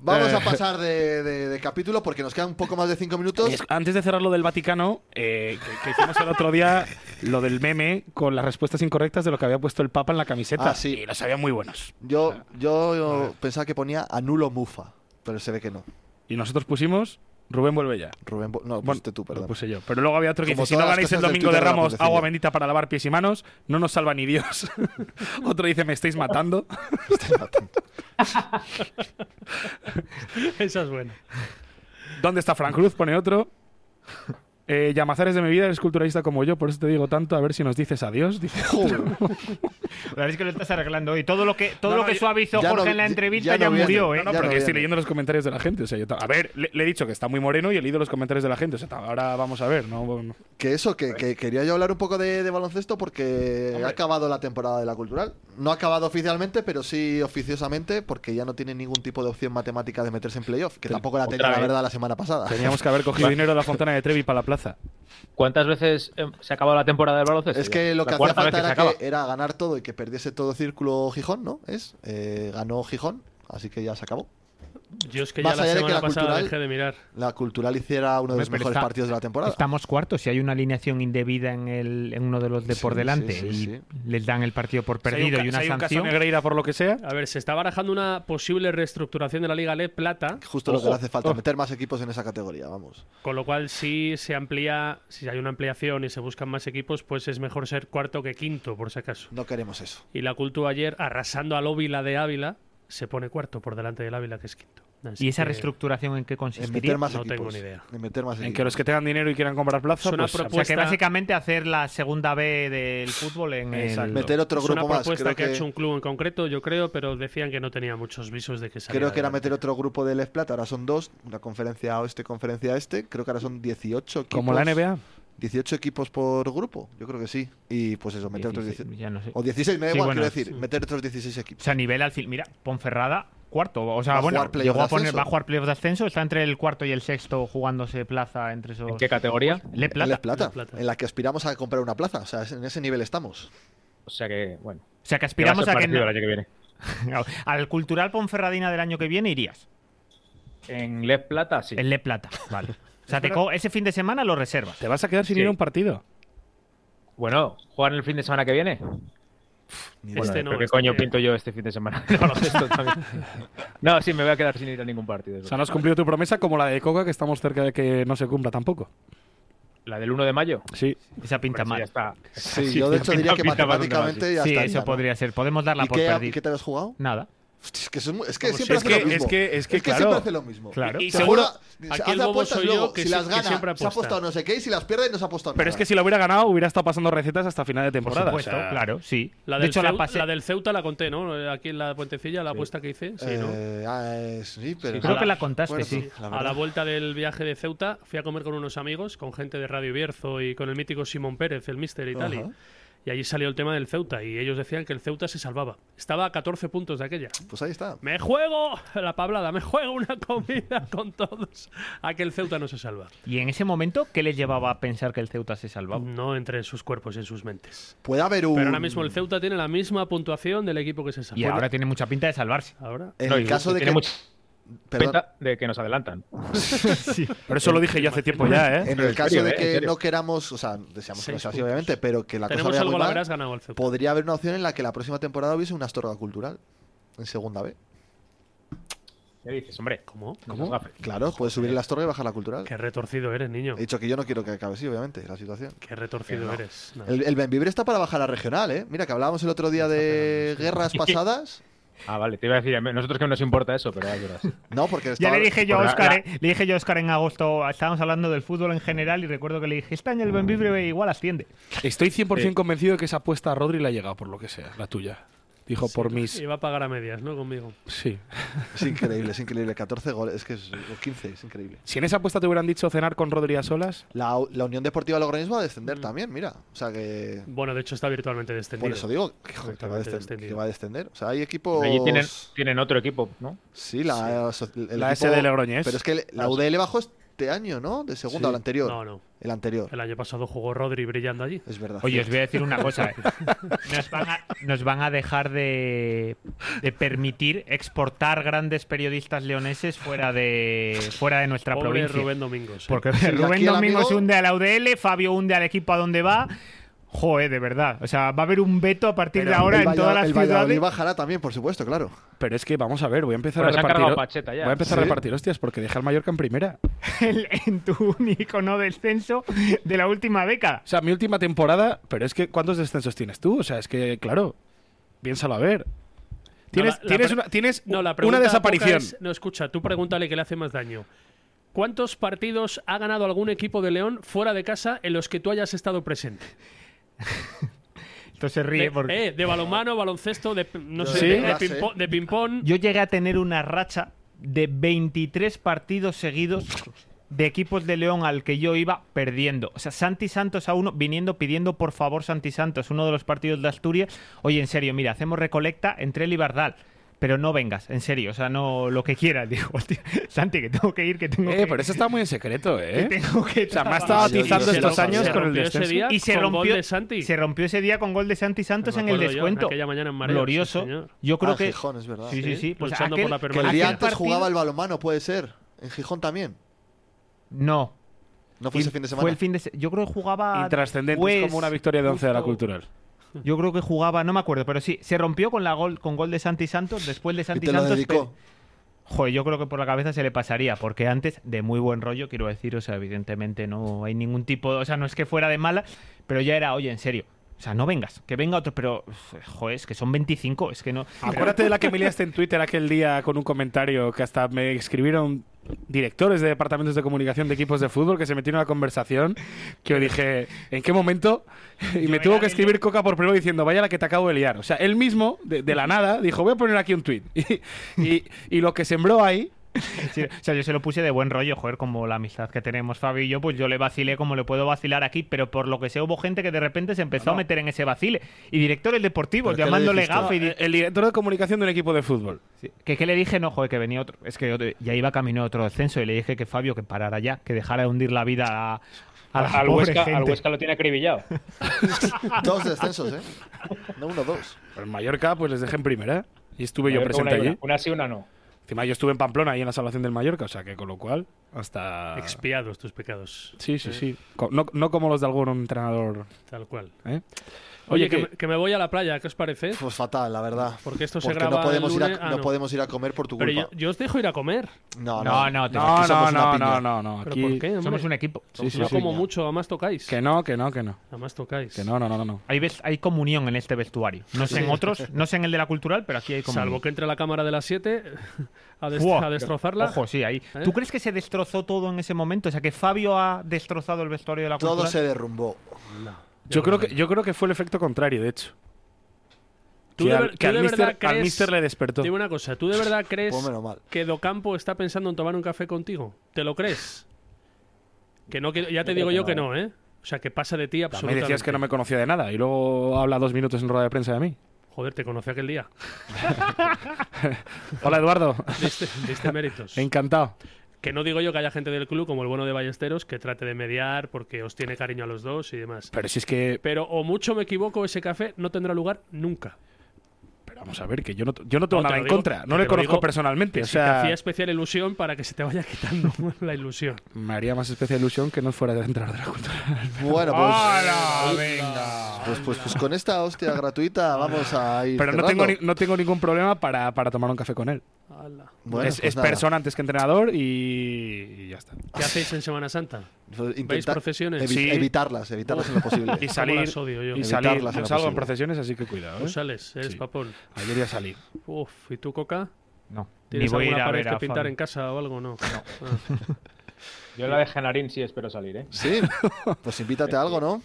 Speaker 2: Vamos a
Speaker 7: Eh.
Speaker 2: pasar de, de- de capítulo porque nos quedan un poco más de cinco minutos.
Speaker 7: Es- Antes de cerrar lo del Vaticano, eh, que, que hicimos el otro día lo del meme con las respuestas incorrectas de lo que había puesto el Papa en la camiseta.
Speaker 2: Ah, sí.
Speaker 7: Y los había muy buenos.
Speaker 2: Yo, yo, yo pensaba que ponía anulo mufa, pero se ve que no.
Speaker 7: Y nosotros pusimos Rubén vuelve ya.
Speaker 2: Rubén, Bo- no,
Speaker 7: Bueno,
Speaker 2: pusiste tú, perdón.
Speaker 7: lo puse yo. Pero luego había otro que
Speaker 2: Como
Speaker 7: dice, si
Speaker 2: Pues todas
Speaker 7: no
Speaker 2: las
Speaker 7: ganáis el
Speaker 2: cosas del
Speaker 7: domingo de
Speaker 2: Twitter de la
Speaker 7: Ramos,
Speaker 2: Ponte
Speaker 7: agua
Speaker 2: Cilla.
Speaker 7: bendita para lavar pies y manos, no nos salva ni Dios. (laughs) otro dice, me estáis matando.
Speaker 2: (laughs)
Speaker 5: (laughs) Esa es buena.
Speaker 7: ¿Dónde está Frank Cruz? Pone otro. Eh, Llamazares de mi vida, eres culturalista como yo, por eso te digo tanto, a ver si nos dices adiós. Dice,
Speaker 3: La verdad es que lo estás arreglando hoy. Todo lo que, todo
Speaker 7: No,
Speaker 3: lo
Speaker 7: no,
Speaker 3: que
Speaker 7: ya-
Speaker 3: suavizó
Speaker 7: ya no
Speaker 3: Jorge
Speaker 7: vi-
Speaker 3: en la
Speaker 7: ya-
Speaker 3: entrevista
Speaker 7: ya
Speaker 3: ya,
Speaker 7: no viene.
Speaker 3: murió, ¿eh?
Speaker 7: No, no, porque estoy leyendo los comentarios de la gente. O sea, yo ta- a ver, le, le he dicho que está muy moreno y he leído los comentarios de la gente. O sea, ta- ahora vamos a ver. No, no.
Speaker 2: Que eso, que, que quería yo hablar un poco de, de baloncesto porque ha acabado la temporada de la cultural. No ha acabado oficialmente, pero sí oficiosamente, porque ya no tiene ningún tipo de opción matemática de meterse en playoff, que tampoco la tenía,
Speaker 7: otra
Speaker 2: la
Speaker 7: vez.
Speaker 2: verdad, la semana pasada. (laughs)
Speaker 7: Teníamos que haber cogido dinero de la fontana de Trevi para la plaza.
Speaker 12: ¿Cuántas veces eh, se ha acabado la temporada del baloncesto?
Speaker 2: Es
Speaker 12: ya?
Speaker 2: que lo que
Speaker 12: La
Speaker 2: hacía
Speaker 12: cuarta
Speaker 2: falta
Speaker 12: vez se
Speaker 2: era,
Speaker 12: acaba.
Speaker 2: que era ganar todo y que perdiese todo círculo Gijón, ¿no? Es eh, ganó Gijón, así que ya se acabó.
Speaker 5: Yo es que
Speaker 2: Más
Speaker 5: ya la
Speaker 2: allá de que
Speaker 5: semana
Speaker 2: la
Speaker 5: pasada
Speaker 2: cultural-
Speaker 5: dejé de mirar.
Speaker 2: La cultural hiciera uno de los
Speaker 3: Hombre, pero
Speaker 2: mejores
Speaker 3: está-
Speaker 2: partidos de la temporada.
Speaker 3: Estamos cuartos. Si hay una alineación indebida en, el, en uno de los de por
Speaker 2: Sí,
Speaker 3: delante
Speaker 2: sí, sí,
Speaker 3: y
Speaker 2: sí.
Speaker 3: les dan el partido por
Speaker 7: Si hay un
Speaker 3: perdido
Speaker 7: ca-
Speaker 3: y una
Speaker 7: si hay un caso
Speaker 3: sanción.
Speaker 7: Negreira por lo que sea.
Speaker 5: A ver, se está barajando una posible reestructuración de la Liga Le Plata.
Speaker 2: Justo lo que le hace falta,
Speaker 5: Ojo.
Speaker 2: meter más equipos en esa categoría, vamos.
Speaker 5: Con lo cual, si se amplía, si hay una ampliación y se buscan más equipos, pues es mejor ser cuarto que quinto, por si acaso.
Speaker 2: No queremos eso.
Speaker 5: Y la Cultu ayer, arrasando al Óvila de Ávila, se pone cuarto por delante del Ávila, que es quinto. Así
Speaker 3: ¿Y esa
Speaker 5: que
Speaker 3: reestructuración en qué
Speaker 2: En
Speaker 3: consistiría?
Speaker 2: meter más
Speaker 5: no
Speaker 2: equipos.
Speaker 5: tengo ni idea.
Speaker 2: En meter más
Speaker 7: En
Speaker 2: equipos.
Speaker 7: que los que tengan dinero y quieran comprar plaza,
Speaker 5: Es una
Speaker 7: pues,
Speaker 3: O sea, que
Speaker 5: propuesta-
Speaker 3: básicamente hacer la segunda B del fútbol en el...
Speaker 7: Exacto.
Speaker 2: Meter otro
Speaker 5: es
Speaker 2: grupo
Speaker 5: una
Speaker 2: más.
Speaker 5: propuesta
Speaker 2: Creo
Speaker 5: que,
Speaker 2: que,
Speaker 5: ha hecho un club en concreto, yo creo, pero decían que no tenía muchos visos de que saliera.
Speaker 2: creo que era
Speaker 5: adelante.
Speaker 2: meter otro grupo de Left Plata. Ahora son dos, una conferencia oeste, conferencia este. Creo que ahora son 18 equipos.
Speaker 7: como la NBA.
Speaker 2: 18 equipos por grupo, yo creo que sí. Y pues eso, meter otros
Speaker 3: 16,
Speaker 2: 16.
Speaker 3: ya no sé.
Speaker 2: O 16, me da
Speaker 3: Sí,
Speaker 2: igual,
Speaker 3: bueno,
Speaker 2: quiero decir,
Speaker 3: sí.
Speaker 2: meter otros 16
Speaker 3: O
Speaker 2: equipos.
Speaker 3: sea, nivel al fin. Mira, Ponferrada, cuarto. O sea,
Speaker 2: Va a
Speaker 3: bueno,
Speaker 2: jugar playoff
Speaker 3: llegó a
Speaker 2: de
Speaker 3: poner,
Speaker 2: ascenso.
Speaker 3: va a jugar playoff de ascenso. Está entre el cuarto y el sexto jugándose plaza entre esos.
Speaker 12: ¿En qué categoría?
Speaker 3: Le
Speaker 2: En
Speaker 3: Plata.
Speaker 2: Left Plata,
Speaker 3: Le Plata.
Speaker 2: en la que aspiramos a comprar una plaza. O sea, es- en ese nivel estamos.
Speaker 12: O sea que, bueno.
Speaker 3: O sea, que
Speaker 12: que va
Speaker 3: aspiramos
Speaker 12: ser
Speaker 3: a que.
Speaker 12: partido el año que viene.
Speaker 5: Este
Speaker 3: (laughs) Al cultural Ponferradina del año que viene irías.
Speaker 12: En Les Plata, sí.
Speaker 3: En Le Plata, vale. O sea, te co- ese fin de semana lo reservas.
Speaker 7: Te vas a quedar sin
Speaker 12: Sí.
Speaker 7: ir a un partido.
Speaker 12: Bueno, ¿juegan el fin de semana que viene?
Speaker 2: Ni
Speaker 12: Bueno,
Speaker 5: Este
Speaker 12: ¿pero
Speaker 5: no,
Speaker 12: ¿Qué
Speaker 5: este-
Speaker 12: coño pinto yo este fin de
Speaker 3: (laughs)
Speaker 12: semana? de baloncesto también? no, sí, me voy a quedar sin ir a ningún partido.
Speaker 7: O
Speaker 12: eso.
Speaker 7: sea, no has cumplido tu promesa como la de Coca, que estamos cerca de que no se cumpla tampoco.
Speaker 12: ¿La del 1 de mayo?
Speaker 7: Sí.
Speaker 3: Esa pinta
Speaker 12: Hombre,
Speaker 3: mal.
Speaker 12: eso ya está.
Speaker 2: Sí, yo de hecho
Speaker 12: pinta-
Speaker 3: (laughs)
Speaker 2: diría que
Speaker 12: pinta más
Speaker 2: matemáticamente ya
Speaker 3: sí,
Speaker 2: está.
Speaker 3: eso podría ser. Podemos darla
Speaker 2: ¿Y
Speaker 3: por
Speaker 2: qué,
Speaker 3: perdida.
Speaker 2: qué te habías jugado?
Speaker 3: Nada.
Speaker 2: Hostia, Es que, es muy- es que
Speaker 5: Como
Speaker 2: siempre hace
Speaker 7: siempre.
Speaker 2: lo mismo.
Speaker 7: Es que- es que- es que, claro.
Speaker 2: siempre hace lo mismo.
Speaker 3: Claro.
Speaker 7: Y
Speaker 2: Se
Speaker 7: seguro-
Speaker 2: juega- se
Speaker 5: aquí
Speaker 2: hace
Speaker 5: el bobo
Speaker 2: apuestas
Speaker 5: soy yo,
Speaker 2: luego.
Speaker 5: que
Speaker 2: si
Speaker 5: sí-
Speaker 2: las
Speaker 5: que
Speaker 2: gana,
Speaker 5: siempre
Speaker 2: se ha
Speaker 5: apuesta.
Speaker 2: apostado no sé qué y si las pierde, no se ha apostado
Speaker 7: Pero es
Speaker 2: nada.
Speaker 7: que si lo hubiera ganado, hubiera estado pasando recetas hasta final de
Speaker 3: Por
Speaker 7: temporada.
Speaker 3: supuesto,
Speaker 7: o sea,
Speaker 3: claro, sí.
Speaker 5: La
Speaker 3: de
Speaker 5: del,
Speaker 3: hecho, la
Speaker 5: Ceu-
Speaker 3: pasé.
Speaker 5: la del Ceuta la conté, ¿no? Aquí en la puentecilla, la apuesta que hice. Sí, ¿no?
Speaker 2: Eh, ah, eh, sí, pero
Speaker 3: Creo
Speaker 2: no
Speaker 3: que la
Speaker 2: me
Speaker 3: contaste,
Speaker 2: acuerdo,
Speaker 3: sí.
Speaker 2: la
Speaker 5: a la
Speaker 2: verdad.
Speaker 5: vuelta del viaje de Ceuta fui a comer con unos amigos, con gente de Radio Bierzo y con el mítico Simón Pérez, el mister y tal. y-
Speaker 2: Ajá.
Speaker 5: Y allí salió el tema del Ceuta y ellos decían que el Ceuta se salvaba. Estaba a 14 puntos de aquella.
Speaker 2: Pues ahí está.
Speaker 5: Me juego la pablada, me juego una comida (laughs) con todos. A que el Ceuta no se salva.
Speaker 3: Y en ese momento, ¿qué les llevaba a pensar que el Ceuta se salvaba?
Speaker 5: No entre en sus cuerpos y en sus mentes.
Speaker 2: Puede haber un.
Speaker 5: Pero ahora mismo el Ceuta tiene la misma puntuación del equipo que se salva.
Speaker 3: Y ahora tiene mucha pinta de salvarse.
Speaker 5: Ahora-
Speaker 2: En
Speaker 12: No,
Speaker 2: el
Speaker 12: y-
Speaker 2: caso
Speaker 12: y
Speaker 2: de
Speaker 12: tiene
Speaker 2: que.
Speaker 12: mucha
Speaker 2: Perdón,
Speaker 12: pinta de que nos adelantan.
Speaker 7: Pero eso lo dije yo hace
Speaker 3: Pues
Speaker 7: tiempo ya, ¿eh?
Speaker 2: en el
Speaker 12: en
Speaker 2: caso
Speaker 12: serio,
Speaker 2: de
Speaker 12: ¿eh? En
Speaker 2: que
Speaker 12: serio.
Speaker 2: no queramos, o sea, deseamos que no
Speaker 5: Seis
Speaker 2: sea así,
Speaker 5: puntos.
Speaker 2: obviamente, pero que la cosa
Speaker 5: Tenemos
Speaker 2: vaya
Speaker 5: algo,
Speaker 2: muy
Speaker 5: la
Speaker 2: mal,
Speaker 5: verás ganado el Ceuta.
Speaker 2: podría haber una opción en la que la próxima temporada hubiese una astorga cultural en segunda B.
Speaker 6: Me dices, hombre,
Speaker 5: ¿cómo?
Speaker 6: ¿Cómo?
Speaker 2: Claro, puedes subir las torres y bajar la cultural.
Speaker 5: Qué retorcido eres, niño.
Speaker 2: He dicho que yo no quiero que acabe así, obviamente, la situación.
Speaker 5: Qué retorcido
Speaker 2: Que Eh, no.
Speaker 5: eres. No.
Speaker 2: El, el Benvibre está para bajar a regional, ¿eh? Mira, que hablábamos el otro día de
Speaker 12: (laughs)
Speaker 2: guerras pasadas.
Speaker 12: Ah, vale, te iba a decir, a nosotros que nos importa eso, pero ahora
Speaker 2: (laughs) No, porque
Speaker 3: Ya
Speaker 2: estaba-
Speaker 3: le dije yo a
Speaker 2: Porque
Speaker 3: Oscar,
Speaker 2: la-
Speaker 3: le dije yo a Oscar en agosto, estábamos hablando del fútbol en general y recuerdo que le dije, este año el Benvibre igual asciende.
Speaker 7: Estoy 100%
Speaker 3: Eh.
Speaker 7: convencido de que esa apuesta a Rodri la ha llegado, por lo que sea, la tuya. Dijo, por mis.
Speaker 5: Iba a pagar a medias, ¿no? Conmigo.
Speaker 7: Sí.
Speaker 2: Es increíble, es increíble. 14 goles, es que es o 15, es increíble.
Speaker 7: Si en esa apuesta te hubieran dicho cenar con Rodri a solas.
Speaker 2: La, la Unión Deportiva Logroñés va a descender también, mira. O sea que.
Speaker 5: Bueno, de hecho está virtualmente descendido.
Speaker 2: Por eso digo que, joder, que va, a
Speaker 5: Virtualmente
Speaker 2: descender, que va a descender. O sea, hay equipos.
Speaker 12: Allí tienen, tienen otro equipo, ¿no?
Speaker 2: Sí, la, so- el
Speaker 12: La
Speaker 2: equipo-
Speaker 12: SD Logroñés.
Speaker 2: Pero es que la UDL bajó este año, ¿no? De segunda
Speaker 5: Sí.
Speaker 2: o la anterior.
Speaker 5: No, no.
Speaker 2: El anterior.
Speaker 5: El año pasado jugó Rodri brillando allí.
Speaker 2: Es verdad.
Speaker 3: Oye, os voy a decir una
Speaker 5: (laughs)
Speaker 3: cosa. eh. Nos, van a, nos van a dejar de, de permitir exportar grandes periodistas leoneses fuera de, fuera de nuestra
Speaker 5: Pobre
Speaker 3: provincia.
Speaker 5: Rubén Domingos.
Speaker 3: Porque
Speaker 5: Sí, aquí
Speaker 3: Rubén
Speaker 5: el
Speaker 3: Domingos
Speaker 5: amigo-
Speaker 3: hunde a la UDL, Fabio hunde al equipo a donde va. Joder, de verdad. O sea, va a haber un veto a partir de
Speaker 7: Pero
Speaker 3: ahora
Speaker 7: el
Speaker 3: en todas
Speaker 7: Valla-
Speaker 3: las
Speaker 7: el
Speaker 3: ciudades.
Speaker 7: Valladolid
Speaker 2: bajará también, por supuesto, claro.
Speaker 7: Pero es que vamos a ver, voy a empezar
Speaker 12: Bueno, se
Speaker 7: a
Speaker 12: han
Speaker 7: repartir.
Speaker 12: cargado a Pacheta ya.
Speaker 7: Voy a empezar a
Speaker 12: Sí.
Speaker 7: repartir hostias porque deja el Mallorca en
Speaker 3: (laughs)
Speaker 7: primera.
Speaker 3: en tu único no descenso de la última década.
Speaker 7: O sea, mi última temporada, pero es que ¿cuántos descensos tienes tú? O sea, es que, claro, piénsalo a ver. Tienes,
Speaker 5: No, la- la
Speaker 7: tienes
Speaker 5: pre-
Speaker 7: una, tienes
Speaker 5: No, la
Speaker 7: una
Speaker 5: pregunta
Speaker 7: desaparición.
Speaker 5: poca es- no, escucha, tú pregúntale qué le hace más daño. ¿Cuántos partidos ha ganado algún equipo de León fuera de casa en los que tú hayas estado presente?
Speaker 3: Entonces ríe
Speaker 5: de,
Speaker 3: porque
Speaker 5: eh, de balonmano, baloncesto, de no
Speaker 3: Yo
Speaker 5: sé,
Speaker 3: sí.
Speaker 5: de- de
Speaker 3: Clase.
Speaker 5: pimpo- de ping-pong.
Speaker 3: yo llegué a tener una racha de 23 partidos seguidos de equipos de León al que yo iba perdiendo. O sea, Santi Santos a uno viniendo pidiendo por favor Santi Santos, uno de los partidos de Asturias, oye, en serio, mira, hacemos recolecta entre él y Bardal. Pero no vengas, en serio, o sea, no lo que quieras, (laughs) digo, "Hostia, Santi, que tengo que ir, que tengo
Speaker 7: Eh,
Speaker 3: que
Speaker 7: pero eso está muy en secreto, ¿eh?
Speaker 3: Que (laughs) tengo que
Speaker 7: o sea, me ha estado
Speaker 3: trabajar.
Speaker 7: atizando
Speaker 3: Se
Speaker 7: estos
Speaker 3: rompió-
Speaker 7: años
Speaker 3: se
Speaker 7: con el
Speaker 3: rompió ese
Speaker 7: descenso.
Speaker 3: día Y se
Speaker 5: con gol
Speaker 3: rompió,
Speaker 5: de Santi. Pues
Speaker 3: se rompió ese día con gol de Santi Santos
Speaker 5: Me
Speaker 3: en el
Speaker 5: acuerdo yo,
Speaker 3: descuento.
Speaker 5: aquella mañana en Mareos,
Speaker 3: Glorioso.
Speaker 5: sí, señor.
Speaker 3: Yo creo
Speaker 2: Ah,
Speaker 3: que.
Speaker 2: Gijón, es verdad.
Speaker 3: Sí, sí, sí. Pues
Speaker 5: Luchando
Speaker 3: aquel-
Speaker 5: por la
Speaker 2: Que el
Speaker 5: permanencia.
Speaker 2: día
Speaker 3: aquel
Speaker 2: antes jugaba
Speaker 3: partido-
Speaker 2: el balonmano, puede ser. En Gijón también.
Speaker 3: No.
Speaker 2: No fue
Speaker 3: Y
Speaker 2: ese fin de semana.
Speaker 3: Fue el fin de se- Yo creo que jugaba. pues
Speaker 7: Intrascendente, es como una victoria de once de la cultural.
Speaker 3: (laughs) Yo creo que jugaba, no me acuerdo, pero sí, se rompió con la gol con gol de Santi Santos, después de Santi
Speaker 2: te lo
Speaker 3: Santos.
Speaker 2: dedicó.
Speaker 3: pe- Joder, yo creo que por la cabeza se le pasaría, porque antes de muy buen rollo, quiero decir, o sea, evidentemente no hay ningún tipo, o sea, no es que fuera de mala, pero ya era, oye, en serio, o sea, no vengas, que venga otro, pero uf, joder, es que son 25, es que no.
Speaker 7: Acuérdate de la que me liaste en Twitter aquel día con un comentario que hasta me escribieron directores de departamentos de comunicación de equipos de fútbol que se metieron a la conversación que yo dije, ¿en qué momento? Y me tuvo que escribir Coca por primero diciendo, vaya la que te acabo de liar. O sea, él mismo, de, de la nada, dijo, voy a poner aquí un tweet. Y, y- y lo que sembró ahí...
Speaker 3: (laughs) Sí, o sea, yo se lo puse de buen rollo, joder, como la amistad que tenemos Fabi y yo, pues yo le vacilé como le puedo vacilar aquí, pero por lo que sé hubo gente que de repente se empezó a meter en ese vacile. Y directores
Speaker 7: ¿Pero
Speaker 3: deportivos
Speaker 7: qué le
Speaker 3: llamándole
Speaker 7: dijiste?
Speaker 3: gafe. Y
Speaker 7: eh, El director de comunicación de un equipo de fútbol.
Speaker 3: que, que le dije, no, joder, que venía otro. Es que otro- ya iba camino a otro descenso y le dije que Fabio que parara ya, que dejara de hundir la vida a, a la
Speaker 12: al,
Speaker 3: pobre
Speaker 12: Huesca, al
Speaker 3: gente.
Speaker 12: Huesca lo tiene acribillado.
Speaker 2: Dos descensos, ¿eh? No uno, dos.
Speaker 7: Pero en Mallorca, pues les dejé en primera. Y estuve yo
Speaker 12: Mallorca,
Speaker 7: presente
Speaker 12: una y
Speaker 7: allí.
Speaker 12: una. Una sí, una no.
Speaker 7: Encima yo estuve en Pamplona, y en la salvación del Mallorca, o sea que con lo cual, hasta...
Speaker 5: Expiados tus pecados.
Speaker 7: Sí, sí,
Speaker 5: Eh,
Speaker 7: sí. Co- No, no como los de algún entrenador.
Speaker 5: Tal cual.
Speaker 7: ¿eh?
Speaker 5: Oye,
Speaker 7: Oye,
Speaker 5: que,
Speaker 7: ¿qué?
Speaker 5: me, que me voy a la playa, ¿qué os parece?
Speaker 2: Pues fatal, la verdad.
Speaker 5: Porque esto se
Speaker 2: Porque
Speaker 5: graba
Speaker 2: no podemos,
Speaker 5: el
Speaker 2: ir
Speaker 5: lunes.
Speaker 2: a,
Speaker 5: Ah,
Speaker 2: no podemos ir a comer por tu
Speaker 5: Pero
Speaker 2: culpa.
Speaker 5: yo, yo os dejo ir a comer.
Speaker 2: No, no,
Speaker 3: No, no, te-
Speaker 7: No,
Speaker 2: Aquí
Speaker 7: no,
Speaker 2: somos una
Speaker 7: no,
Speaker 2: piña.
Speaker 7: no, no, no.
Speaker 5: ¿Pero
Speaker 7: Aquí...
Speaker 5: por qué, hombre?
Speaker 3: Somos un equipo.
Speaker 7: Sí, sí,
Speaker 5: no
Speaker 7: sí.
Speaker 5: como mucho, además tocáis.
Speaker 7: Que no, que no, que no.
Speaker 5: Además tocáis.
Speaker 7: Que no, no, no, no, no.
Speaker 3: Hay, ves- hay comunión en este vestuario. No sé en
Speaker 5: Sí.
Speaker 3: otros, no sé en el de la cultural, pero aquí hay comunión.
Speaker 5: Salvo que entre la cámara de las 7 (laughs) a, dest-
Speaker 3: Buah,
Speaker 5: a destrozarla.
Speaker 3: Ojo, sí, ahí.
Speaker 5: ¿Eh?
Speaker 3: ¿Tú crees que se destrozó todo en ese momento? O sea, que Fabio ha destrozado el vestuario de la
Speaker 2: Todo
Speaker 3: cultural?
Speaker 2: se derrumbó.
Speaker 7: Yo creo, que, yo creo que fue el efecto contrario, de hecho.
Speaker 5: ¿Tú
Speaker 7: que
Speaker 5: de
Speaker 7: al,
Speaker 5: ver-
Speaker 7: que
Speaker 5: tú
Speaker 7: al
Speaker 5: de
Speaker 7: mister,
Speaker 5: verdad
Speaker 7: al
Speaker 5: crees-
Speaker 7: mister le despertó.
Speaker 5: Dime una cosa, ¿tú de verdad crees
Speaker 2: Pues menos mal.
Speaker 5: que Docampo está pensando en tomar un café contigo? ¿Te lo crees? Que no, que, ya te digo
Speaker 7: que
Speaker 5: yo
Speaker 7: no.
Speaker 5: que no, ¿eh? O sea, que pasa de ti
Speaker 7: Me
Speaker 5: absolutamente.
Speaker 7: decías que no me conocía de nada y luego habla dos minutos en rueda de prensa de mí.
Speaker 5: Joder, te conocí aquel día.
Speaker 7: (laughs) Hola, Eduardo.
Speaker 5: Diste,
Speaker 7: (laughs)
Speaker 5: diste méritos.
Speaker 7: Encantado.
Speaker 5: Que no digo yo que haya gente del club como el bueno de Ballesteros que trate de mediar porque os tiene cariño a los dos y demás.
Speaker 7: Pero si es que.
Speaker 5: Pero o mucho me equivoco, ese café no tendrá lugar nunca.
Speaker 7: pero vamos a ver, que yo no, yo no tengo
Speaker 5: No, te
Speaker 7: nada
Speaker 5: lo
Speaker 7: en
Speaker 5: digo-
Speaker 7: contra.
Speaker 5: que
Speaker 7: No
Speaker 5: te
Speaker 7: le
Speaker 5: lo
Speaker 7: conozco
Speaker 5: digo
Speaker 7: personalmente. O
Speaker 5: Si te
Speaker 7: sea,
Speaker 5: hacía especial ilusión para que se te vaya (laughs) quitando la ilusión.
Speaker 7: me haría más especial ilusión que no fuera de entrar de la cultura.
Speaker 2: Bueno, pues.
Speaker 7: ¡Hala,
Speaker 2: Pues, pues, pues con esta hostia gratuita vamos a ir.
Speaker 7: Pero no
Speaker 2: cerrando.
Speaker 7: tengo, ni- no tengo ningún problema para, para tomar un café con él. pues
Speaker 5: Ala.
Speaker 7: es
Speaker 2: pues
Speaker 7: es persona antes que entrenador y, y ya está.
Speaker 5: ¿Qué hacéis en Semana Santa? ¿Veis
Speaker 7: Intentar
Speaker 5: procesiones?
Speaker 7: evi- Sí.
Speaker 2: Pues evitarlas, evitarlas en lo posible.
Speaker 7: Y
Speaker 5: Cómo
Speaker 7: salir,
Speaker 5: las odio yo.
Speaker 7: y salir. Yo salgo en procesiones, así que cuidado.
Speaker 5: Tú
Speaker 7: ¿eh?
Speaker 5: sales, eres
Speaker 7: Sí.
Speaker 5: papón.
Speaker 7: Ayer ya salí.
Speaker 5: Uf, ¿y tú, Coca?
Speaker 7: No.
Speaker 5: ¿Tienes
Speaker 7: Ni voy a
Speaker 5: alguna
Speaker 7: ir a
Speaker 5: pared
Speaker 7: ver
Speaker 5: que
Speaker 7: a
Speaker 5: pintar
Speaker 7: Fabio.
Speaker 5: en casa o algo? No. Ah.
Speaker 6: Yo la de Genarín sí espero salir, ¿eh?
Speaker 2: Sí, pues invítate a algo, ¿no?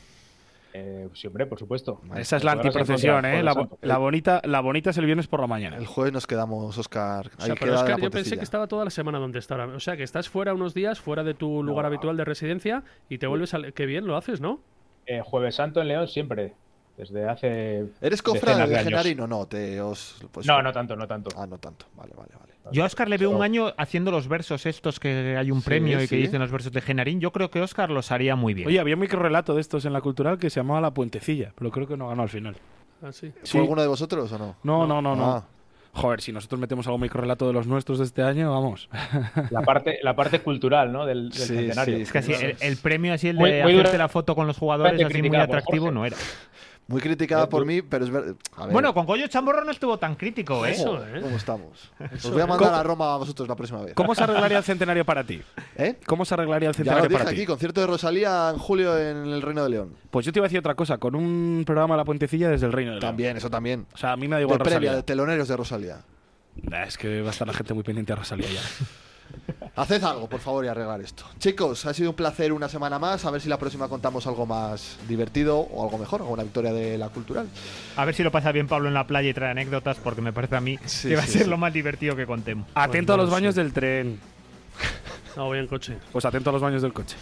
Speaker 6: Eh, pues sí, hombre, por supuesto.
Speaker 7: Esa es la
Speaker 6: Podrás
Speaker 7: antiprocesión,
Speaker 6: encontrar,
Speaker 7: ¿eh?
Speaker 6: por
Speaker 7: La,
Speaker 6: santo.
Speaker 7: la bonita, la bonita es el viernes por la mañana.
Speaker 2: El jueves nos quedamos, Oscar.
Speaker 5: O sea, pero Oscar, yo pensé que estaba toda la semana donde está ahora. O sea, que estás fuera unos días, fuera de tu lugar habitual de residencia y te vuelves a... Qué bien lo haces, ¿no?
Speaker 6: Eh, Jueves Santo en León siempre. Desde hace.
Speaker 2: ¿Eres
Speaker 6: decenas
Speaker 2: cofrade de
Speaker 6: años.
Speaker 2: Genarino? No, te os. pues-
Speaker 6: No, no tanto, no tanto.
Speaker 2: Ah, no tanto. Vale, vale, vale.
Speaker 3: Yo a Oscar le veo un
Speaker 2: Oh.
Speaker 3: año haciendo los versos estos que hay un
Speaker 7: Sí,
Speaker 3: premio y
Speaker 7: sí.
Speaker 3: que dicen los versos de Genarín. Yo creo que Oscar los haría muy bien.
Speaker 7: Oye, había un microrelato de estos en la cultural que se llamaba La Puentecilla, pero creo que no ganó al final.
Speaker 5: Ah, sí.
Speaker 2: ¿Fue
Speaker 7: Sí.
Speaker 2: alguno de vosotros o no?
Speaker 7: No, no, no, no.
Speaker 2: Ah.
Speaker 7: Joder, si nosotros metemos algún microrelato de los nuestros de este año, vamos.
Speaker 6: La parte, la parte cultural, ¿no? Del, del
Speaker 7: Sí,
Speaker 6: centenario.
Speaker 7: sí,
Speaker 3: Es que así,
Speaker 2: pues,
Speaker 3: el, el
Speaker 6: Entonces,
Speaker 3: premio así, el de
Speaker 6: Muy- muy
Speaker 3: hacerte
Speaker 6: dura-
Speaker 3: la foto con los jugadores,
Speaker 6: bastante
Speaker 3: así muy
Speaker 6: criticado por
Speaker 3: atractivo,
Speaker 6: Jorge.
Speaker 3: no era.
Speaker 2: Muy criticada por mí, pero es verdad. A ver.
Speaker 3: Bueno, con Goyo Chamorro no estuvo tan crítico, ¿eh?
Speaker 2: ¿Cómo? ¿Cómo estamos?
Speaker 3: Eso,
Speaker 2: Os voy a
Speaker 3: ¿eh?
Speaker 2: mandar
Speaker 3: ¿Cómo-
Speaker 2: a Roma a vosotros la próxima vez.
Speaker 7: ¿Cómo se arreglaría el centenario para ti?
Speaker 2: ¿Eh?
Speaker 7: ¿Cómo se arreglaría el
Speaker 2: Ya lo
Speaker 7: centenario
Speaker 2: dije
Speaker 7: para ti?
Speaker 2: aquí, concierto de Rosalía en julio en el Reino de León.
Speaker 7: Pues yo te iba a decir otra cosa, con un programa La Puentecilla desde el Reino de
Speaker 2: También, eso también.
Speaker 7: O sea, a mí me da
Speaker 2: De
Speaker 7: igual
Speaker 2: previa, de
Speaker 7: Rosalía.
Speaker 2: teloneros de Rosalía.
Speaker 7: Nah, es que va a estar la gente muy pendiente a Rosalía ya.
Speaker 2: (laughs) Haced algo, por favor, y arreglar esto. Chicos, ha sido un placer una semana más. A ver si la próxima contamos algo más divertido o algo mejor, alguna victoria de la cultural.
Speaker 3: A ver si lo pasa bien Pablo en la playa y trae anécdotas, porque me parece a mí que va a
Speaker 2: sí,
Speaker 3: ser
Speaker 2: sí.
Speaker 3: lo más divertido que contemos.
Speaker 7: Atento a los baños del tren.
Speaker 5: No, voy en coche.
Speaker 7: Pues atento a los baños del coche.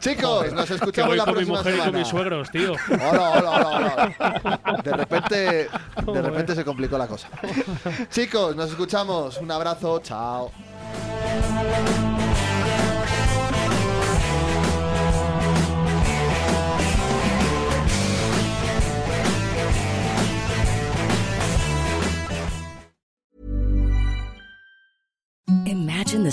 Speaker 2: Chicos, nos
Speaker 5: Que
Speaker 2: escuchamos
Speaker 5: voy
Speaker 2: la
Speaker 5: con mi
Speaker 2: próxima
Speaker 5: mujer y con
Speaker 2: semana.
Speaker 5: mis suegros, tío.
Speaker 2: Hola, hola, hola, hola.
Speaker 7: (laughs)
Speaker 2: De repente, de repente se complicó la cosa. Chicos, nos escuchamos. Un abrazo, chao.
Speaker 20: Imagine the